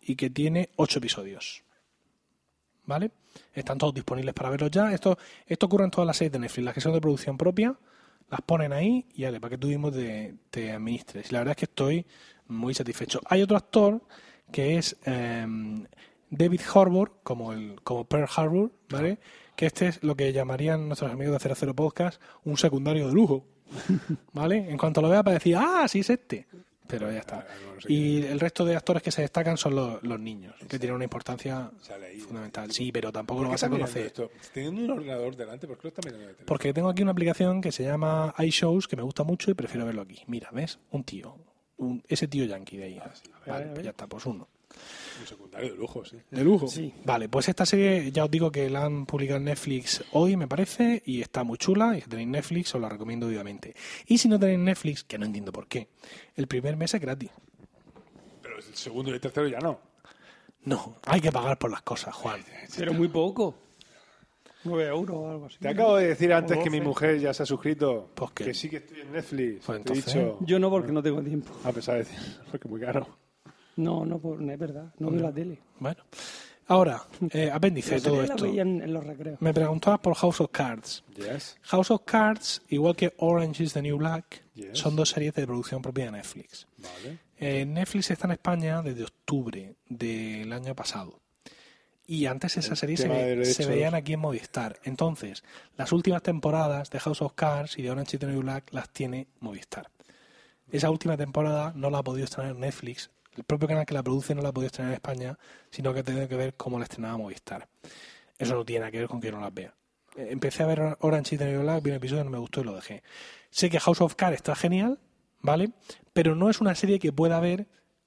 y que tiene 8 episodios. ¿Vale? Están todos disponibles para verlos ya. Esto, esto ocurre en todas las series de Netflix. Las que son de producción propia las ponen ahí y dale, para que tú mismo te, te administres. Y la verdad es que estoy muy satisfecho. Hay otro actor que es eh, David Harbour, como, el, como Pearl Harbor, ¿vale? Que este es lo que llamarían nuestros amigos de 00 Podcast un secundario de lujo, ¿vale? En cuanto lo vea para decir, ah, sí es este. Pero ya está. Y el resto de actores que se destacan son los, los niños, que tienen una importancia Sale ahí. fundamental. Sí, pero tampoco ¿Por lo qué vas a está mirando conocer. esto? Teniendo un ordenador delante, ¿por qué lo está mirando en el teléfono? Porque tengo aquí una aplicación que se llama iShows que me gusta mucho y prefiero verlo aquí. Mira, ¿ves? Un tío. Un- ese tío yankee de ahí. Ah, Vale, pues ya está, pues uno. Un secundario de lujo, sí. De lujo. Sí. Vale, pues esta serie ya os digo que la han publicado en Netflix hoy, me parece, y está muy chula. Y si tenéis Netflix, os la recomiendo vivamente. Y si no tenéis Netflix, que no entiendo por qué, el primer mes es gratis. Pero el segundo y el tercero ya no. No, hay que pagar por las cosas, Juan. Pero muy poco. 9 euros o algo así. Te acabo de decir antes que mi 12. mujer ya se ha suscrito. Pues que- que sí que estoy en Netflix. Pues te he entonces- dicho. Yo no porque no tengo tiempo. A pesar de decir, porque muy caro. No, no, por- no es verdad. No veo la tele. Bueno. Ahora, eh, apéndice de La todo tele la esto. veía en, en los recreos. Me preguntabas por House of Cards. Yes. House of Cards, igual que Orange is the New Black, Yes. son dos series de producción propia de Netflix. Vale. Eh, Netflix está en España desde octubre del año pasado. Y antes esa serie se, tema ve- de se derechos. veían aquí en Movistar. Entonces, las últimas temporadas de House of Cards y de Orange is the New Black las tiene Movistar. Esa última temporada no la ha podido estrenar Netflix. El propio canal que la produce no la ha podido estrenar en España, sino que ha tenido que ver cómo la estrenaba Movistar. Eso no tiene nada que ver con que yo no las vea. Eh, Empecé a ver Orange is the New Black, vi un episodio, no me gustó y lo dejé. Sé que House of Cards está genial, ¿vale? Pero no es una serie que pueda ver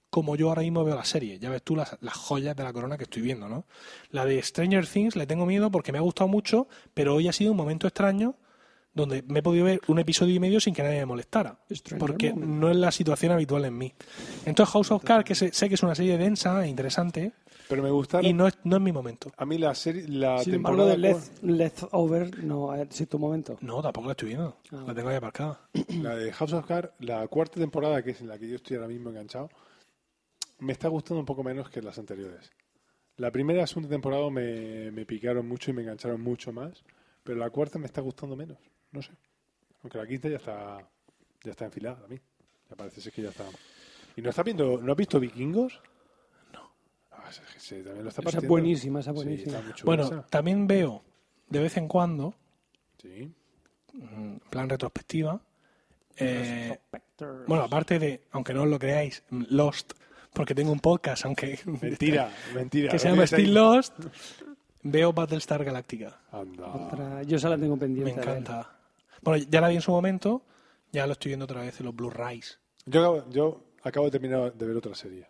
como yo ahora mismo veo la serie. Ya ves tú las, las joyas de la corona que estoy viendo, ¿no? La de Stranger Things le tengo miedo porque me ha gustado mucho, pero hoy ha sido un momento extraño donde me he podido ver un episodio y medio sin que nadie me molestara. Stranger porque Moment. no es la situación habitual en mí. Entonces House of Cards, que sé, sé que es una serie densa e interesante, Pero me gustaron. y no es, no es mi momento. A mí la serie. La Sin embargo, temporada. de Left- Leftover no eh, existe un momento. No, tampoco la estoy viendo. Ah, La tengo ahí aparcada. cua- la de House of Cards, la cuarta temporada, que es en la que yo estoy ahora mismo enganchado, me está gustando un poco menos que las anteriores. La primera y la segunda temporada me, me picaron mucho y me engancharon mucho más, pero la cuarta me está gustando menos. No sé. Aunque la quinta ya está, ya está enfilada a mí. Ya parece ser que ya está. ¿Y no está viendo, no has visto Vikingos? No. Ah, se, se- también lo está Esa es partiendo. buenísima, esa es Sí, buenísima. está muy chula Bueno, esa. también veo de vez en cuando, Sí. en plan retrospectiva, eh, Spectre. bueno, aparte de, aunque no os lo creáis, Lost, porque tengo un podcast, aunque Mentira, mentira. que se Lo llama tienes ahí. Still Lost, veo Battlestar Galactica. Anda. Otra- Yo esa la tengo Me pendiente. a ver. encanta. Bueno, ya la vi en su momento, ya lo estoy viendo otra vez en los Blu-rays. Yo acabo, yo acabo de terminar de ver otra serie.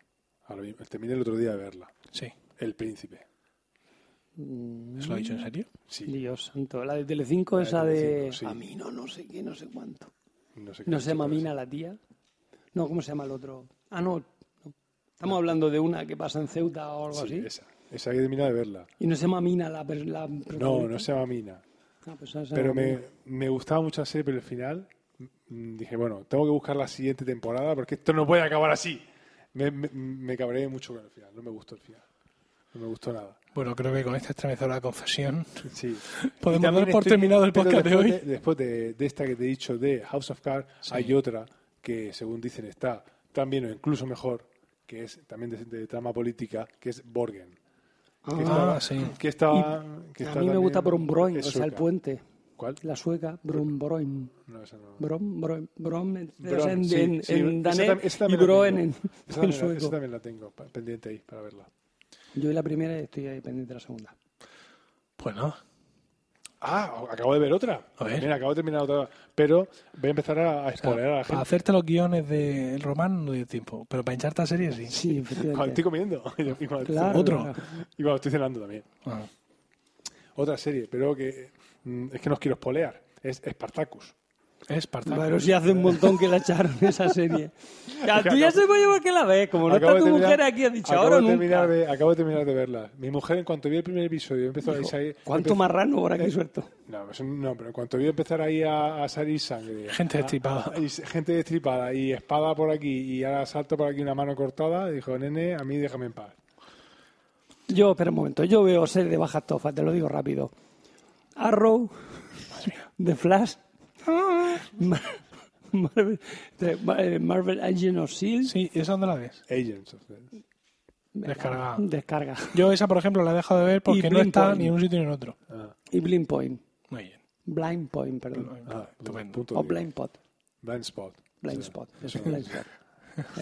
Ahora mismo, terminé el otro día de verla. Sí, El Príncipe. ¿eso lo ha dicho en serio? Sí. Dios santo. La de Telecinco, de esa de... Telecinco, sí. A mí no, no sé qué, no sé cuánto. No sé, qué No es se llama otra Mina la tía. No, ¿cómo se llama el otro? Ah, no. no. Estamos hablando de una que pasa en Ceuta o algo vez. Sí, así. esa. Esa que he terminado de verla. Y no se llama Mina la... per- la No, protagonista. no se llama Mina. Ah, pues esa se Pero llama me, Mina. me gustaba mucho la serie, pero al final mm, dije, bueno, tengo que buscar la siguiente temporada porque esto no puede acabar así. Me, me, me cabreé mucho con el final. No me gustó el final. No me gustó nada. Bueno, creo que con esta estremecedora confesión Sí. Podemos Y también dar por terminado el pero podcast de después hoy. después de, de esta que te he dicho de House of Cards, hay otra que, según dicen, está también o incluso mejor, que es también de, de trama política, que es Borgen. Que Ah, sí. Que estaba, que A está mí me también- gusta Brombroin, o es sea, el sueca. puente. ¿Cuál? La sueca, Brombroin. No, esa no. Brom, Brom, Brom, en, Brom, en, sí, en- sí, en esa danés tam- esa y también la Broen en, tengo. Esa también en la- sueco. Esa también la tengo pa- pendiente ahí para verla. Yo vi la primera y estoy ahí pendiente de la segunda. Pues no. Ah, acabo de ver otra. A ver. También acabo de terminar otra. Pero voy a empezar a, a exponer a la Para gente. hacerte los guiones del román no dio tiempo, pero para hincharte a serie sí. Sí, Cuando estoy efectivamente. comiendo. Y cuando estoy- Claro, Otro. claro. Y cuando estoy cenando también. Ah. Otra serie, pero que mm, es que no os quiero spoilear. Es Spartacus. Ah, Es Spartacus. Pero sí hace un montón que la echaron esa serie. Ya, tú ya sabes yo por qué la ves. Como no está Acabo de tu terminar- mujer aquí, has dicho acabo ahora o de nunca. terminar de- acabo de terminar de verla. Mi mujer, en cuanto vio el primer episodio, empezó a salir. ¿Cuánto marrano por aquí suelto? No, eso no, pero en cuanto vio empezar ahí a, a salir sangre. Gente a- destripada. a- y s- gente destripada y espada por aquí y ahora salto por aquí una mano cortada, dijo, nene, a mí déjame en paz. Yo, espera un momento. Yo veo series de bajas tofas, te lo digo rápido. Arrow, The Flash, Mar- Marvel, The- eh, Marvel Agent of S.H.I.E.L.D. Sí, ¿y esa dónde la ves? Agents. of the- Descargada. Descarga. Yo esa, por ejemplo, la he dejado de ver porque no Blink está Point. ni en un sitio ni en otro. Ah, Y Blind Point. Muy bien. Blind Point, perdón. ah, Estupendo. punto O digo. Blind Pot. Blind Spot. Blind Spot. eso, Blind Spot.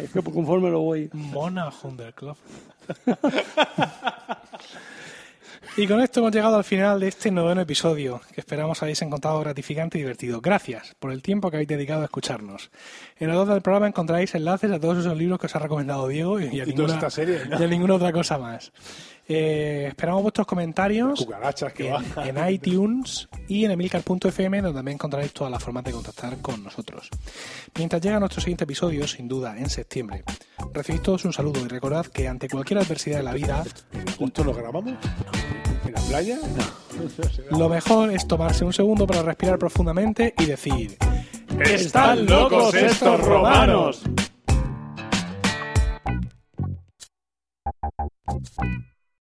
Es que conforme lo voy. Mona Hunderclub. y con esto hemos llegado al final de este noveno episodio, que esperamos habéis encontrado gratificante y divertido. Gracias por el tiempo que habéis dedicado a escucharnos. En la nota del programa encontraréis enlaces a todos esos libros que os ha recomendado Diego y a, Y todas ninguna, estas series, ¿no? y a ninguna otra cosa más. Eh, esperamos vuestros comentarios Cucarachas que en, bajan. en iTunes y en emilcar.fm, donde también encontraréis todas las formas de contactar con nosotros. Mientras llega nuestro siguiente episodio, sin duda, en septiembre, recibid todos un saludo y recordad que ante cualquier adversidad de la vida, ¿En agosto nos grabamos? ¿En la playa? No. Lo mejor es tomarse un segundo para respirar profundamente y decir... ¡Están locos estos romanos!